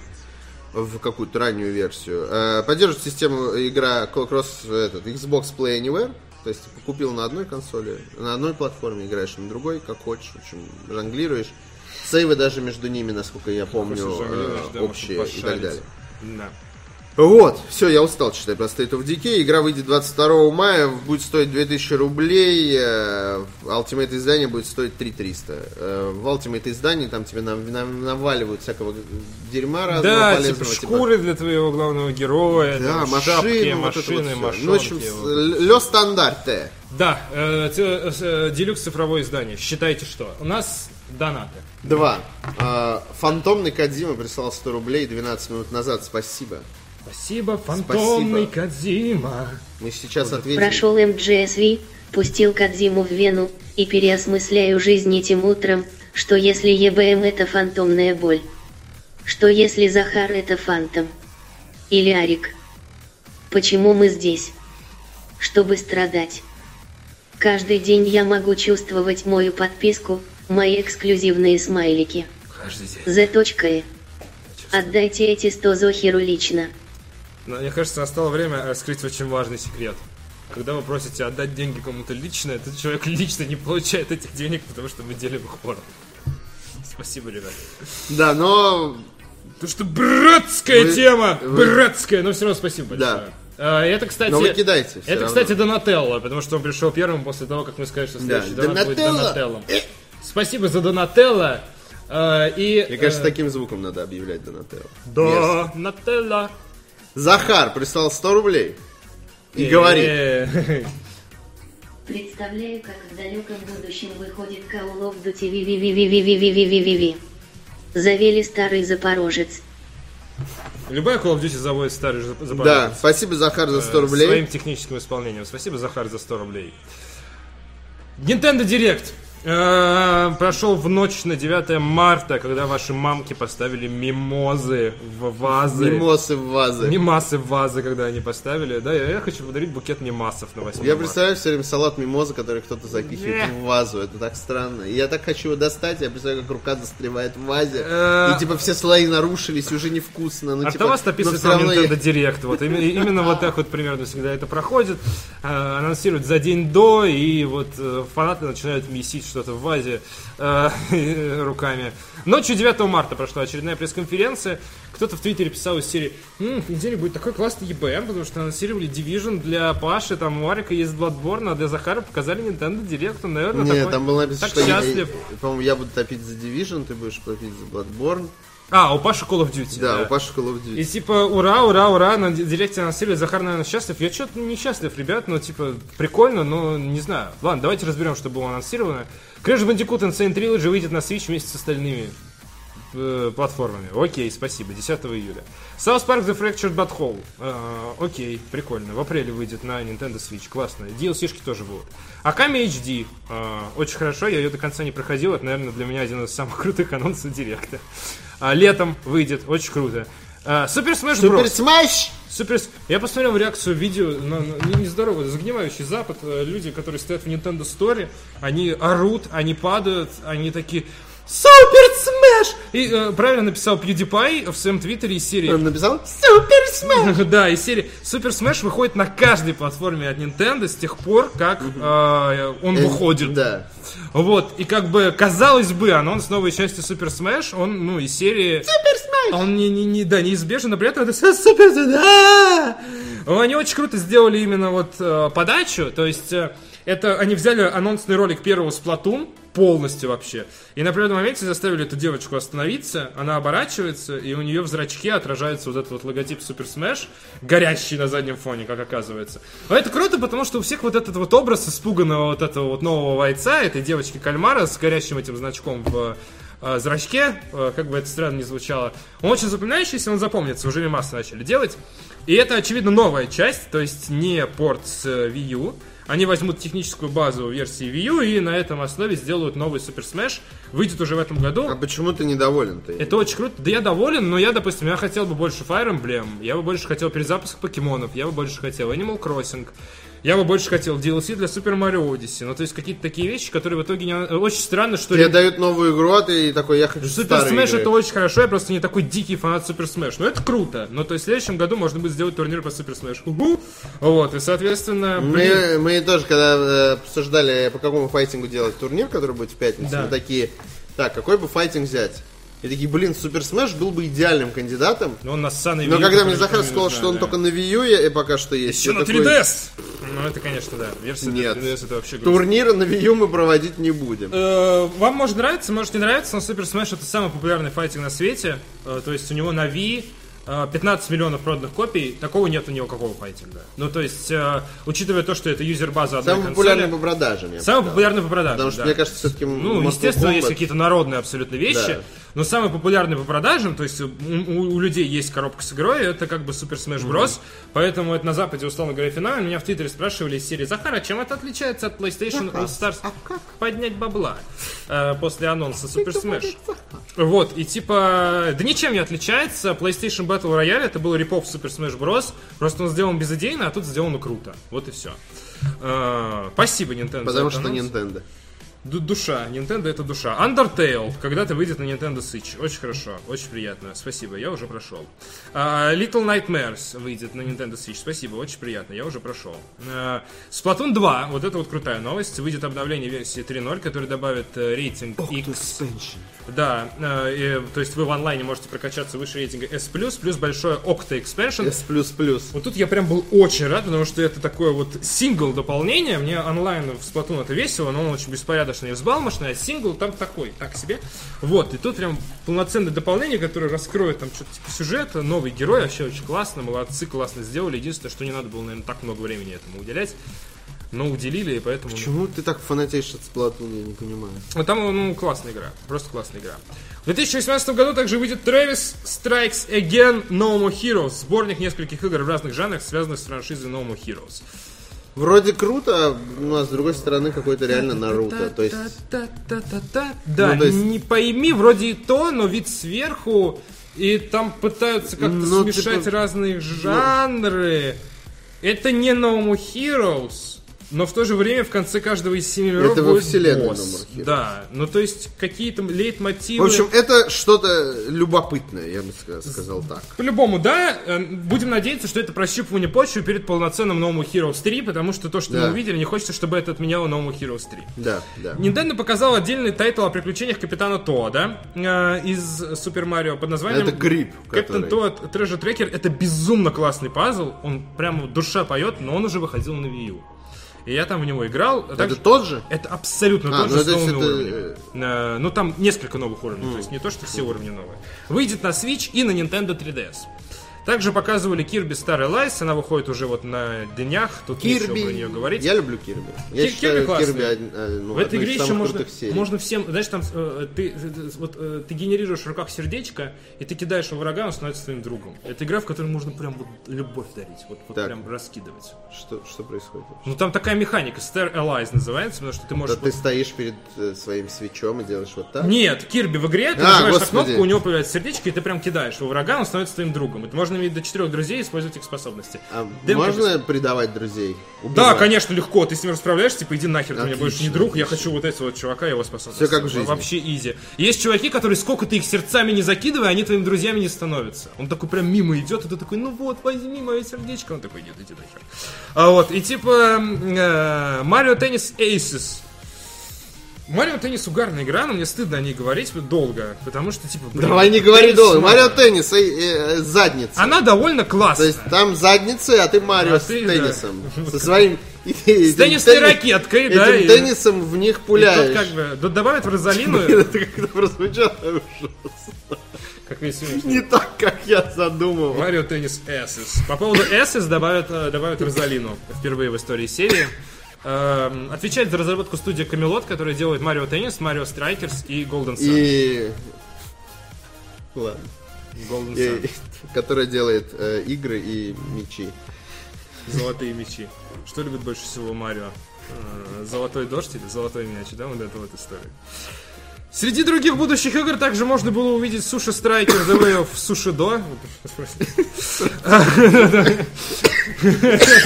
в какую-то раннюю версию. Э, Поддерживает систему игра Cross, этот, Xbox Play Anywhere. То есть ты купил на одной консоли, на одной платформе играешь, на другой, как хочешь, в общем, жонглируешь. Сейвы даже между ними, насколько я помню,
Хочешь
э,
жонглировать, да,
общие
можно
и так
пошарить.
далее.
Да.
Вот, все, я устал читать про State of Decay. Игра выйдет 22 мая, будет стоить 2000 рублей. э, в Ultimate издание будет стоить 3300. Э, В Ultimate издании там тебе нав- нав- наваливают всякого дерьма разного
Да, типа
полезного.
шкуры для твоего главного героя,
Да,
там, шапки,
машины, вот это
машины,
вот
машинки.
всё. Ну, в общем,
вот.
лё стандарте.
Да, э, те- э, с- э, делюкс цифровое издание. Считайте, что. У нас донаты.
Два. Э, Фантомный Кадзима прислал 100 рублей 12 минут назад. Спасибо.
Спасибо, фантомный Кадзима.
Мы сейчас ответим.
Прошел Эм МГСВ, пустил Кадзиму в Вену, и переосмысляю жизнь этим утром, что если ЕБМ это фантомная боль. Что если Захар это фантом? Или Арик? Почему мы здесь? Чтобы страдать. Каждый день я могу чувствовать мою подписку, мои эксклюзивные смайлики.
Каждый день.
За точкой. Отдайте эти 100 Зохеру лично.
Но мне кажется, настало время раскрыть очень важный секрет. Когда вы просите отдать деньги кому-то лично, этот человек лично не получает этих денег, потому что мы делим их поровну. Спасибо, ребят.
Да, но
Потому что братская
Вы-
тема!
вы-
Братская! Но все равно спасибо большое.
Да.
А, это, кстати...
Но вы кидайте всё
Это,
равно.
кстати, Донателло, потому что он пришел первым после того, как мы сказали, что следующий донат будет
Донателло!
Донателлом. Спасибо за Донателло. А, и...
мне кажется,
э,
таким звуком надо объявлять Донателло.
Да,
Мерзко.
Нателло.
Захар прислал 100 рублей и говорит,
Э,
Представляю, как в далеком будущем выходит Call of Duty ви ви ви ви ви ви ви ви ви ви ви Завели старый запорожец.
Любая Call of Duty заводит старый же запас.
да, спасибо, Захар, за 100
Э, Своим
рублей.
техническим исполнением. Спасибо, Захар, за 100 рублей. Nintendo Direct. Э, Прошел в ночь на 9 марта, когда ваши мамки поставили мимозы в вазы.
Мимосы в вазы.
Мимасы в вазы, когда они поставили. Да, я я хочу подарить букет мимасов на 8
Я
марта.
представляю все время салат мимоза, который кто-то запихивает в вазу. Это так странно. И Я так хочу его достать, я представляю, как рука застревает в вазе.
Э. А
И типа все слои нарушились, уже невкусно. Ну, типа,
Артоваст
но
описывает
всё
вам
равно я-
Nintendo типа, Direct. Вот, именно, именно вот так вот примерно всегда это проходит. Э, анонсируют за день до, и вот э, фанаты начинают месить что-то в вазе э, руками. Ночью 9 марта прошла очередная пресс-конференция. Кто-то в Твиттере писал из серии «М, в неделю будет такой классный EBM, потому что анонсировали Division для Паши, там у Арика есть Bloodborne, а для Захара показали Nintendo Direct. Он, наверное,
Нет,
такой,
там было написано,
так
что я, э,
счастлив.
по-моему, я буду топить за Division, ты будешь топить за Bloodborne.
А, у Паши Call of Duty.
Да, у Паши Call of Duty.
И типа, ура, ура, ура, на ди- директе анонсировали, Захар, наверное, счастлив. Я что-то не счастлив, ребят, но типа, прикольно, но не знаю. Ладно, давайте разберем, что было анонсировано. Crash Bandicoot Insane Trilogy выйдет на Switch вместе с остальными э, платформами. Окей, спасибо, 10 июля. South Park The Fractured But Whole. Э, окей, прикольно. В апреле выйдет на Nintendo Switch, классно. DLC-шки тоже будут. Аками HD. Э, очень хорошо, я ее до конца не проходил. Это, наверное, для меня один из самых крутых анонсов Директа. А, летом выйдет, очень круто. Э, Супер Smash
Супер
Bros.
Смэш!
Супер... Я посмотрел реакцию видео на, на- не- нездоровый, загнивающий Запад. э, Люди, которые стоят в Nintendo Store, они орут, они падают, они такие...
Супер Смеш!
И э, правильно написал PewDiePie в своем твиттере из серии.
Он написал Супер Смеш!
Да, из серии Super Smash выходит на каждой платформе от Nintendo с тех пор, как э, он выходит.
Да.
Вот, и как бы, казалось бы, анонс новой части Super Smash, он, ну, из серии...
Супер Смеш!
Он не, не, не- да, неизбежен, но при этом это все супер... да! Они очень круто сделали именно вот э, подачу, то есть э, это они взяли анонсный ролик первого Splatoon полностью вообще, и на определенном моменте заставили эту девочку остановиться, она оборачивается, и у нее в зрачке отражается вот этот вот логотип Super Smash, горящий на заднем фоне, как оказывается. Но это круто, потому что у всех вот этот вот образ испуганного вот этого вот нового бойца, этой девочки-кальмара с горящим этим значком в э, зрачке, э, как бы это странно ни звучало, он очень запоминающийся, он запомнится, уже мемасы начали делать. И это, очевидно, новая часть, то есть не порт с э, Wii U. Они возьмут техническую базу версии Wii U и на этом основе сделают новый Super Smash. Выйдет уже в этом году.
А почему ты недоволен ты?
Это очень круто. Да я доволен, но я, допустим, я хотел бы больше Fire Emblem, я бы больше хотел перезапуск покемонов, я бы больше хотел Animal Crossing, я бы больше хотел DLC для Super Mario Odyssey. Ну, то есть какие-то такие вещи, которые в итоге не... Очень странно, что...
Тебе
ребята-
дают новую игру, а ты такой, я хочу
Супер
старые
Smash
игры.
это очень хорошо, я просто не такой дикий фанат Супер Smash. Но это круто. Но то есть в следующем году можно будет сделать турнир по Супер Smash. Угу. Вот, и соответственно, блин,
Мы, мы тоже, когда э, обсуждали, по какому файтингу делать турнир, который будет в пятницу,
Да.
мы такие, так, какой бы файтинг взять? И такие, блин, Супер Смеш был бы идеальным кандидатом.
ну, он на ссаной
Но
Wii U,
когда мне
который
Захар
никому не
сказал,
нужна,
что он
да.
только на Wii U я- и пока что есть.
Еще
я
на
такой,
3DS! Ну, это, конечно, да. Версия для
Нет.
3DS это вообще грустно.
Турнира на Wii U мы проводить не будем.
Э, Вам может нравиться, может не нравиться, но Супер Smash это самый популярный файтинг на свете. Э, То есть у него на Wii э, 15 миллионов проданных копий, такого нет у него какого файтинга. Ну, то есть, э, учитывая то, что это юзер-база одной
Самый
консоли,
популярный по продажам. я бы
самый
сказал.
популярный по продажам,
Потому что,
да.
мне кажется, все-таки...
Ну, естественно, есть какие-то народные абсолютно вещи,
Да.
но самый популярный по продажам, то есть у, у- у людей есть коробка с игрой, это как бы Супер Smash Bros. Поэтому это на Западе, условно говоря, финал. Меня в Твиттере спрашивали из серии «Захара, чем это отличается от PlayStation All Stars?»
а
Поднять бабла э, после анонса Супер Smash. Вот, и типа, да ничем не отличается. PlayStation Battle Royale это был рипов Super Smash Bros. Просто он сделан безыдейно, а тут сделано круто. Вот и все. спасибо, Nintendo. за
Потому
этот
что
анонс.
Nintendo.
Ду- Душа. Nintendo это душа. Undertale. Когда-то выйдет на Nintendo Switch. Очень хорошо. Очень приятно. Спасибо. Я уже прошел. А, Little Nightmares выйдет на Nintendo Switch. Спасибо. Очень приятно. Я уже прошел. А, Splatoon 2. Вот это вот крутая новость. Выйдет обновление версии 3.0, которое добавит э, рейтинг X. Да. э, и, то есть вы в онлайне можете прокачаться выше рейтинга S+, плюс большое Octa Expansion.
S++. плюс.
Вот тут я прям был очень рад, потому что это такое вот сингл дополнение. Мне онлайн в Splatoon это весело, но он очень беспорядочный и взбалмошный, а сингл там такой, так себе. Вот, и тут прям полноценное дополнение, которое раскроет там что-то типа сюжета, новый герой, вообще очень классно, молодцы, классно сделали. Единственное, что не надо было, наверное, так много времени этому уделять, но уделили, и поэтому...
Почему ты так фанатеешь от Splatoon, я не понимаю.
Ну, там, ну, классная игра. Просто классная игра. В 2018 году также выйдет Travis Strikes Again No More Heroes. Сборник нескольких игр в разных жанрах, связанных с франшизой No More Heroes.
Вроде круто, а, ну а с другой стороны какой-то реально Наруто. То есть
Та-та-та-та-та. Да,
Ну, то есть-
не пойми, вроде и то, но вид сверху, и там пытаются как-то
Ну,
смешать
типа,
разные жанры. Это не No More Heroes, но в то же время в конце каждого из семи миров
Это во
будет
вселенной
босс.
No More Heroes.
Да, ну то есть какие-то лейтмотивы...
В общем, это что-то любопытное, я бы ска- сказал так.
По-любому, да. Э, Будем надеяться, что это прощупывание почвы перед полноценным новому Heroes 3, потому что то, что
Да.
мы увидели, не хочется, чтобы это отменяло новому Heroes 3.
Да, да.
Nintendo показал отдельный тайтл о приключениях Капитана Тода из Супер Марио под названием...
Это гриб,
Капитан
который-
Тоад Treasure Tracker это безумно классный пазл. Он прямо душа поет, но он уже выходил на Wii U. И я там в него играл.
Это
Также-
тот же?
это абсолютно
А,
тот
ну,
же с
то есть
новыми
это,
уровнями. Э, Ну, там несколько новых уровней, то есть не то, что все уровни новые. Выйдет на Switch и на Nintendo 3DS. Также показывали Kirby Star Allies, она выходит уже вот на днях, тут нечего про нее говорить.
Я люблю Кирби. Я
Кир-
считаю,
Кирби классный.
Кирби од- э, ну,
В этой
одной
игре
из
еще
самых
можно,
крутых серий.
можно всем, знаешь, там э, ты, э, вот, э, ты генерируешь в руках сердечко, и ты кидаешь его врага, он становится твоим другом. Это игра, в которой можно прям вот любовь дарить, вот, вот
Так.
прям раскидывать.
Что, что происходит? вообще?
Ну там такая механика, Star Allies называется, потому что ты
Да
можешь...
ты стоишь перед э, своим свечом и делаешь вот так?
Нет, Кирби в игре, ты
А,
нажимаешь на
господи.
кнопку, у него появляется сердечко, и ты прям кидаешь его врага, он становится твоим другом. Это можно можно иметь до четырех друзей и использовать их способности.
А
Дэмэджес-
можно предавать друзей?
Да,
Убивать?
конечно, легко. Ты с ним расправляешься, типа, иди нахер, ты мне
Отлично,
больше не друг, я хочу вот этого вот чувака, его способности.
Всё как в жизни.
Вообще изи. Есть чуваки, которые сколько ты их сердцами не закидывай, они твоими друзьями не становятся. Он такой прям мимо идет, и ты такой, ну вот, возьми мое сердечко. Он такой, нет, иди нахер. А вот, и типа, э, Марио Теннис Aces. Марио Теннис угарная игра, но мне стыдно о ней говорить долго, потому что, типа, блин,
Давай не говори
Tennis
долго.
Mario.
Марио теннис, эй, э, э, задница.
Она довольно
То
классная.
есть там задницы, а ты Марио
А
с
ты,
теннисом. Со своим... С
теннисной ракеткой, да, и-
Этим теннисом в них
И тут
пуляешь.
как бы, тут добавят в Розалину,
Это как-то прозвучало ужасно.
как весь фильм.
Не так, как я задумал.
Марио Теннис Эссес. По поводу Эссес добавят, э, добавят Розалину впервые в истории серии. Эм, Отвечает за разработку студия Камелот, которая делает Марио Теннис, Марио Страйкерс и Golden Sun.
И... Ладно.
Golden
И-
Sun.
Которая делает э, игры и мечи.
Золотые мечи. Что любит больше всего Марио? Э, Золотой дождь или золотой мяч, да, вот это вот история. Среди других будущих игр также можно было увидеть Суши Страйкер, The Way of Sushi Do.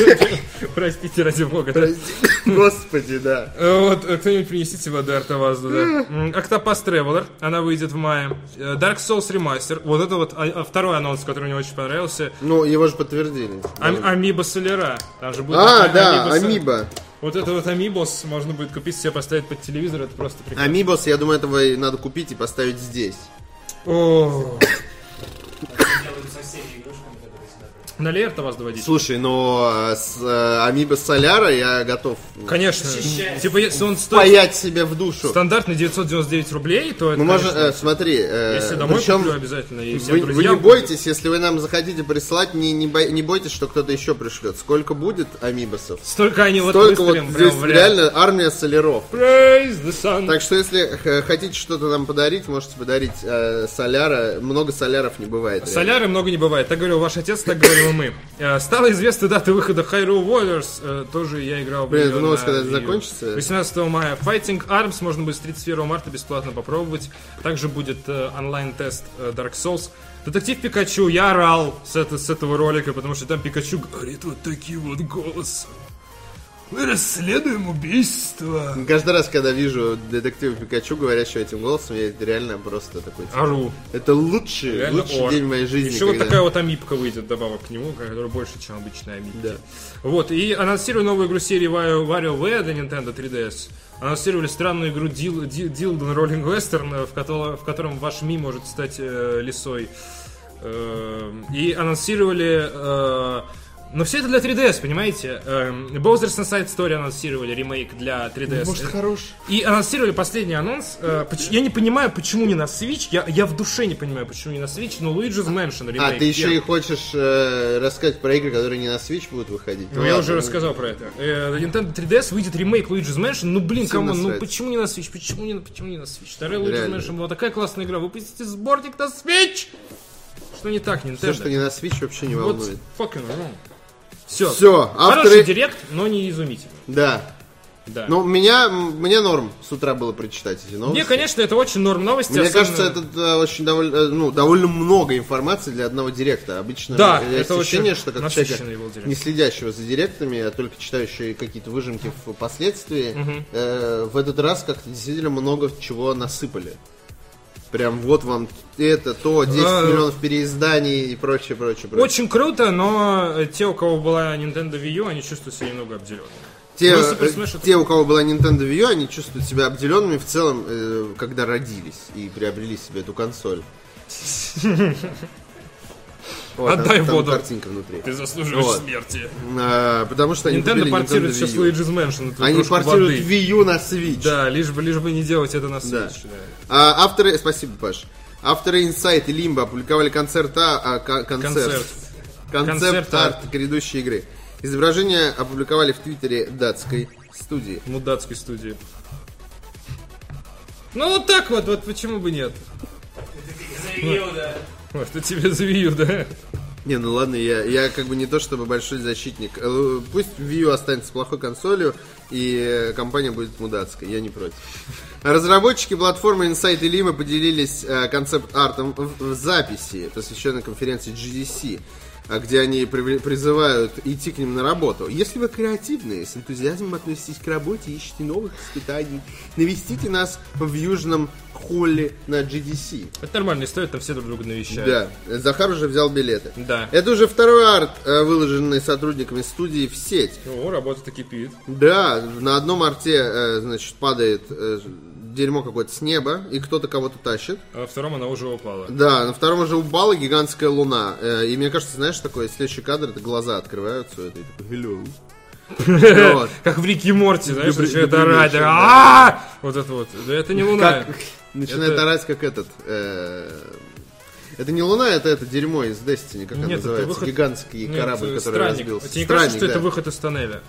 Простите, ради бога. да.
Прости. Господи, да.
Э, Вот, э, кто-нибудь принесите воды Артовазу, да. М, Octopus Traveler, она выйдет в мае. Э, Dark Souls Remaster, вот это вот а, а, второй анонс, который мне очень понравился.
Ну, его же подтвердили.
Ам- Амиба Солера, там же будет...
А,
такая
да,
Амиба Со-
Амиба.
Вот это вот Амибос можно будет купить себе, поставить под телевизор, это просто прекрасно.
Амибос, я думаю, этого и надо купить и поставить здесь. А.
О,
Это делают со всеми игрушками, которые сюда приходят.
Налей Артоваз доводить.
Слушай, но э, с э, Амибо Соляра я готов
Конечно.
Защищает.
Типа, если он стоит
паять себе в душу.
стандартный 999 рублей, то это,
Мы можем,
конечно,
э, смотри, э,
я себе домой
причем
куплю обязательно, и всем
вы, вы
друзьям
не
куплю.
бойтесь, если вы нам захотите прислать, не, не, бой- не бойтесь, что кто-то еще пришлет. Сколько будет амибосов?
Столько они вот
Столько вот
выстрелим
здесь
прям в ряд.
реально армия соляров.
Praise the sun.
Так что если э, хотите что-то нам подарить, можете подарить э, соляра. Много соляров не бывает. реально.
Э, Соляры много не бывает. Так говорил ваш отец, так говорил и мы. Э, Стала известна дата выхода Hyrule Warriors. Э, Тоже я играл в
Блин,
неё
это новость,
на
когда это
Wii U.
закончится.
18 мая. Fighting Arms можно будет с 31 марта бесплатно попробовать. Также будет э, онлайн-тест э, Dark Souls. Детектив Пикачу, я орал с, это- с этого ролика, потому что там Пикачу говорит вот таким вот голосом. Мы расследуем убийство.
Каждый раз, когда вижу детектива Пикачу, говорящего этим голосом, я реально просто такой... типа,
Ору.
Это лучший,
Реально
лучший
ор.
день моей жизни.
Еще вот
когда-
такая вот амипка выйдет добавок к нему, которая больше, чем обычная амипка.
Да.
Вот, и анонсировали новую игру серии Wario- WarioWare для Nintendo 3DS. Анонсировали странную игру Дил- Ди- Дилден Роллинг Вестерн, э, в котором, в котором ваш Ми может стать э, лисой. Э, и анонсировали... э, но все это для 3DS, понимаете? Эм, Bowser's Inside Story анонсировали ремейк для 3DS. Это-
хорош?
и анонсировали последний анонс. Э, поч- Я не понимаю, почему не на Switch. Я, я в душе не понимаю, почему не на Switch, но Luigi's Mansion
А,
ремейк.
ты еще
первый.
и хочешь э, рассказать про игры, которые не на Switch будут выходить?
Ну, я
ладно.
уже рассказал про это. Э, на Nintendo 3DS выйдет ремейк Luigi's Mansion. Ну, блин,
Всем
кому? Ну,
насрать.
почему не на Switch? Почему не, на- почему не на Switch? Вторая Luigi's
Реально.
Mansion была такая классная игра. Выпустите сборник на Switch! Что не так, Nintendo?
Все, что не на Switch, вообще не
Вот
волнует.
fucking wrong. Все.
Все,
Хороший
авторы...
директ, но не изумительный.
Да.
Да.
Ну, меня, м, мне норм с утра было прочитать эти новости.
Мне, конечно, это очень норм новости.
Мне
особенно-
кажется, это да, очень довольно, э, ну, довольно много информации для одного директа. Обычно
Да,
есть
это
ощущение,
очень
что как
насыщенный
человека,
был директ.
не следящего за директами, а только читающие какие-то выжимки впоследствии, э, в этот раз как-то действительно много чего насыпали. Прям вот вам это, то, 10
А,
миллионов переизданий и прочее, прочее, прочее.
Очень круто, но э, те, у кого была Nintendo Wii U, они чувствуют себя немного обделенными.
Те,
Ну, Super
э,
Smash это-
те, у кого была Nintendo Wii U, они чувствуют себя обделенными в целом, э, когда родились и приобрели себе эту консоль. Вот, там-
Отдай
там
воду.
картинка внутри.
Ты заслуживаешь
Вот.
смерти.
А, Потому что они
Nintendo
купили
портирует
Nintendo
сейчас
Wii U.
Luigi's Mansion. эту
Они
игрушку
портируют
воды.
Wii U на Switch.
Да, лишь бы, лишь бы не делать это на
Да.
Switch. да.
А, авторы... Спасибо, Паш. Авторы Insight и Limbo опубликовали концерт, а, а, ко- концерт.
Концерт. А.
Концепт-арт грядущей игры. Изображение опубликовали в твиттере датской студии.
Мудацкой студии. Ну вот так вот, вот почему бы нет?
Заявил, да.
Вот, это тебе за Wii U, да?
Не, ну ладно, я, я как бы не то чтобы большой защитник. Э, Пусть Wii U останется плохой консолью, и э, компания будет мудацкой, я не против. Разработчики платформы Inside и Lima поделились э, концепт-артом в, в записи, посвященной конференции GDC, а, где они при- призывают идти к ним на работу. Если вы креативные, с энтузиазмом относитесь к работе, ищете новых испытаний, навестите нас в южном холле на GDC.
Это нормальная история, там все друг друга навещают.
Да, Захар уже взял билеты.
Да.
Это уже второй арт, э, выложенный сотрудниками студии в сеть.
О, работа-то кипит.
Да, на одном арте, э, значит, падает э, дерьмо какое-то с неба, и кто-то кого-то тащит.
А во втором она уже упала.
Да, на втором же упала гигантская луна. Э, и мне кажется, знаешь, такой следующий кадр, это глаза открываются, это и такой, hello. Вот.
Как в Рике и Морти, знаешь,
Добрый-
начинает
добрый
орать.
вечер, да.
«А-а-а!» А! Вот это вот. Да это не луна.
Как- Начинает
Это-
орать, как этот... э, Это не луна, это это дерьмо из Destiny, как она
Нет, это
называется,
выход-
гигантский
Нет,
корабль, который
Ну, странник. А
разбился.
Тебе не кажется, что
Странник,
это
да.
выход из тоннеля?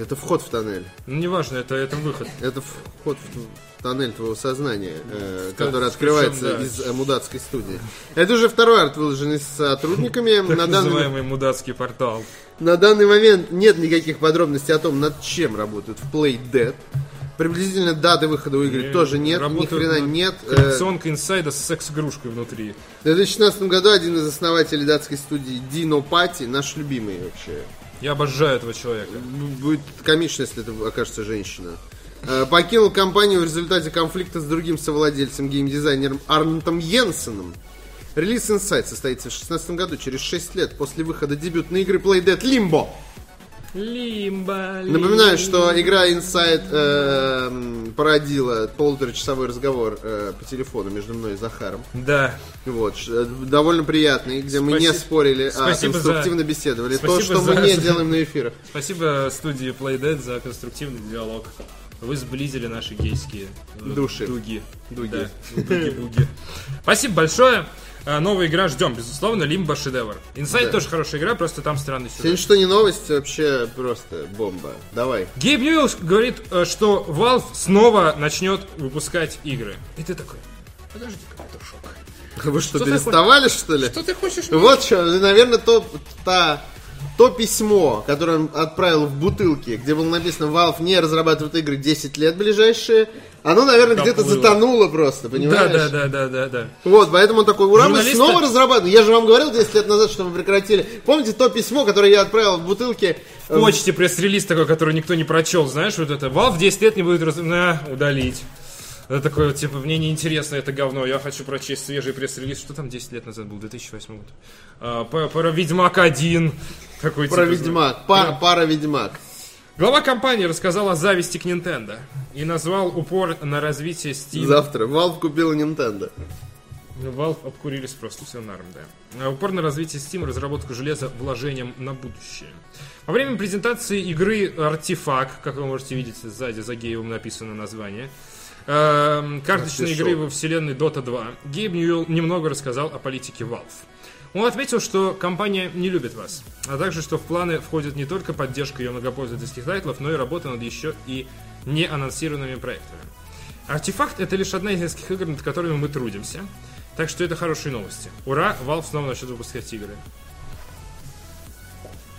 Это вход в тоннель.
Ну, неважно, это, это выход.
Это вход в тоннель твоего сознания, э,
Т-
который
с ключом,
открывается
да.
из э, мудацкой студии. Это уже второй арт, выложенный с сотрудниками. На
Так
данный, Э,
называемый мудацкий портал.
на данный момент нет никаких подробностей о том, над чем работают в Play Dead. Приблизительно даты выхода у игры
Э,
тоже нет, ни
работают
хрена
над
нет. Э,
Коллекционка инсайда с секс-игрушкой внутри.
В 2016 году один из основателей датской студии Дино Пати, наш любимый вообще,
Я обожаю этого человека.
Б- Ну, Будет комично, если это окажется женщина. Э, Покинул компанию в результате конфликта с другим совладельцем, геймдизайнером Арнтом Йенсеном. Релиз Inside состоится в 2016 году, через 6 лет, после выхода дебютной игры Play Dead Limbo.
Лимба.
Напоминаю, что игра Inside э, м, породила полуторачасовой разговор э, по телефону между мной и Захаром.
Да.
Вот, ш- э, довольно приятный, где мы не
Спаси-
спорили,
спасибо
а
за-
конструктивно беседовали. То,
спасибо
что
за-
мы не делаем на эфирах.
Спасибо студии Playdead за конструктивный диалог. Вы сблизили наши гейские э,
Души.
Дуги.
Дуги.
Да, дуги-буги. Спасибо большое. А, Новая игра ждем, безусловно, Лимба шедевр. Инсайд
Да.
тоже хорошая игра, просто там странный
Сегодня
сюжет.
что не новость, вообще просто бомба. Давай.
Гейб Ньюэлл говорит, э, что Valve снова начнет выпускать игры. И ты такой, подожди-ка, петушок.
Вы что,
Что ты
переставали, что ли?
Что ты хочешь? мне?»
Вот что, наверное, то, та- то письмо, которое он отправил в бутылке, где было написано Valve не разрабатывает игры 10 лет ближайшие, оно, наверное, где-то
Доплыло.
затонуло просто,
Да,
понимаешь?
да, да, да, да, да.
Вот, поэтому он такой, ура, мы
Журналисты-
снова разрабатываем. Я же вам говорил 10 лет назад, что мы прекратили. Помните то письмо, которое я отправил в бутылке? э,
В почте пресс-релиз такой, который никто не прочел, знаешь, вот это. Valve 10 лет не будет раз... На, удалить. Это такое, вот, типа, мне неинтересно это говно, я хочу прочесть свежий пресс-релиз. Что там 10 лет назад был, 2008 год? А, по- про Ведьмак 1. Такой,
Про
типа,
Ведьмак. Пара, пара Ведьмак.
Глава компании рассказал о зависти к Nintendo и назвал упор на развитие Steam.
Завтра. Valve купила Nintendo.
Ну, Valve обкурились просто, все норм, да. А, Упор на развитие Steam, разработку железа, вложением на будущее. Во время презентации игры «Артефакт», как вы можете видеть сзади, за Геевым написано название, эм, карточной
Артишок.
игры во вселенной Dota 2, Гейб Ньюэлл немного рассказал о политике Valve. Он отметил, что компания не любит вас, а также, что в планы входит не только поддержка ее многопользовательских тайтлов, но и работа над еще и не анонсированными проектами. Артефакт это лишь одна из нескольких игр, над которыми мы трудимся. Так что это хорошие новости. Ура, Valve снова начнет выпускать игры.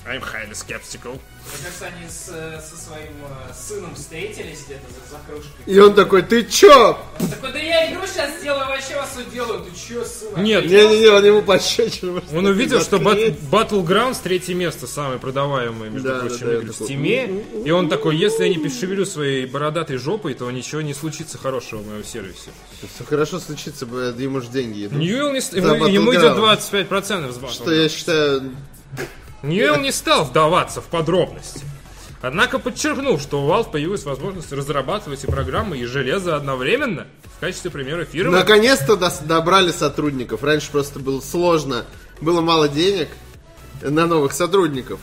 I'm highly skeptical.
Мне кажется, они с, э, со своим э, сыном встретились где-то за, за кружкой.
И он такой, ты чё?
Он такой, да я игру сейчас сделаю, вообще вас уделаю. Ты чё, сына?
Нет,
Не-не-не, он ему пощечину.
он увидел, что
Заткнись.
Bat- Battlegrounds третье место, самое продаваемое, между
Да, да,
прочим,
да, я
игры в
такой,
Steam. И он такой, если я не пошевелю своей бородатой жопой, то ничего не случится хорошего в моем сервисе.
Все хорошо случится, бо ему же деньги идут.
Ньюэлл не... с-
За
ему- Ему идет
Battlegrounds.
25% с Battlegrounds.
Что я считаю,
Ньюэлл не стал вдаваться в подробности. Однако подчеркнул, что у Valve появилась возможность разрабатывать и программы, и железо одновременно в качестве примера фирмы.
наконец-то дос- добрали сотрудников. Раньше просто было сложно, было мало денег на новых сотрудников.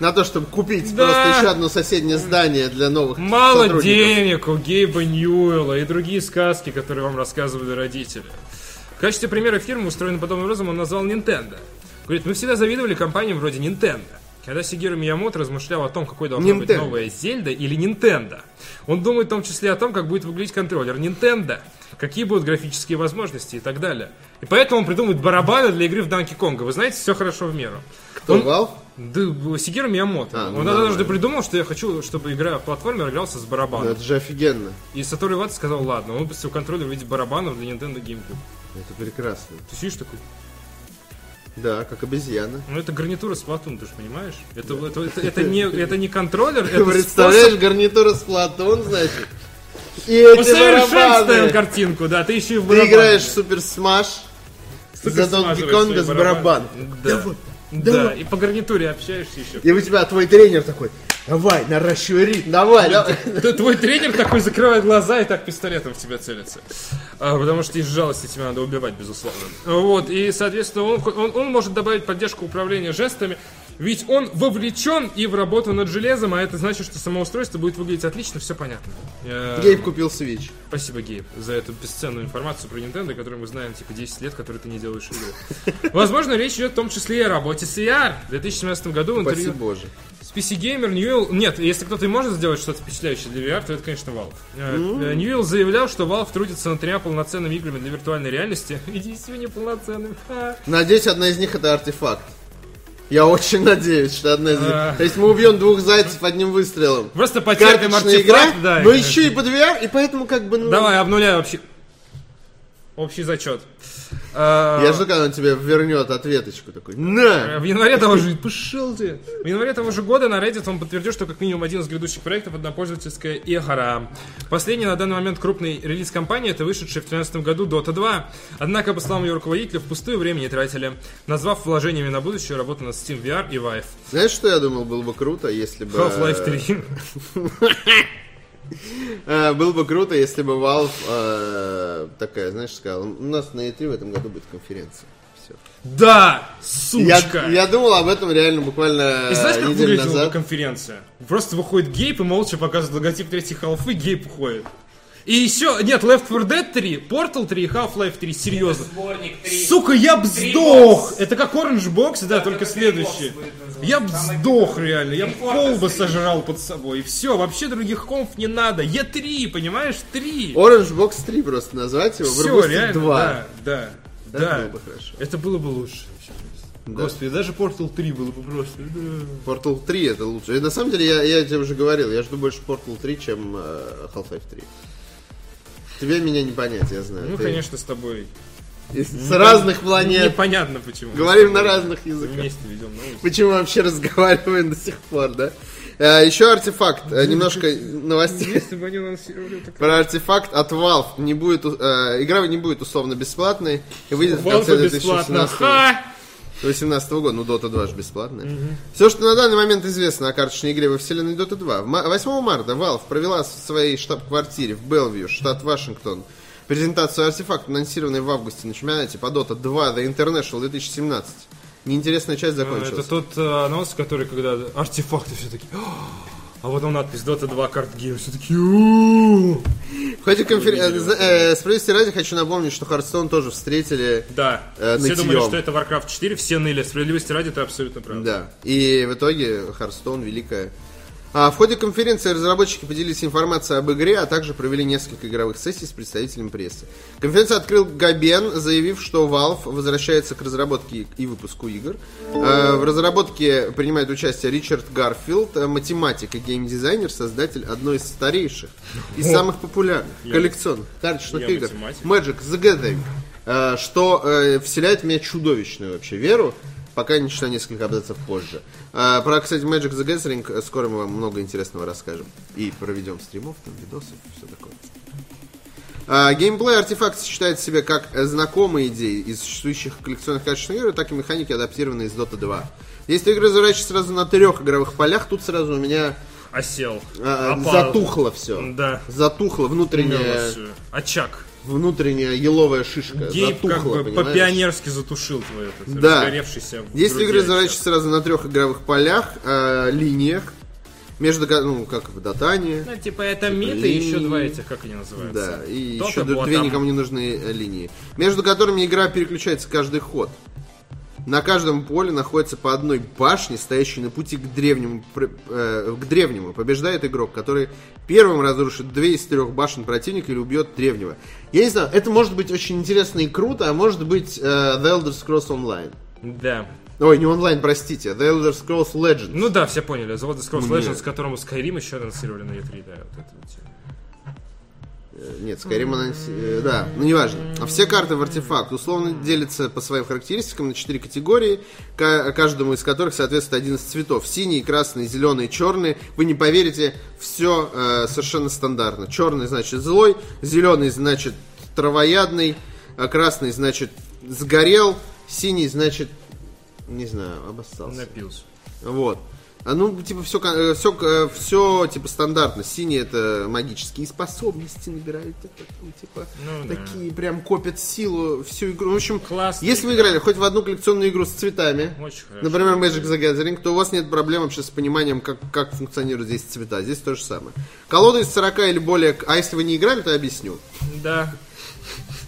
На то, чтобы купить
Да.
просто еще одно соседнее здание для новых
Мало
сотрудников.
денег у Гейба Ньюэлла и другие сказки, которые вам рассказывали родители. В качестве примера фирмы, устроенной подобным образом, он назвал Nintendo. Говорит, мы всегда завидовали компаниям вроде Nintendo. Когда Сигеру Миямото размышлял о том, какой должна быть
Nintendo.
новая Зельда или Nintendo, он думает в том числе о том, как будет выглядеть контроллер Nintendo, какие будут графические возможности и так далее. И поэтому он придумывает барабаны для игры в Данки Конга. Вы знаете, все хорошо в меру.
Кто,
Он-
Valve?
Да, Сигеру Миямото.
А, ну
он
нормально.
однажды придумал, что я хочу, чтобы игра в платформер игрался с барабаном.
Ну, это же офигенно.
И Сатору Ивата сказал, ладно, он выпустил контроллер в виде барабанов для Nintendo GameCube.
Это прекрасно.
Ты сидишь такой,
Да, как обезьяна.
ну это гарнитура с Платун, ты же понимаешь? Это, это, это, это не, это не контроллер,
Ты
это
представляешь,
способ
гарнитура с Платон, значит? И эти
усовершенствуем
барабаны.
картинку, да, ты еще и в
Ты
барабаны.
играешь в Супер Смаш
Сука,
за Донки
смазываешь
Конга
свои
с
барабаны.
барабан.
Да.
Давай,
Да,
давай.
и по гарнитуре общаешься еще.
И у тебя твой тренер такой, давай, наращивай ритм, давай, давай.
Т- Твой тренер такой закрывает глаза и так пистолетом в тебя целится. А, потому что из жалости тебя надо убивать, безусловно. Вот, и, соответственно, он, хо- он- он может добавить поддержку управления жестами, ведь он вовлечен и в работу над железом, а это значит, что самоустройство будет выглядеть отлично, все понятно. Э,
Гейб купил Switch.
Спасибо, Гейб, за эту бесценную информацию про Nintendo, которую мы знаем, типа, 10 лет, которую ты не делаешь игры. Возможно, речь идет в том числе и о работе с AR. В 2017 году в интервью...
Спасибо боже.
С PC Gamer Ньюэлл... Нет, если кто-то и может сделать что-то впечатляющее для VR, то это, конечно, Valve. Э,
Ну.
э, Ньюэлл заявлял, что Valve трудится над тремя полноценными играми для виртуальной реальности. И действительно полноценными. Ха.
Надеюсь, одна из них это артефакт. Я очень надеюсь, что одна из них.
А.
То есть мы убьем двух зайцев одним выстрелом.
Просто потерпим
Карточная игра,
артефакт, да.
но
и-
еще и под VR, и поэтому как бы... ну,
Давай, обнуляй вообще... Общий зачет. Э,
Я жду, когда он тебе вернет ответочку такой. На!
В январе того же... Пошел ты! В январе того же года на Reddit он подтвердил, что как минимум один из грядущих проектов однопользовательская игра. Последний на данный момент крупный релиз компании это вышедший в 2013 году Dota 2. Однако, по словам ее руководителя, впустую времени тратили, назвав вложениями на будущее работу над Steam VR и Vive.
Знаешь, что я думал, было бы круто, если бы...
Half-Life 3.
Э, Было бы круто, если бы Valve э, такая, знаешь, сказала, у нас на E3 в этом году будет конференция. Всё».
Да!
Я,
Сучка!
я думал об этом реально буквально
И знаешь, как
неделю
выглядела бы
назад.
конференция? Просто выходит Гейб и молча показывает логотип третьей халфы, Гейб уходит. И еще, нет, Left 4 Dead 3, Portal 3 и Half-Life 3, серьезно.
Сборник 3.
Сука, я б
Три
сдох!
бокс.
Это как Orange Box, да,
Да,
только
это три
следующий.
бокс будет называться.
Я б
Самый
сдох
крутой.
реально, я б
Три форта
колбы
стрелять.
сожрал под собой, и все, вообще других комф не надо. Е3, понимаешь, 3.
Orange Box 3 просто назвать его,
Все,
выпустить
реально,
2.
да, да.
Да,
да.
было бы хорошо.
Это было бы лучше. Господи, даже Portal 3 было бы просто. да.
Portal 3 это лучше. И на самом деле, я, я тебе уже говорил, я жду больше Portal 3, чем э, Half-Life 3. Тебе меня не понять, я знаю.
Ну,
Ты
конечно, Ну, с тобой.
из- с разных планет.
Непонятно почему.
Говорим на разных языках.
Вместе ну, ведем новости.
Почему вообще разговариваем до сих пор, да? еще артефакт.
Ну,
Э, немножко новостей.
Если бы они анонсировали так...
Про артефакт от Valve. Не будет, у- э, игра не будет условно бесплатной. И выйдет в конце
Valve бесплатно.
2017
Ха!
2018 года. Ну, Dota 2 же бесплатная. Все, что на данный момент известно о карточной игре во вселенной Dota 2. В ма- 8 марта Valve провела в своей штаб-квартире в Белвью, штат Вашингтон, презентацию артефакта, анонсированной в августе на чемпионате по Dota 2 The International 2017. Неинтересная часть закончилась.
А, Это тот э, анонс, который когда артефакты все таки А потом надпись Dota 2 карт Game все таки
В ходе конфер- э, за- э, справедливости ради хочу напомнить, что Хардстоун тоже встретили.
Да.
Э,
все думали,
нытьём.
что это Warcraft 4, все ныли. Справедливости ради, это абсолютно правда.
Да. И в итоге Хардстоун великая. А в ходе конференции разработчики поделились информацией об игре, а также провели несколько игровых сессий с представителями прессы. Конференцию открыл Габен, заявив, что Valve возвращается к разработке и выпуску игр. Э, В разработке принимает участие Ричард Гарфилд, э, математик и геймдизайнер, создатель одной из старейших и самых популярных коллекционных карточных
я
игр
математик.
Magic the Gathering, э, что э, вселяет в меня чудовищную вообще веру, пока не читаю несколько абзацев позже. Э, Про, кстати, Magic the Gathering э, скоро мы вам много интересного расскажем. И проведем стримов, там, видосов, все такое. А, Геймплей артефакт сочетает в себе как э, знакомые идеи из существующих коллекционных качественных игр, так и механики, адаптированные из Dota 2. Если игры разворачиваются сразу на трех игровых полях, тут сразу у меня
Осел.
э,
Опал.
затухло все.
Да.
Затухло внутреннее,
Мело всё. Очаг.
внутренняя еловая шишка.
Гейб как
Э, затухло,
бы
понимаешь?
по-пионерски затушил твой этот
Да.
разгоревшийся в
Если
груди
игры
очаг.
разворачиваются сразу на трех игровых полях, э, линиях, между, ко- ну, как в Дотане,
Ну, типа, это мид и еще два этих, как они называются.
Да, и
То-то
еще
было
две
там.
никому не нужные э, линии, между которыми игра переключается каждый ход. На каждом поле находится по одной башне, стоящей на пути к древнему, пр- э, к древнему. Побеждает игрок, который первым разрушит две из трех башен противника или убьет древнего. Я не знаю, это может быть очень интересно и круто, а может быть э, The Elder Scrolls Online.
Да.
Ой, не онлайн, простите, The Elder Scrolls Legends.
Ну да, все поняли. The Elder Scrolls
Мне.
Legends, которому Skyrim еще анонсировали на E3, да. Вот это вот. тема.
Нет, Skyrim анонси- э, Да, ну неважно. А все карты в артефакт условно делятся по своим характеристикам на 4 категории, ка- каждому из которых соответствует 11 цветов. Синий, красный, зеленый, черный. Вы не поверите, все совершенно стандартно. Черный значит злой, зеленый значит травоядный, а красный значит сгорел, синий значит, не знаю, обоссался.
Напился.
Вот. А ну, типа, все, все, все типа, стандартно. Синие это магические способности набирают. это, ну, типа,
Ну да.
такие прям копят силу всю игру. В общем,
Классно.
если вы играли хоть в одну коллекционную игру с цветами,
Очень хорошо.
например, Magic the Gathering, то у вас нет проблем вообще с пониманием, как, как функционируют здесь цвета. Здесь то же самое. Колода из 40 или более... А если вы не играли, то я объясню.
Да.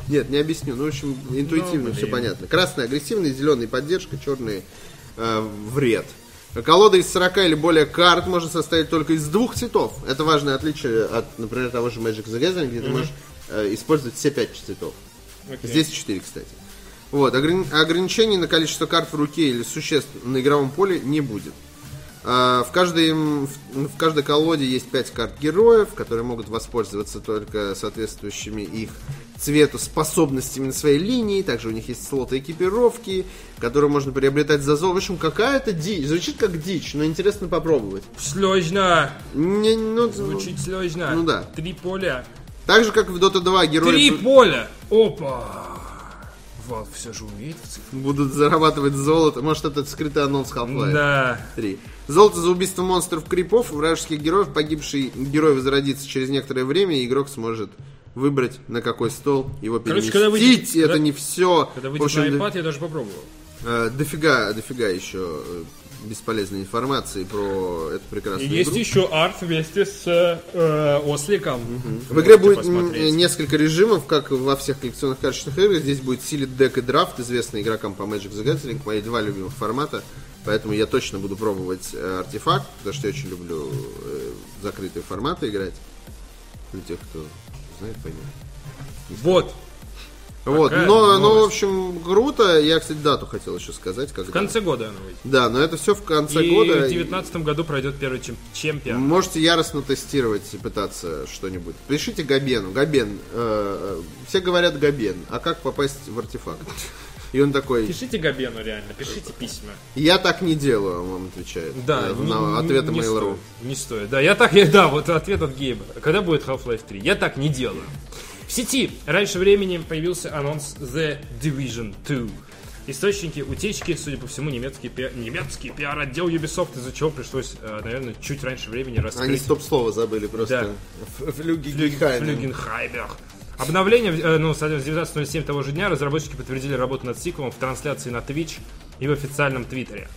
Нет, не объясню. Ну, в общем, интуитивно
Ну,
все
блин.
понятно. Красный агрессивный, зеленый поддержка, черный э, вред. Колода из 40 или более карт может состоять только из двух цветов. Это важное отличие от, например, того же Magic the Gathering, где ты можешь э, использовать все пять цветов. Здесь 4, кстати. Вот, ограни- ограничений на количество карт в руке или существ на игровом поле не будет. А, В, каждой, м, в в каждой колоде есть 5 карт героев, которые могут воспользоваться только соответствующими их цвету способностями на своей линии. Также у них есть слоты экипировки, которые можно приобретать за золото. В общем, какая-то дичь. Звучит как дичь, но интересно попробовать.
Слежно.
Не, ну,
Звучит слежно.
Ну да.
Три поля.
Так же, как в Dota 2 герои...
Три
пр-
поля. Опа. Вал все же умеет в цифрах.
будут зарабатывать золото. Может, это скрытый анонс Half-Life.
Да.
3. Золото за убийство монстров крипов, вражеских героев, погибший герой возродится через некоторое время, и игрок сможет выбрать, на какой стол его
Короче,
переместить.
когда выйдет-
это
когда-
не все.
Когда выйдет на iPad, я даже попробовал.
э, дофига, дофига еще э, бесполезной информации про эту прекрасную
Есть
игру.
еще арт вместе с э, э, осликом.
В
Можете
игре будет м,
посмотреть.
несколько режимов, как во всех коллекционных карточных играх. Здесь будет силит дек и драфт, известный игрокам по Magic the Gathering, мои два любимых формата. Поэтому я точно буду пробовать э, артефакт, потому что я очень люблю э, в закрытые форматы играть. Для тех, кто знает, поймет.
Вот.
Вот,
Какая
но, но, в
новость.
общем, круто. Я, кстати, дату хотел еще сказать. Когда.
В конце года оно выйдет.
Да, но это все в конце
И
года.
в
и-
2019 году пройдет первый чем- чемпион.
Можете яростно тестировать и пытаться что-нибудь. Пишите Габену. Габен. э, э, все говорят Габен. А как попасть в артефакт? И он такой,
Пишите Габену реально, пишите письма.
я так не делаю, он вам отвечает.
Да,
Э,
не-
на
не-
ответы
не
Mail.ru.
стоит, Не стоит. Да, я так, я- да, вот ответ от Гейба. Когда будет Half-Life 3? Я так не делаю. В сети раньше времени появился анонс The Division 2. Источники утечки, судя по всему, немецкий, пиар, немецкий пиар-отдел Ubisoft, из-за чего пришлось, э, наверное, чуть раньше времени
Они
раскрыть
стоп-слово забыли просто. Флюги
Флюгенхайбер. Обновление, э, ну, соответственно, в 19.07 того же дня разработчики подтвердили работу над сиквелом в трансляции на Twitch и в официальном твиттере.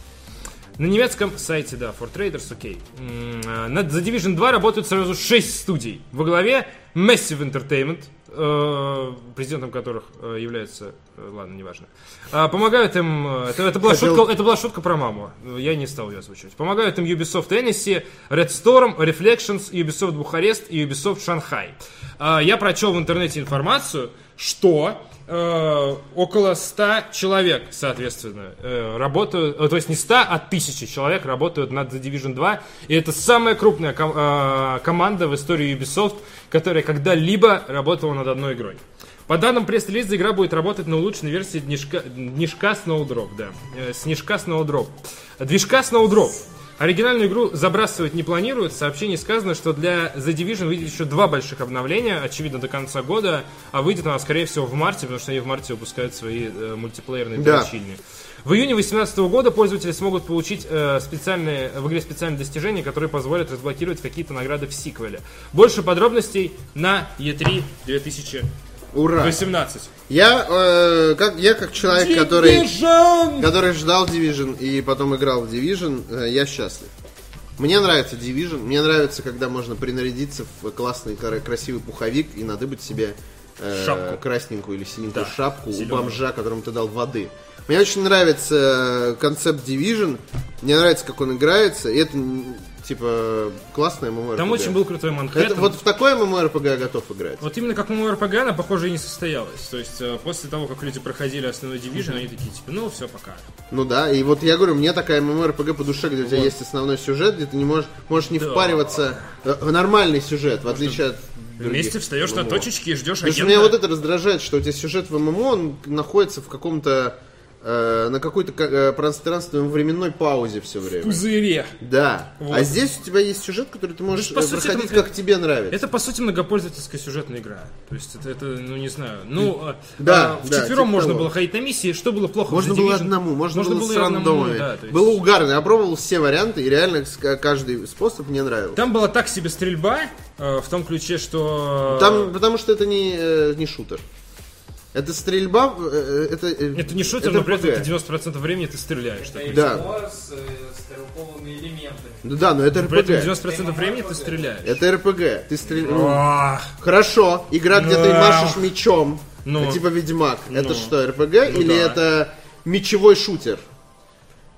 На немецком сайте, да, For Traders, окей. М, э, Над The Division 2 работают сразу 6 студий. Во главе Massive Entertainment, э, президентом которых э, является... э, Ладно, неважно. А, Помогают им... э, Это, это была
Хотел-
шутка, это была шутка про маму. Я не стал ее озвучивать. Помогают им Ubisoft Annecy, Red Storm, Reflections, Ubisoft Бухарест и Ubisoft Шанхай. А, Я прочел в интернете информацию, что э, около 100 человек, соответственно, э, работают, э, то есть не 100, а 1000 человек работают над The Division 2, и это самая крупная ком- э, команда в истории Ubisoft, которая когда-либо работала над одной игрой. По данным пресс-релиза, игра будет работать на улучшенной версии днишка, днишка Snowdrop, да. Э, Снежка Snowdrop. Движка Snowdrop. Оригинальную игру забрасывать не планируют. В сообщении сказано, что для The Division выйдет еще два больших обновления, очевидно, до конца года, а выйдет она, скорее всего, в марте, потому что они в марте выпускают свои э, мультиплеерные
Да.
DLC. Сильнее. В июне 2018 года пользователи смогут получить э, специальные, в игре специальные достижения, которые позволят разблокировать какие-то награды в сиквеле. Больше подробностей на E3 2018.
Ура! Я, э, как, я как человек, который... который ждал Division и потом играл в Division, э, я счастлив. Мне нравится Division, мне нравится, когда можно принарядиться в классный кра- красивый пуховик и надыбать себе э,
Шапку.
красненькую или синенькую
Да,
шапку у
зелёную.
бомжа, которому ты дал воды. Мне очень нравится э, концепт Division. Мне нравится, как он играется. И это, м, типа, классная MMORPG.
Там очень был крутой
Это,
Манхэттен.
вот в такое MMORPG я готов играть.
Вот именно как у РПГ она, похоже, и не состоялась. То есть э, после того, как люди проходили основной дивизион, они такие, типа, ну все, пока.
Ну да, и вот я говорю, мне такая MMORPG по душе, где у тебя есть основной сюжет, где ты не можешь, можешь не
Да.
впариваться э, в нормальный сюжет, в отличие от других
Вместе встаешь на
MMO.
точечки и ждешь
Потому что
агента.
меня ну, вот это раздражает, что у тебя сюжет в ММО, он находится в каком-то э, на какой-то ка- э, пространственно-временной паузе все
в
время.
пузыре.
Да.
Вот. Ну,
А здесь у тебя есть сюжет, который ты можешь
по
э,
сути, это
проходить,
как-
как тебе нравится.
Это, по сути, многопользовательская сюжетная игра. То есть это, это, ну не знаю. Ну,
Да,
в
да, типа
можно
того.
было ходить на миссии, что было плохо в
Можно
The
было
Division?
одному, можно, было,
и
с рандомами.
да, то есть-
Было угарно. Я пробовал все варианты, и реально с- э, каждый способ мне нравился.
Там была так себе стрельба, э, в том ключе, что... э,
Там, потому что это не, э, не шутер. Это стрельба, э, это... э,
Это не шутер, но просто
ПГ.
ты 90% времени ты стреляешь.
Это
такой.
Да.
РПГ с э, стрелковыми элементами.
Ну Да, но это
При этом
РПГ.
90% времени ты стреляешь.
Это РПГ. Ты стрель... ну,
Ах.
Хорошо, игра, где ты
А. Да.
машешь мечом,
Ну.
типа Ведьмак. Это
Ну.
что, РПГ или
да.
это мечевой шутер?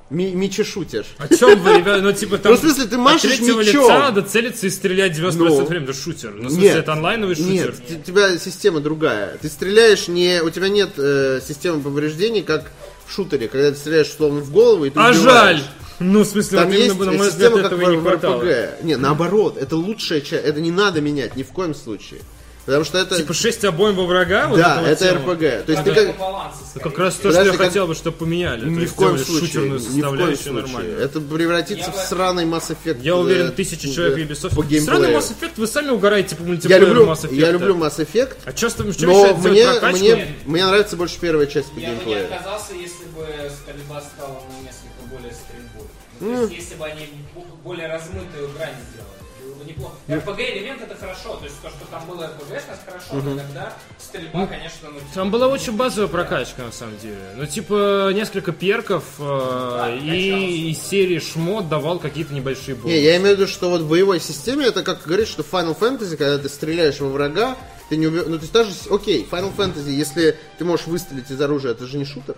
Ми- Мечешутер.
О чем вы, ребята? Ну, типа там...
Ну, в смысле, ты машешь
от третьего
мечом.
лица надо целиться и стрелять 90%
Ну.
времени. Да шутер. Ну, в смысле, это онлайновый шутер.
Нет, т- у тебя система другая. Ты стреляешь не... У тебя нет э, системы повреждений, как в шутере, когда ты стреляешь словно в голову и ты
А
убиваешь.
жаль! Ну, в смысле,
Там
вот именно,
есть
на мой взгляд,
система, как
этого
в
и не хватало.
РПГ. Не, наоборот, это лучшая часть. Это не надо менять ни в коем случае. Потому что это...
Типа 6 обоим во врага? вот
да,
эта вот
это
тема.
РПГ. То есть ты
Надо
как...
по балансу
Это
скорее.
Ну, как раз то, что
Подожди,
я
как-
хотел бы, чтобы поменяли. то
Ни
есть
в коем
сделали
случае.
шутерную
Ни в коем
составляющую
случае.
нормально.
Это превратится в
Я бы-
сраный Mass Effect.
Я уверен,
э,
тысячи
э,
человек Ubisoft.
По
Сраный
геймплею.
Mass Effect, вы сами угораете по
Я
мультиплееру
люблю,
Mass Effect.
я люблю Mass Effect,
А чё, что, что
но
мешает
мне,
сделать прокачку?
мне, мне нравится больше первая часть по
Я бы не
геймплею.
отказался, если бы стрельба стала на несколько более стрельбой. Ну, то есть, если бы они бо- более размытую грань сделали. Было бы неплохо.
Ну.
РПГ элемент это хорошо, то есть то, что там было РПГ, это хорошо, но иногда стрельба, конечно, ну...
Там была очень базовая прокачка, на самом деле. Ну, типа, несколько перков э, и из серии шмот давал какие-то небольшие бонусы.
Не, я имею в виду, что вот в боевой системе это как говорит, что в Final Fantasy, когда ты стреляешь во врага, ты не убиваешь. Ну, то есть даже, с- окей, Final Fantasy, если ты можешь выстрелить из оружия, это же не шутер.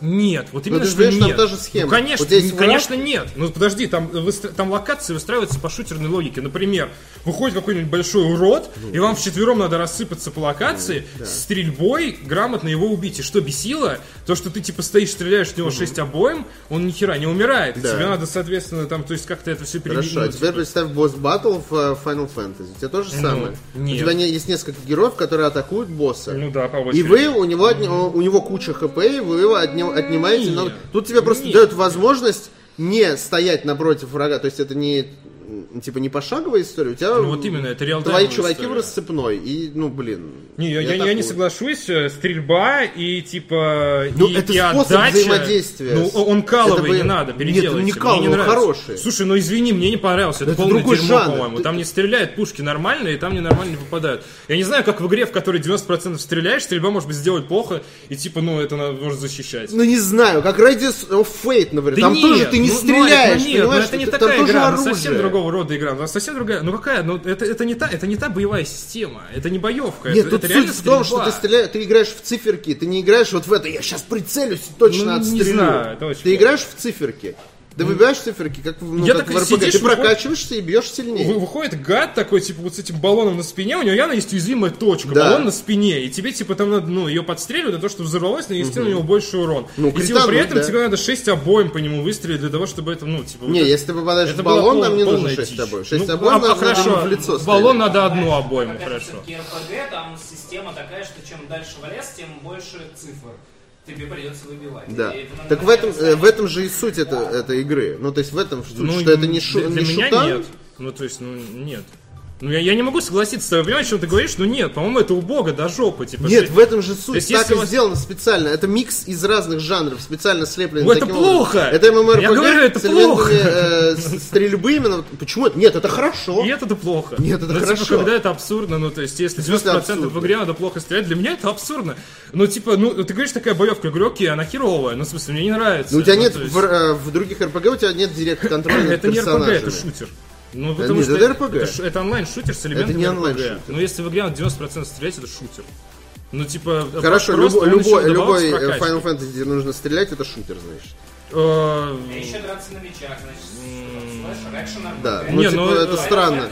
Нет, вот именно
ну, ты же
что
понимаешь,
нет.
там та же схема.
Ну, конечно,
Вот здесь
ну, конечно нет. Ну подожди, там, выстра- там локации выстраиваются по шутерной логике. Например, выходит какой-нибудь большой урод,
Ну,
и вам вчетвером надо рассыпаться по локации, с стрельбой грамотно его убить. И что бесило? То, что ты типа стоишь, стреляешь в него шесть обоим, он ни хера не умирает. И
Да.
тебе надо, соответственно, там, то есть как-то это все перебить.
Хорошо, а теперь представь босс баттл в э, Final Fantasy. У тебя тоже самое.
Ну, нет.
У тебя не- есть несколько героев, которые атакуют босса.
Ну да, по
И
очереди.
вы у него отня- у него куча хп, и вы его отня- отнимаете. много. Тут тебе просто
Нет.
дают возможность не стоять напротив врага. То есть это не м, типа не пошаговая история. У тебя
Ну вот именно, это реалтаймовая
твои чуваки
история.
в рассыпной. И ну блин.
Не, я, я- я
такой.
не соглашусь. э, Стрельба и типа
Ну,
и,
это
и
способ
отдача.
взаимодействия.
Ну, о- он каловый,
Это бы-
не надо,
Нет,
переделайте.
он не
Мне
каловый, он
нравится.
хороший.
Слушай, ну извини, мне не понравился. Это,
это
полный
другой
дерьмо,
жанр.
по-моему.
Ты-
Там не стреляют пушки нормально, и там не нормально не попадают. Я не знаю, как в игре, в которой 90% стреляешь, стрельба может быть сделать плохо, и типа, ну, это надо, может защищать.
Ну не знаю, как Radius of Fate, например.
Да
там
нет,
тоже ты не
ну, ну,
стреляешь,
Алик, ну, нет, ну,
понимаешь?
это не
Т-
такая
там тоже
игра, она
оружие.
совсем другого рода игра, она совсем другая. Ну какая? Ну это, это не та, это не та боевая система, это не боевка,
Нет,
это,
тут
это
суть
реально
в том, что
стрельба.
ты стреляешь, ты играешь в циферки, ты не играешь вот в это, я сейчас прицелюсь и
Ну,
точно
не
отстрелю.
знаю, это очень Ну,
ты играешь в циферки. Ты выбираешь циферки, как, в- ну,
Я
как
так и
в RPG.
сидишь, Ну,
ты
выходит-
прокачиваешься и бьешь сильнее.
Вы- Выходит гад такой, типа, вот с этим баллоном на спине, у него явно есть уязвимая точка,
Да.
баллон на спине, и тебе, типа, там надо, ну, ее подстреливать, на то, что взорвалось, нанести на него больше урон.
Ну,
и, типа, при
критануть,
этом
да.
тебе надо 6 обоим по нему выстрелить для того, чтобы это, ну, типа... вот
Не,
это-
если ты попадаешь
это
в
была
баллон,
пол-
нам не нужно
полная
6
дичь.
обоим. 6
Ну,
обоим
а,
нам
а,
надо
хорошо,
в лицо
баллон
стрелять.
надо одну обойму,
Хотя
хорошо.
все-таки РПГ, там система такая, что чем дальше в лес, тем больше цифр. Тебе придется выбивать.
Да.
И, ну,
Так в
наверное,
этом, э, в этом же и суть это, этой игры. Ну, то есть в этом суть, что это не, шу,
для,
не
для меня
шутан.
нет. Ну, то есть, ну, нет. Ну, я, я не могу согласиться с тобой, понимаешь, о чем ты говоришь, но нет, по-моему, это убого до жопы, типа...
Нет,
шесть-
в этом же
То
суть.
есть
Так
если
и
у вас-
сделано специально. Это микс из разных жанров, специально слеплен.
Ну, это
таким образом.
плохо!
Это MMORPG
Я говорю, это
с элементами,
плохо!
э, с- стрельбы именно. вот. Почему это? Нет, это хорошо.
И это плохо.
Нет, это
Ну, типа,
хорошо.
когда это абсурдно, ну, то есть, если
В смысле
90% в
абсурдно?
игре надо плохо стрелять, для меня это абсурдно. Ну, типа, ну, ты говоришь, такая боевка, я говорю, окей, она херовая, ну, в смысле, мне не нравится.
Но у тебя
Ну,
нет
то есть,
в, э, в других РПГ у тебя нет директ контроля над
Это не РПГ,
персонажами.
это шутер. Ну, потому
нет,
что
это
это,
RPG.
ш- это онлайн-шутер с элементами
не
RPG.
онлайн-шутер.
Но если в игре надо 90% стрелять, это шутер. Ну, типа,
Хорошо,
просто
любо-
он ещё
любой,
добавил с
любой э,
прокачкой.
Final Fantasy, где нужно стрелять, это шутер, значит.
А
Э,
еще драться на мечах, значит, слэшер, экшен
Да.
Не,
Ну, типа,
ну,
это
э,
странно.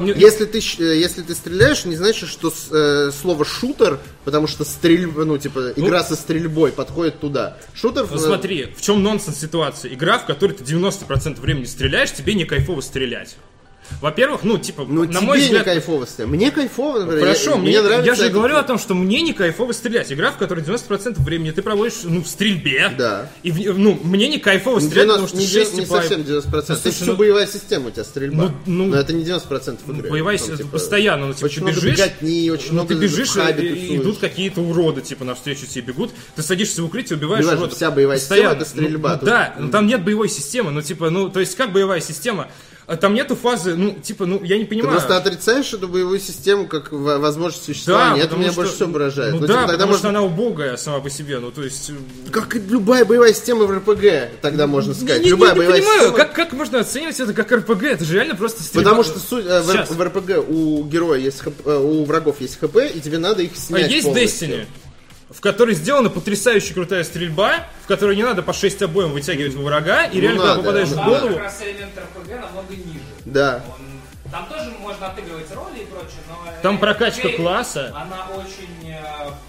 Не-
Если ты, щ- э, если ты стреляешь, не значит, что с- э, слово шутер, потому что стрельба, ну, типа, игра со стрельбой подходит туда. Шутер...
Ну
э,
смотри, в чем нонсенс ситуации? Игра, в которой ты 90% времени стреляешь, тебе не кайфово стрелять. Во-первых, ну, типа,
Ну,
на
тебе
мой взгляд...
не кайфово стрелять. Мне кайфово, например.
Хорошо,
я,
мне,
мне нравится.
я же и
этот-
говорю о том, что мне не кайфово стрелять. Игра, в которой 90% времени ты проводишь, ну, в стрельбе.
Да.
И, в- ну, мне не кайфово
Не
стрелять,
90,
потому что
не
6
девя- не совсем 90%.
Ну,
это
слушай,
все
ну-
боевая система у тебя стрельба.
Ну, ну,
но это не 90% игры.
Боевая
Там,
си-
типа,
постоянно, ну, типа,
очень
ты
много
бежишь,
беготни, очень
ну,
много
ты бежишь,
в
и-
хабе
и
тусуешься.
идут какие-то уроды, типа, навстречу тебе бегут, ты садишься в укрытие, убиваешь
Понимаешь,
уродов.
вся боевая
Постоянно.
система это стрельба.
Ну, ну,
Тут-
да, но там нет боевой системы, ну, типа, ну, то есть, как боевая система? А Там нету фазы, ну, типа, ну, я не
Ты
понимаю.
просто отрицаешь эту боевую систему как в- возможность существования. это
потому
меня
что-
больше всего поражает.
Ну,
Ну,
да,
типа, тогда
потому что
можно...
она убогая сама по себе, ну, то есть... э,
Как и любая боевая система в РПГ, тогда можно сказать.
не- не-
любая
не
боевая
понимаю,
система.
как, как можно оценивать это как РПГ? Это же реально просто стрельба.
Потому что суть, э, в,
Сейчас.
в РПГ у героя есть хп, э, у врагов есть хп, и тебе надо их
А
снять.
есть
полностью.
Destiny, в которой сделана потрясающе крутая стрельба, в которой не надо по 6 обоим вытягивать у врага, и
Ну,
реально
надо,
когда попадаешь
ну,
в
да.
Там
голову.
как раз элемент РПГ намного ниже.
Да.
Он- Там тоже можно отыгрывать роли и прочее, но...
Там
э,
прокачка
э,
класса.
Она очень э,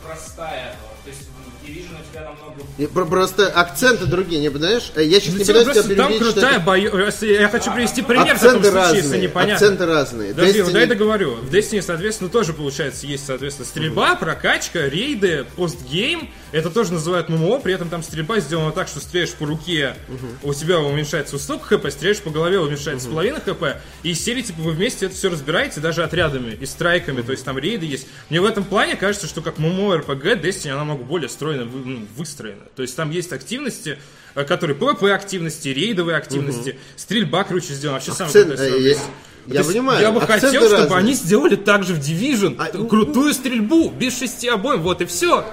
простая. То есть в Division у тебя намного...
И про- просто акценты другие, не понимаешь? Э, Я сейчас
Ну,
не
типа,
пытаюсь
просто
тебя
там
перебить, что
крутая
это-
бою... если- Я хочу привести пример в таком
акценты
случае, если
разные.
непонятно.
Акценты разные.
Подожди, вот
Destiny-
дай договорю. В Destiny, соответственно, тоже получается есть, соответственно, стрельба, прокачка, рейды, постгейм. Это тоже называют ММО, при этом там стрельба сделана так, что стреляешь по руке, у тебя уменьшается уступ хп, стреляешь по голове, уменьшается половина хп. И из серии, типа, вы вместе это все разбираете, даже отрядами и страйками, то есть там рейды есть. Мне в этом плане кажется, что как ММО RPG Destiny, она намного более стройно вы- ну, выстроена. То есть там есть активности, э, которые PvP активности, рейдовые активности, стрельба круче сделана. Вообще самое
Акцент-
крутое
э,
всё.
я-
То
я
есть
понимаю,
Я бы
акценты
хотел, чтобы
разные.
они сделали так же в Division.
А,
т-
ну,
крутую стрельбу, без шести обоим, вот и все.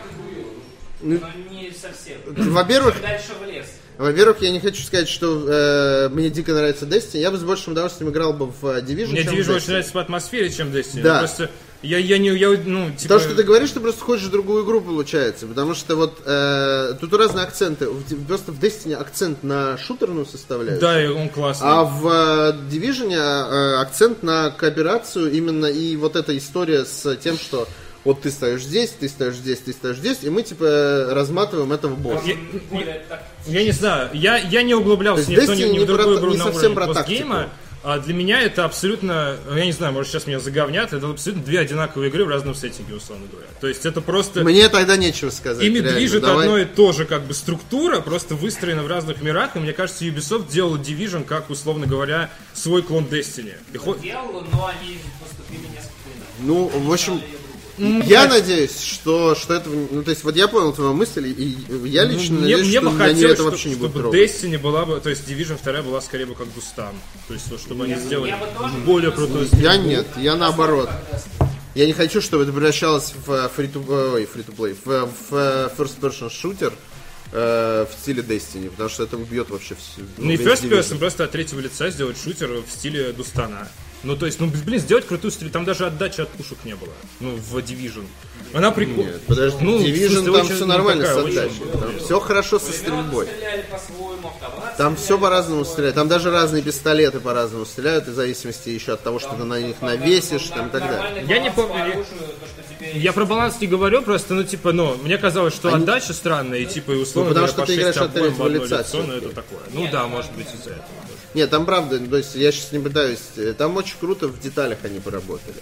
Ну,
Но не совсем.
Во-первых,
Дальше в лес.
во-первых, я не хочу сказать, что э, мне дико нравится Destiny. Я бы с большим удовольствием играл бы в э, Division.
Мне
чем в
Division
Destiny.
очень нравится по атмосфере, чем Destiny.
Да.
Ну, Просто я, я не... Я, ну, типа...
То, что ты говоришь, ты просто хочешь другую игру, получается. Потому что вот э, тут разные акценты. В Ди- Просто в Destiny акцент на шутерную составляют.
Да, и он классный.
А в э, Division э, акцент на кооперацию именно и вот эта история с тем, что вот ты стоишь здесь, ты стоишь здесь, ты стоишь здесь, и мы типа разматываем этого босса.
Я-
Более так
Я не знаю, я, я не углублялся
То
ни
есть
в то, ни,
Destiny
ни
не
в другую
про-
игру
не
на
совсем
уровне
про
постгейма.
тактику.
А для меня это абсолютно, я не знаю, может сейчас меня заговнят, это абсолютно две одинаковые игры в разном сеттинге, условно говоря. То есть это просто...
Мне тогда нечего сказать.
Ими
реально.
движет
Давай.
одно и то же, как бы, структура, просто выстроена в разных мирах, и мне кажется, Ubisoft делал Division как, условно говоря, свой клон Destiny. И хо-
делал, но они поступили несколько иначе.
Ну, в общем, я надеюсь, что, что этого... не- Ну, то есть, вот я понял твою мысль, и я лично
Ну, Мне,
надеюсь,
мне
что
бы
на нее
хотелось,
это
чтоб-
вообще не будет
чтобы
трогать.
Destiny была бы, то есть Division 2 была скорее бы как Густам. То есть, вот, чтобы они сделали
я бы тоже
более крутую
Я нет, я наоборот. Я не хочу, чтобы это превращалось в э, фри ой, free-to-play, в, э, в first person шутер э, в стиле Destiny, потому что это убьет вообще все.
Ну и first person просто от третьего лица сделать шутер в стиле Дустана. Ну то есть, ну блин, сделать крутую стрель, там даже отдачи от пушек не было. Ну, в Division. Она прикольная.
Нет, подожди,
Ну, в
Division
смысле,
там
очень, ну,
все нормально с
такая, очень-
отдачей. Там все хорошо со стрельбой.
Ну, стреляли по-своему, автомат
Там все
стреляли
по-разному
по-своему.
стреляют. Там даже разные пистолеты по-разному стреляют, и в зависимости еще от того, что ты на них навесишь, там и так далее.
Нормальный
Я не
баланс по
помню, я-
оружию, то, что тебе
Я про баланс не говорю, просто, ну, типа, ну, мне казалось, что отдача странная, и, типа, и условно
Ну,
говоря,
потому что
по
ты
шесть
играешь от
обоим в
третьего
одно
лица типа.
лицо, ну,
всё-таки.
это такое. Ну, да, может быть, из-за этого.
Нет, там правда, то есть я сейчас не пытаюсь, э, там очень круто в деталях они поработали.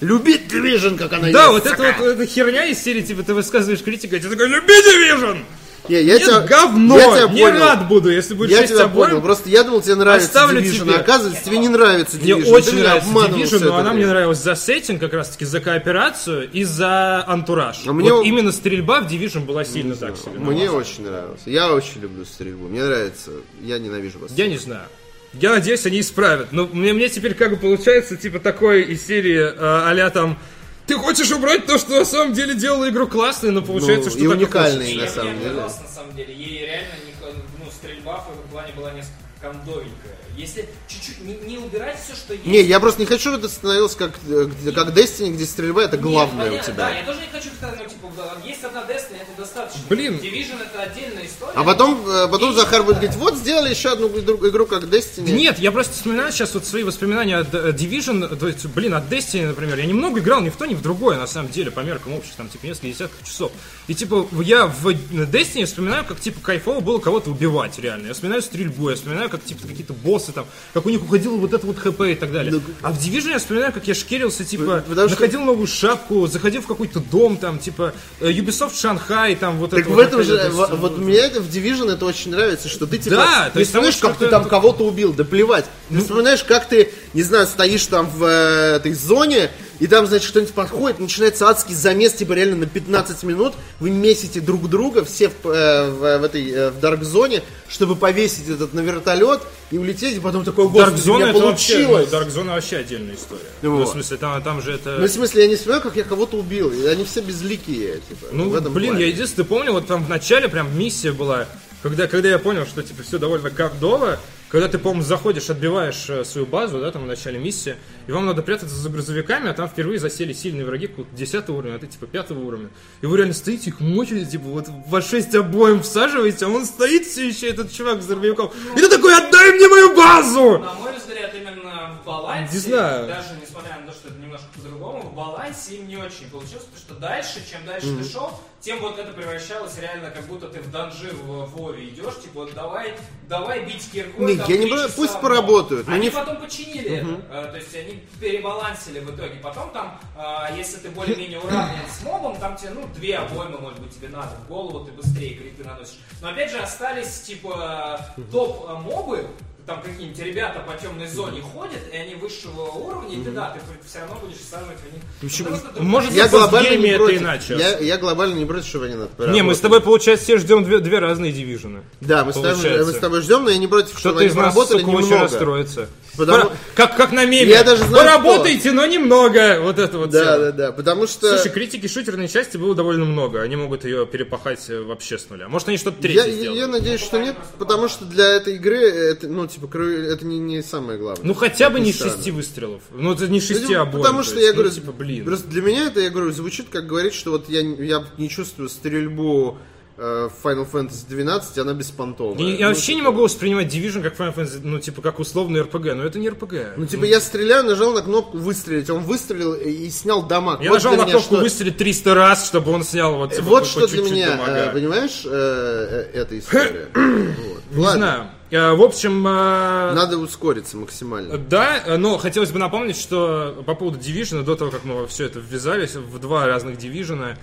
Любить Division, как она
Да,
есть,
вот это
сука!
вот эта херня из серии, типа, ты высказываешь критику, и ты такой, люби Division!
Не, я
Нет,
тебя-
говно!
я тебя
не
понял.
рад буду, если будет
Я
шесть
тебя понял,
обоим.
просто я думал, тебе нравится
Оставлю
Division,
тебе.
а оказывается, тебе не нравится
Мне
Division. Ты
очень
меня
нравится
обманывал всё
Division,
это
но она мне
время.
нравилась за сеттинг, как раз таки, за кооперацию и за антураж.
А мне
Вот
он-
именно стрельба в Division была сильно так себе. ну,
Мне очень нравилось. Я очень люблю стрельбу. Мне нравится. Я ненавижу вас.
Я не знаю. Я надеюсь, они исправят. Но мне, мне теперь как бы получается, типа, такой из серии э, а-ля там... Ты хочешь убрать то, что на самом деле делало игру классной, но получается,
Ну,
что
и
так
уникальной.
хочется.
на
Я
самом
мне
деле.
э, нравилась, на самом деле. Ей реально не хо- ну, стрельба в этом плане была несколько кондовенькая. Если чуть-чуть не, не убирать все, что есть.
Не, я просто не хочу, чтобы это становилось как, э, где- как Destiny, где стрельба это
Нет,
главное у
понятно, Да, я
тебя.
тоже не хочу сказать, ну, типа, да, есть одна Destiny, это достаточно.
Блин.
Division это отдельная история.
А потом, э, потом Захар будет говорить, вот сделали еще одну игру, игру как Destiny.
Нет, я просто вспоминаю сейчас вот свои воспоминания от э, Division, то есть, блин, от Destiny, например. Я немного играл ни в то, ни в другое, на самом деле, по меркам общих, там, типа, несколько десятков часов. И, типа, я в Destiny вспоминаю, как, типа, кайфово было кого-то убивать, реально. Я вспоминаю стрельбу, я вспоминаю, как, типа, какие-то боссы, там, как у них уходило вот это вот ХП и так далее. А в Division я вспоминаю, как я шкерился, типа,
Ну, Потому что-
находил новую шапку, заходил в какой-то дом, там, типа, э, Ubisoft Шанхай, там, вот
Так
это
в
вот
этом
опять
же,
это
во-
всё.
вот мне это в Division это очень нравится, что ты типа
Да, то
не
есть там
вспоминаешь,
очень
как ты
как-то-
там кого-то убил, да плевать.
Ну.
Ты вспоминаешь, как ты, не знаю, стоишь там в э, этой зоне, и там, значит, кто-нибудь подходит, начинается адский замес, типа реально на 15 минут, вы месите друг друга, все в, э, в- в этой, э, в дарк-зоне, чтобы повесить этот на вертолет и улететь, и потом такой,
Dark
господи, у
Zone
меня
это вообще, ну,
получилось.
Dark Zone вообще отдельная история.
Ну
Ну, в
вот.
смысле, там, там же это...
Ну, в смысле, я не вспоминаю, как я кого-то убил, и они все безликие, типа,
Ну,
в этом
блин,
плане.
я единственное помню, вот там в начале прям миссия была, когда, когда я понял, что типа все довольно кордово, когда ты, по-моему, заходишь, отбиваешь э, свою базу, да, там в начале миссии, и вам надо прятаться за грузовиками, а там впервые засели сильные враги какого-то 10 уровня, а ты типа 5 уровня. И вы реально стоите, их мучаете, типа вот во 6 обоим всаживаете, а он стоит все еще, этот чувак с дробовиком. И ты такой, отдай мне мою базу!
На мой взгляд, именно в балансе,
Не знаю.
даже несмотря на то, что это немножко по-другому, в балансе им не очень получилось, потому что дальше, чем дальше ты шел, тем вот это превращалось реально, как будто ты в данжи в Вове идешь, типа вот давай, давай бить киркой.
Не,
там
я не
три
понимаю,
часа. А
пусть поработают, но
Они
не в-
потом починили это, э, то есть они перебалансили в итоге. Потом там, э, если ты более-менее уравнен с мобом, там тебе, ну, две обоймы, может быть, тебе надо в голову, ты быстрее криты наносишь. Но опять же остались, типа, топ-мобы, там какие-нибудь ребята по темной зоне ходят, и они высшего уровня, и ты, да, ты все равно будешь всаживать в них.
Почему?
Потому что
Может,
Я
Я
глобально
в
не
гейме это
против.
иначе.
Я, я глобально не против, чтобы они надо
Не, мы с тобой, получается, все ждем две, две разные дивижены.
Да, мы с, тобой,
Получается.
мы с тобой ждем, но я не против, чтобы
Кто-то
они
из нас,
поработали
сука, очень
немного.
расстроится.
Потому-
Пора- Как, как на меме.
Я даже знаю,
Поработайте, но немного. Вот это вот
Да,
всё.
да, да, потому что...
Слушай, критики шутерной части было довольно много. Они могут ее перепахать э, вообще с нуля. Может, они что-то третье
я, я-
сделают.
я надеюсь, что нет, потому что для этой игры, это, ну, типа, кру- это не, не самое главное.
Ну, хотя бы не
странно.
шести выстрелов. Ну, это не
Ну,
шести
типа,
обоим.
Потому
то
что
есть,
я
ну,
говорю,
типа, блин.
просто для меня это, я говорю, звучит, как говорить, что вот я, не- я не чувствую стрельбу э, в Final Fantasy 12, она беспонтовая.
Я, я
Ну,
вообще не могу воспринимать Division как Final Fantasy, ну, типа, как условный RPG. Но это не RPG.
Ну, типа, я стреляю, нажал на кнопку выстрелить, он выстрелил и- и снял дамаг.
я
Вот
нажал
для
на
меня
кнопку
что- Э,
выстрелить 300 раз, чтобы он снял вот... типа,
Вот
хоть
что для
чуть-чуть
меня,
дамага.
э, понимаешь, э, э, эта история. Вот.
Не
Ладно,
знаю. Э, В общем, э,
надо ускориться максимально.
Да, э, но хотелось бы напомнить, что по поводу Division, до того, как мы во все это ввязались, в два разных Division,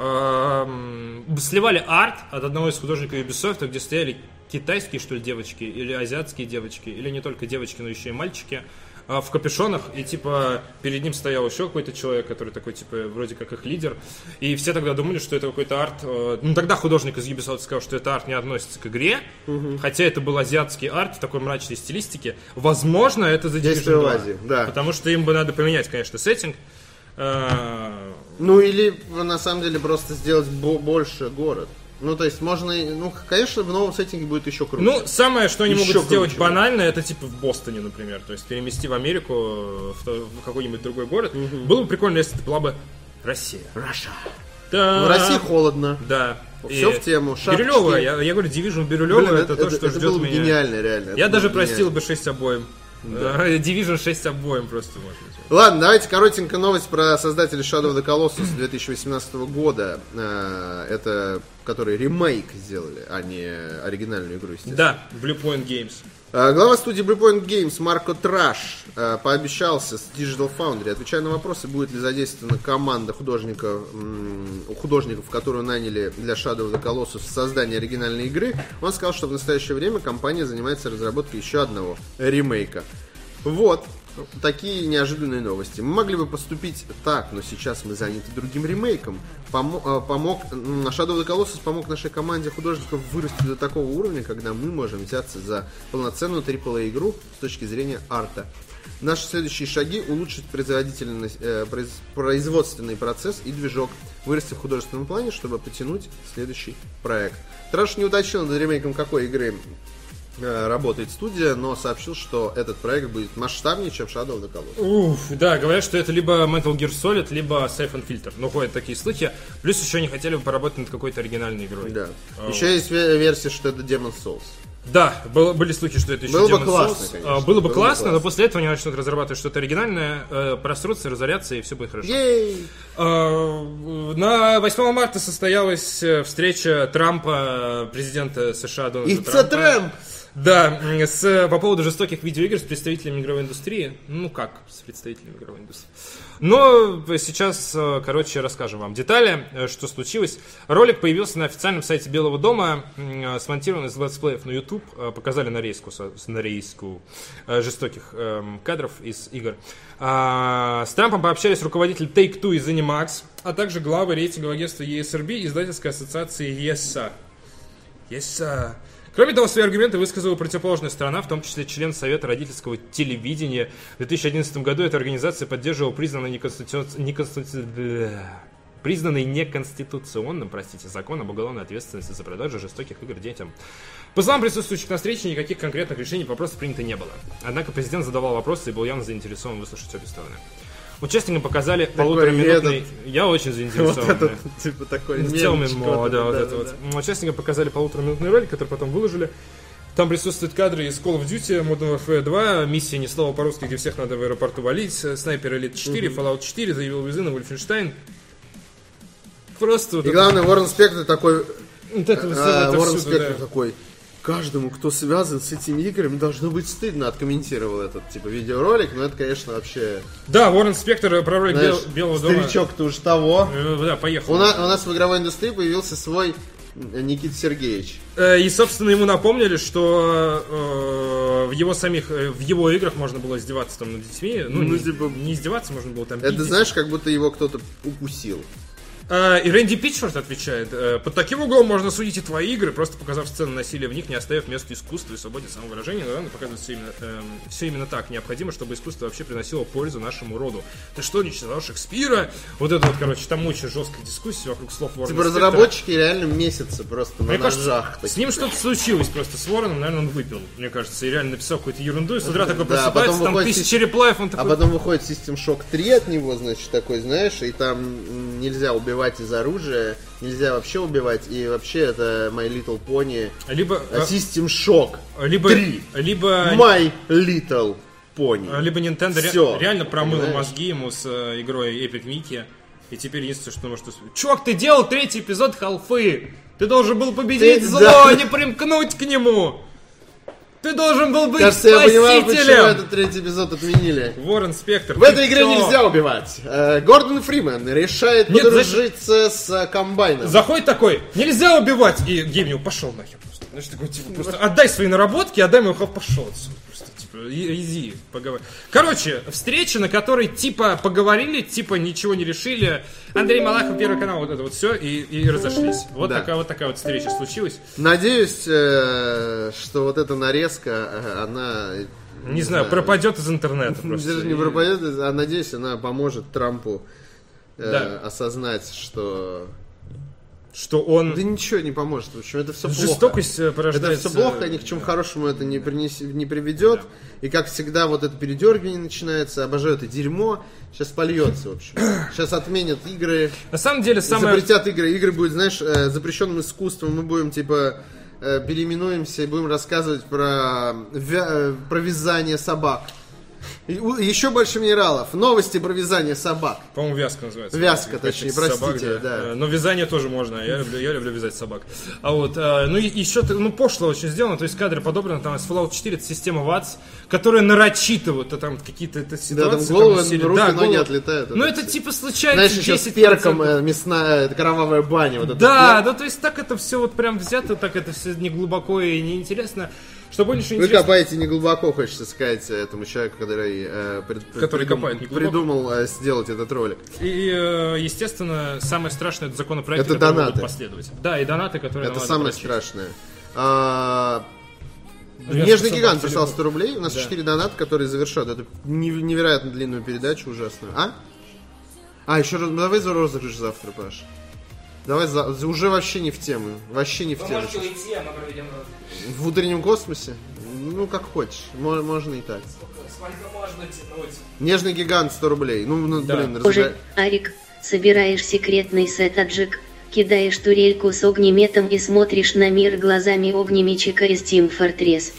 эм, сливали арт от одного из художников Ubisoft, где стояли китайские, что ли, девочки, или азиатские девочки, или не только девочки, но еще и мальчики, э, в капюшонах, и типа перед ним стоял еще какой-то человек, который такой, типа, вроде как их лидер, и все тогда думали, что это какой-то арт, э, ну тогда художник из Ubisoft сказал, что это арт не относится к игре, хотя это был азиатский арт в такой мрачной стилистике, возможно, это за
Действие
Division
в
2.
Азии, да.
Потому что им бы надо поменять, конечно, сеттинг. Э,
Ну или на самом деле просто сделать бо- больше город. Ну то есть можно, и- ну конечно в новом сеттинге будет еще круче.
Ну, самое, что они
Еще
могут сделать
круче.
банально, это типа в Бостоне, например. То есть перемести в Америку, э, в, то- в какой-нибудь другой город. Было бы прикольно, если это была бы Россия.
Раша.
Да.
В России холодно.
Да.
Всё в тему. Шапочки.
Бирюлёва, я, я говорю, Division Бирюлёва,
Блин,
это, то, что
это
ждет
было
меня.
гениально, реально.
Я
Это
даже
было
простил
гениально.
бы 6 обоим. Э, Division 6 обоим просто, может быть.
Ладно, давайте коротенько новость про создателей Shadow of the Colossus 2018 года. Э, Это который ремейк сделали, а не оригинальную игру, естественно.
Да, Blue Point Games.
А, Глава студии Bluepoint Games Марко Траш а, пообещался с Digital Foundry, отвечая на вопросы, будет ли задействована команда художников, м, художников, которую наняли для Shadow of the Colossus в создании оригинальной игры, он сказал, что в настоящее время компания занимается разработкой еще одного ремейка. Вот, такие неожиданные новости. Мы могли бы поступить так, но сейчас мы заняты другим ремейком. Помо- э, помог, м, Shadow of the Colossus помог нашей команде художников вырасти до такого уровня, когда мы можем взяться за полноценную AAA игру с точки зрения арта. Наши следующие шаги – улучшить производительность, э, произ- производственный процесс и движок, вырасти в художественном плане, чтобы потянуть следующий проект. Траш не уточнил над ремейком какой игры э, работает студия, но сообщил, что этот проект будет масштабнее, чем Shadow of the Colossus.
Уф, да, говорят, что это либо Metal Gear Solid, либо Safe and Filter. Ну, ходят такие слухи. Плюс еще они хотели бы поработать над какой-то оригинальной игрой.
Да. Еще есть ве- версия, что это Demon's Souls.
Да, было- были слухи, что это еще
Было бы
Demon's
классно,
Souls.
конечно.
А, Было бы
Было бы
классно,
классно.
но после этого они начнут разрабатывать что-то оригинальное, э, просрутся, разорятся, и все будет хорошо.
Ей!
А, На 8 марта состоялась э, встреча Трампа, э, президента США Дональда
It's a
Трампа.
Trump!
Да, м, с, по поводу жестоких видеоигр с представителями игровой индустрии. Ну как, с представителями игровой индустрии. Но сейчас, э, короче, расскажем вам детали, э, что случилось. Ролик появился на официальном сайте Белого дома, м, э, смонтирован из летсплеев на YouTube. э, Показали нарезку, со- с- нарезку э, жестоких эм, кадров из игр. А, С Трампом пообщались руководитель Take-Two и ZeniMax, а также главы рейтингового агентства E ESRB и издательской ассоциации E ESA. Yes, sir. а, Кроме того, свои аргументы высказала противоположная сторона, в том числе член Совета родительского телевидения. В 2011 году эта организация поддерживала признанный неконституцион- неконститу- бля. признанный неконституционным, простите, закон об уголовной ответственности за продажу жестоких игр детям. По словам присутствующих на встрече, никаких конкретных решений по вопросу принято не было. Однако президент задавал вопросы и был явно заинтересован выслушать обе стороны. Участникам показали полутораминутный... Я очень заинтересован. да.
типа, такой
Сделаем
мемчик,
ему,
вот
да,
этот,
вот
да,
это
да,
вот.
да.
М, Участникам показали полутораминутный ролик, который потом выложили. Там присутствуют кадры из Call of Duty, Modern Warfare 2, миссия «Ни слова по-русски», где всех надо в аэропорту валить, э, Sniper Elite 4, Fallout 4, The Evil Within, Wolfenstein. Просто вот
И
это-
главное, Ворон Спектр такой...
вот это
э,
вот
э,
всё
Ворон
отовсюду,
Спектр
да.
такой... Каждому, кто связан с этими играми, должно быть стыдно, откомментировал этот, типа, видеоролик, но это, конечно, вообще,
Да, Ворон Спектр про ролик
знаешь,
Бел- Белого дома.
старичок-то уж того.
Э, Да, поехал.
У нас, у нас в игровой индустрии появился свой э, Никита Сергеевич.
Э, И, собственно, ему напомнили, что э, в его самих, э, в его играх можно было издеваться там над детьми. Ну,
Ну,
не,
типа-
не издеваться, можно было там
Это,
пиздить.
знаешь, как будто его кто-то укусил. Типа,
Э, И Рэнди Питчфорд отвечает, э, под таким углом можно судить и твои игры, просто показав сцену насилия в них, не оставив места искусству и свободе самовыражения, но она показывает все именно, эм, все именно так. Необходимо, чтобы искусство вообще приносило пользу нашему роду. Ты что, не читал Шекспира? Вот это вот, короче, там очень жесткая дискуссия вокруг слов Уоррена
Типа
Спектра.
разработчики реально месяцы просто на
Мне
ножах.
кажется,
такие.
с ним что-то случилось просто с Вороном, наверное, он выпил, мне кажется, и реально написал какую-то ерунду, и с утра такой
Да,
просыпается,
потом
там
выходит-
тысяча реплаев, он
А
такой...
потом выходит System Shock 3 от него, значит, такой, знаешь, и там м, нельзя убивать из оружия, нельзя вообще убивать, и вообще это My Little Pony.
Либо...
А System Shock.
э, Либо...
Три.
Либо...
My Little Pony.
А, Либо Nintendo ре-
Всё,
реально промыла
понимаешь?
мозги ему с э, игрой Epic Mickey. И теперь единственное, что может успеть. Чувак, ты делал третий эпизод Халфы! Ты должен был победить
Ты-
зло, а
да.
не примкнуть к нему! Ты должен был быть
Кажется, я понимаю, почему
спасителем!
этот третий эпизод отменили.
Ворон Спектр.
В
ты
этой игре
чё?
нельзя убивать. Э, Гордон Фримен решает
Нет,
подружиться с э, комбайном.
Заходит такой, нельзя убивать! И Геймниу пошел нахер просто. Знаешь, такой, типа, просто отдай свои наработки, отдай моего пошел отсюда. Просто, типа, и- иди, поговори. Короче, встреча, на которой, типа, поговорили, типа, ничего не решили. Андрей Малахов, Первый канал, вот это вот все, и, и разошлись. Вот
Да.
такая вот такая вот встреча случилась.
Надеюсь, э, что вот эта нарезка, э, она... э,
Не знаю, пропадет из интернета просто.
Даже не
И-
пропадет, а надеюсь, она поможет Трампу э,
Да.
осознать, что...
Что он...
Да ничего не поможет, в общем, это все плохо.
Жестокость э,
Это
порождается...
все плохо, ни к чему хорошему это не, принес- не приведет. И как всегда, вот это передергивание начинается, обожаю это дерьмо. Сейчас польется, в общем. Сейчас отменят игры.
На самом деле, самое...
Запретят игры. Игры будет, знаешь, э, запрещенным искусством. Мы будем, типа, э, переименуемся и будем рассказывать про, вя- э, про вязание собак. И у- еще больше минералов. Новости про вязание собак.
По-моему, вязка называется.
Вязка,
Как
точнее,
из собак,
простите, да.
Э, Но вязание тоже можно. Я люблю, я люблю вязать собак. А вот, э, ну и еще, ты- ну пошло очень сделано, то есть кадры подобраны, там из Fallout 4 это система ВАЦ, которая нарочито вот э, там какие-то это ситуации. там
головы,
усили-
руки, ноги
головы.
отлетают.
Ну
Это
это
всё.
типа случается
Знаешь, еще с
10%.
перком э, мясная э, кровавая баня. Вот эта
Да, ну то есть так это все вот прям взято, так это все не глубоко и неинтересно. Что больше
Вы
интересно...
копаете неглубоко, хочется сказать э, этому человеку, который, э, пред-
Который
придум-
копает неглубоко.
придумал э, сделать этот ролик.
И, э, естественно, самое страшное это законопроект,
Это
который
донаты.
будут последовать. Да, и донаты, которые
Это
нам надо
самое
прочесть.
страшное. А,
Я
Нежный
спасал
гигант
вам
прислал
телефон.
100 рублей. У нас 4 доната, которые завершат эту нев- невероятно длинную передачу, ужасную. А? А, еще раз, давай за розыгрыш завтра, Паш. Давай за... за- уже вообще не в тему. Вообще не в
Вы
тему.
можете уйти, а мы проведем
В утреннем космосе? Ну, как хочешь. Мо- можно и так.
розыгрыш. Сколько можно тянуть?
Нежный гигант 100 рублей. Ну, ну,
Да.
блин, разга-
Позже, Арик, собираешь секретный сет аджик, кидаешь турельку с огнеметом и смотришь на мир глазами огнемечика из Team Fortress.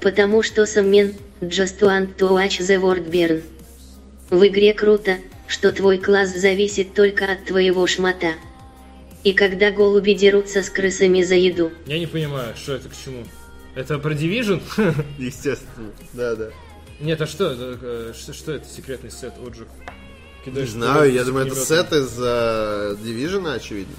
Потому что сам мен, just want to watch the world burn. В игре круто, что твой класс зависит только от твоего шмота. И когда голуби дерутся с крысами за еду,
Я не понимаю, что это к чему. Это про Division?
Естественно. Да, да.
Нет, а что, это, э, что, что это секретный сет отжиг?
Не знаю, я думаю, это сет из э, Division, очевидно.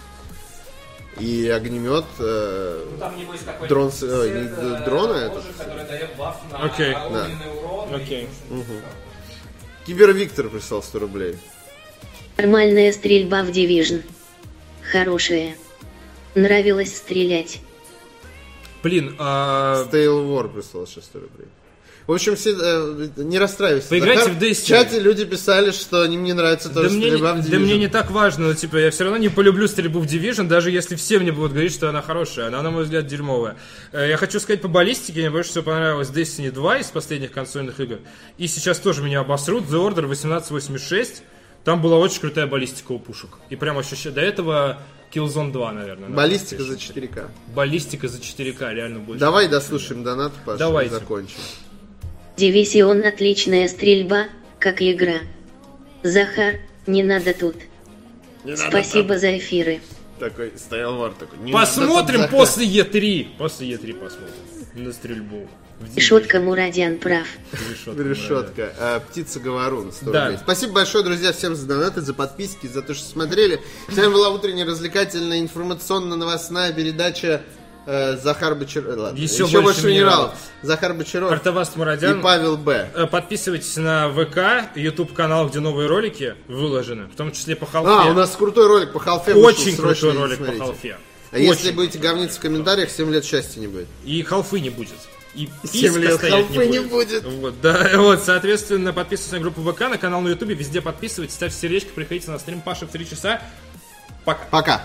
И огнемет. э,
Ну, там, небось, такой...
Дрон с- э,
сет,
не д-
э,
дрона это
оружие, Который дает баф на
Окей.
на
Да.
огненный урон. и
Окей.
всё, что такое.
Кибервиктор прислал 100 рублей.
нормальная стрельба в Division. Хорошая. Нравилось стрелять.
Блин, а...
Stale War прислал 600 рублей. В общем, все, э, не расстраивайся.
Поиграйте
Захар,
в Destiny.
В чате люди писали, что им не нравится
Да
тоже
мне, не-
стрельба в
да мне
Division.
не так важно, ну, типа, я все равно не полюблю стрельбу в Division, даже если все мне будут говорить, что она хорошая. Она, на мой взгляд, дерьмовая. Э, Я хочу сказать по баллистике, мне больше всего понравилась Destiny 2 из последних консольных игр. И сейчас тоже меня обосрут. The Order 1886. Там была очень крутая баллистика у пушек. И прям ощущение... До этого Killzone 2, наверное. на
Баллистика
PlayStation.
за 4К.
Баллистика за 4К, реально больше.
Давай дослушаем донат, Паша,
Давайте.
и закончим.
Дивизион отличная стрельба, как и игра. Захар, не надо тут. Спасибо за эфиры.
Такой Stale War такой. не
Посмотрим
надо тут
после Е3. После Е3 посмотрим. На стрельбу. В Division.
Шутка Мурадян прав.
Решетка.
за- Решетка. А, птица Говорун. 100
Да.
рублей. Спасибо большое, друзья, всем за донаты, за подписки, за то, что смотрели. С вами была утренняя развлекательная информационно-новостная передача э, Захар Бочаров. Ладно,
Еще больше минералов.
Захар Бочаров
Артаваст
и
Мурадян.
Павел Б.
Э, Подписывайтесь на ВК, YouTube канал, где новые ролики выложены, в том числе по халфе.
А, у нас крутой ролик по халфе. вышел,
очень крутой
срочно идите
ролик
смотрите.
по халфе.
А если
Очень.
будете говниться в комментариях, 7 лет счастья не будет.
И халфы не будет. И
Семь
писка
лет
стоять
халфы
не
не
будет.
будет.
Вот, да, вот, соответственно, подписывайтесь на группу ВК, на канал на Ютубе, везде подписывайтесь, ставьте сердечко, приходите на стрим Паша в 3 часа. Пока.
Пока.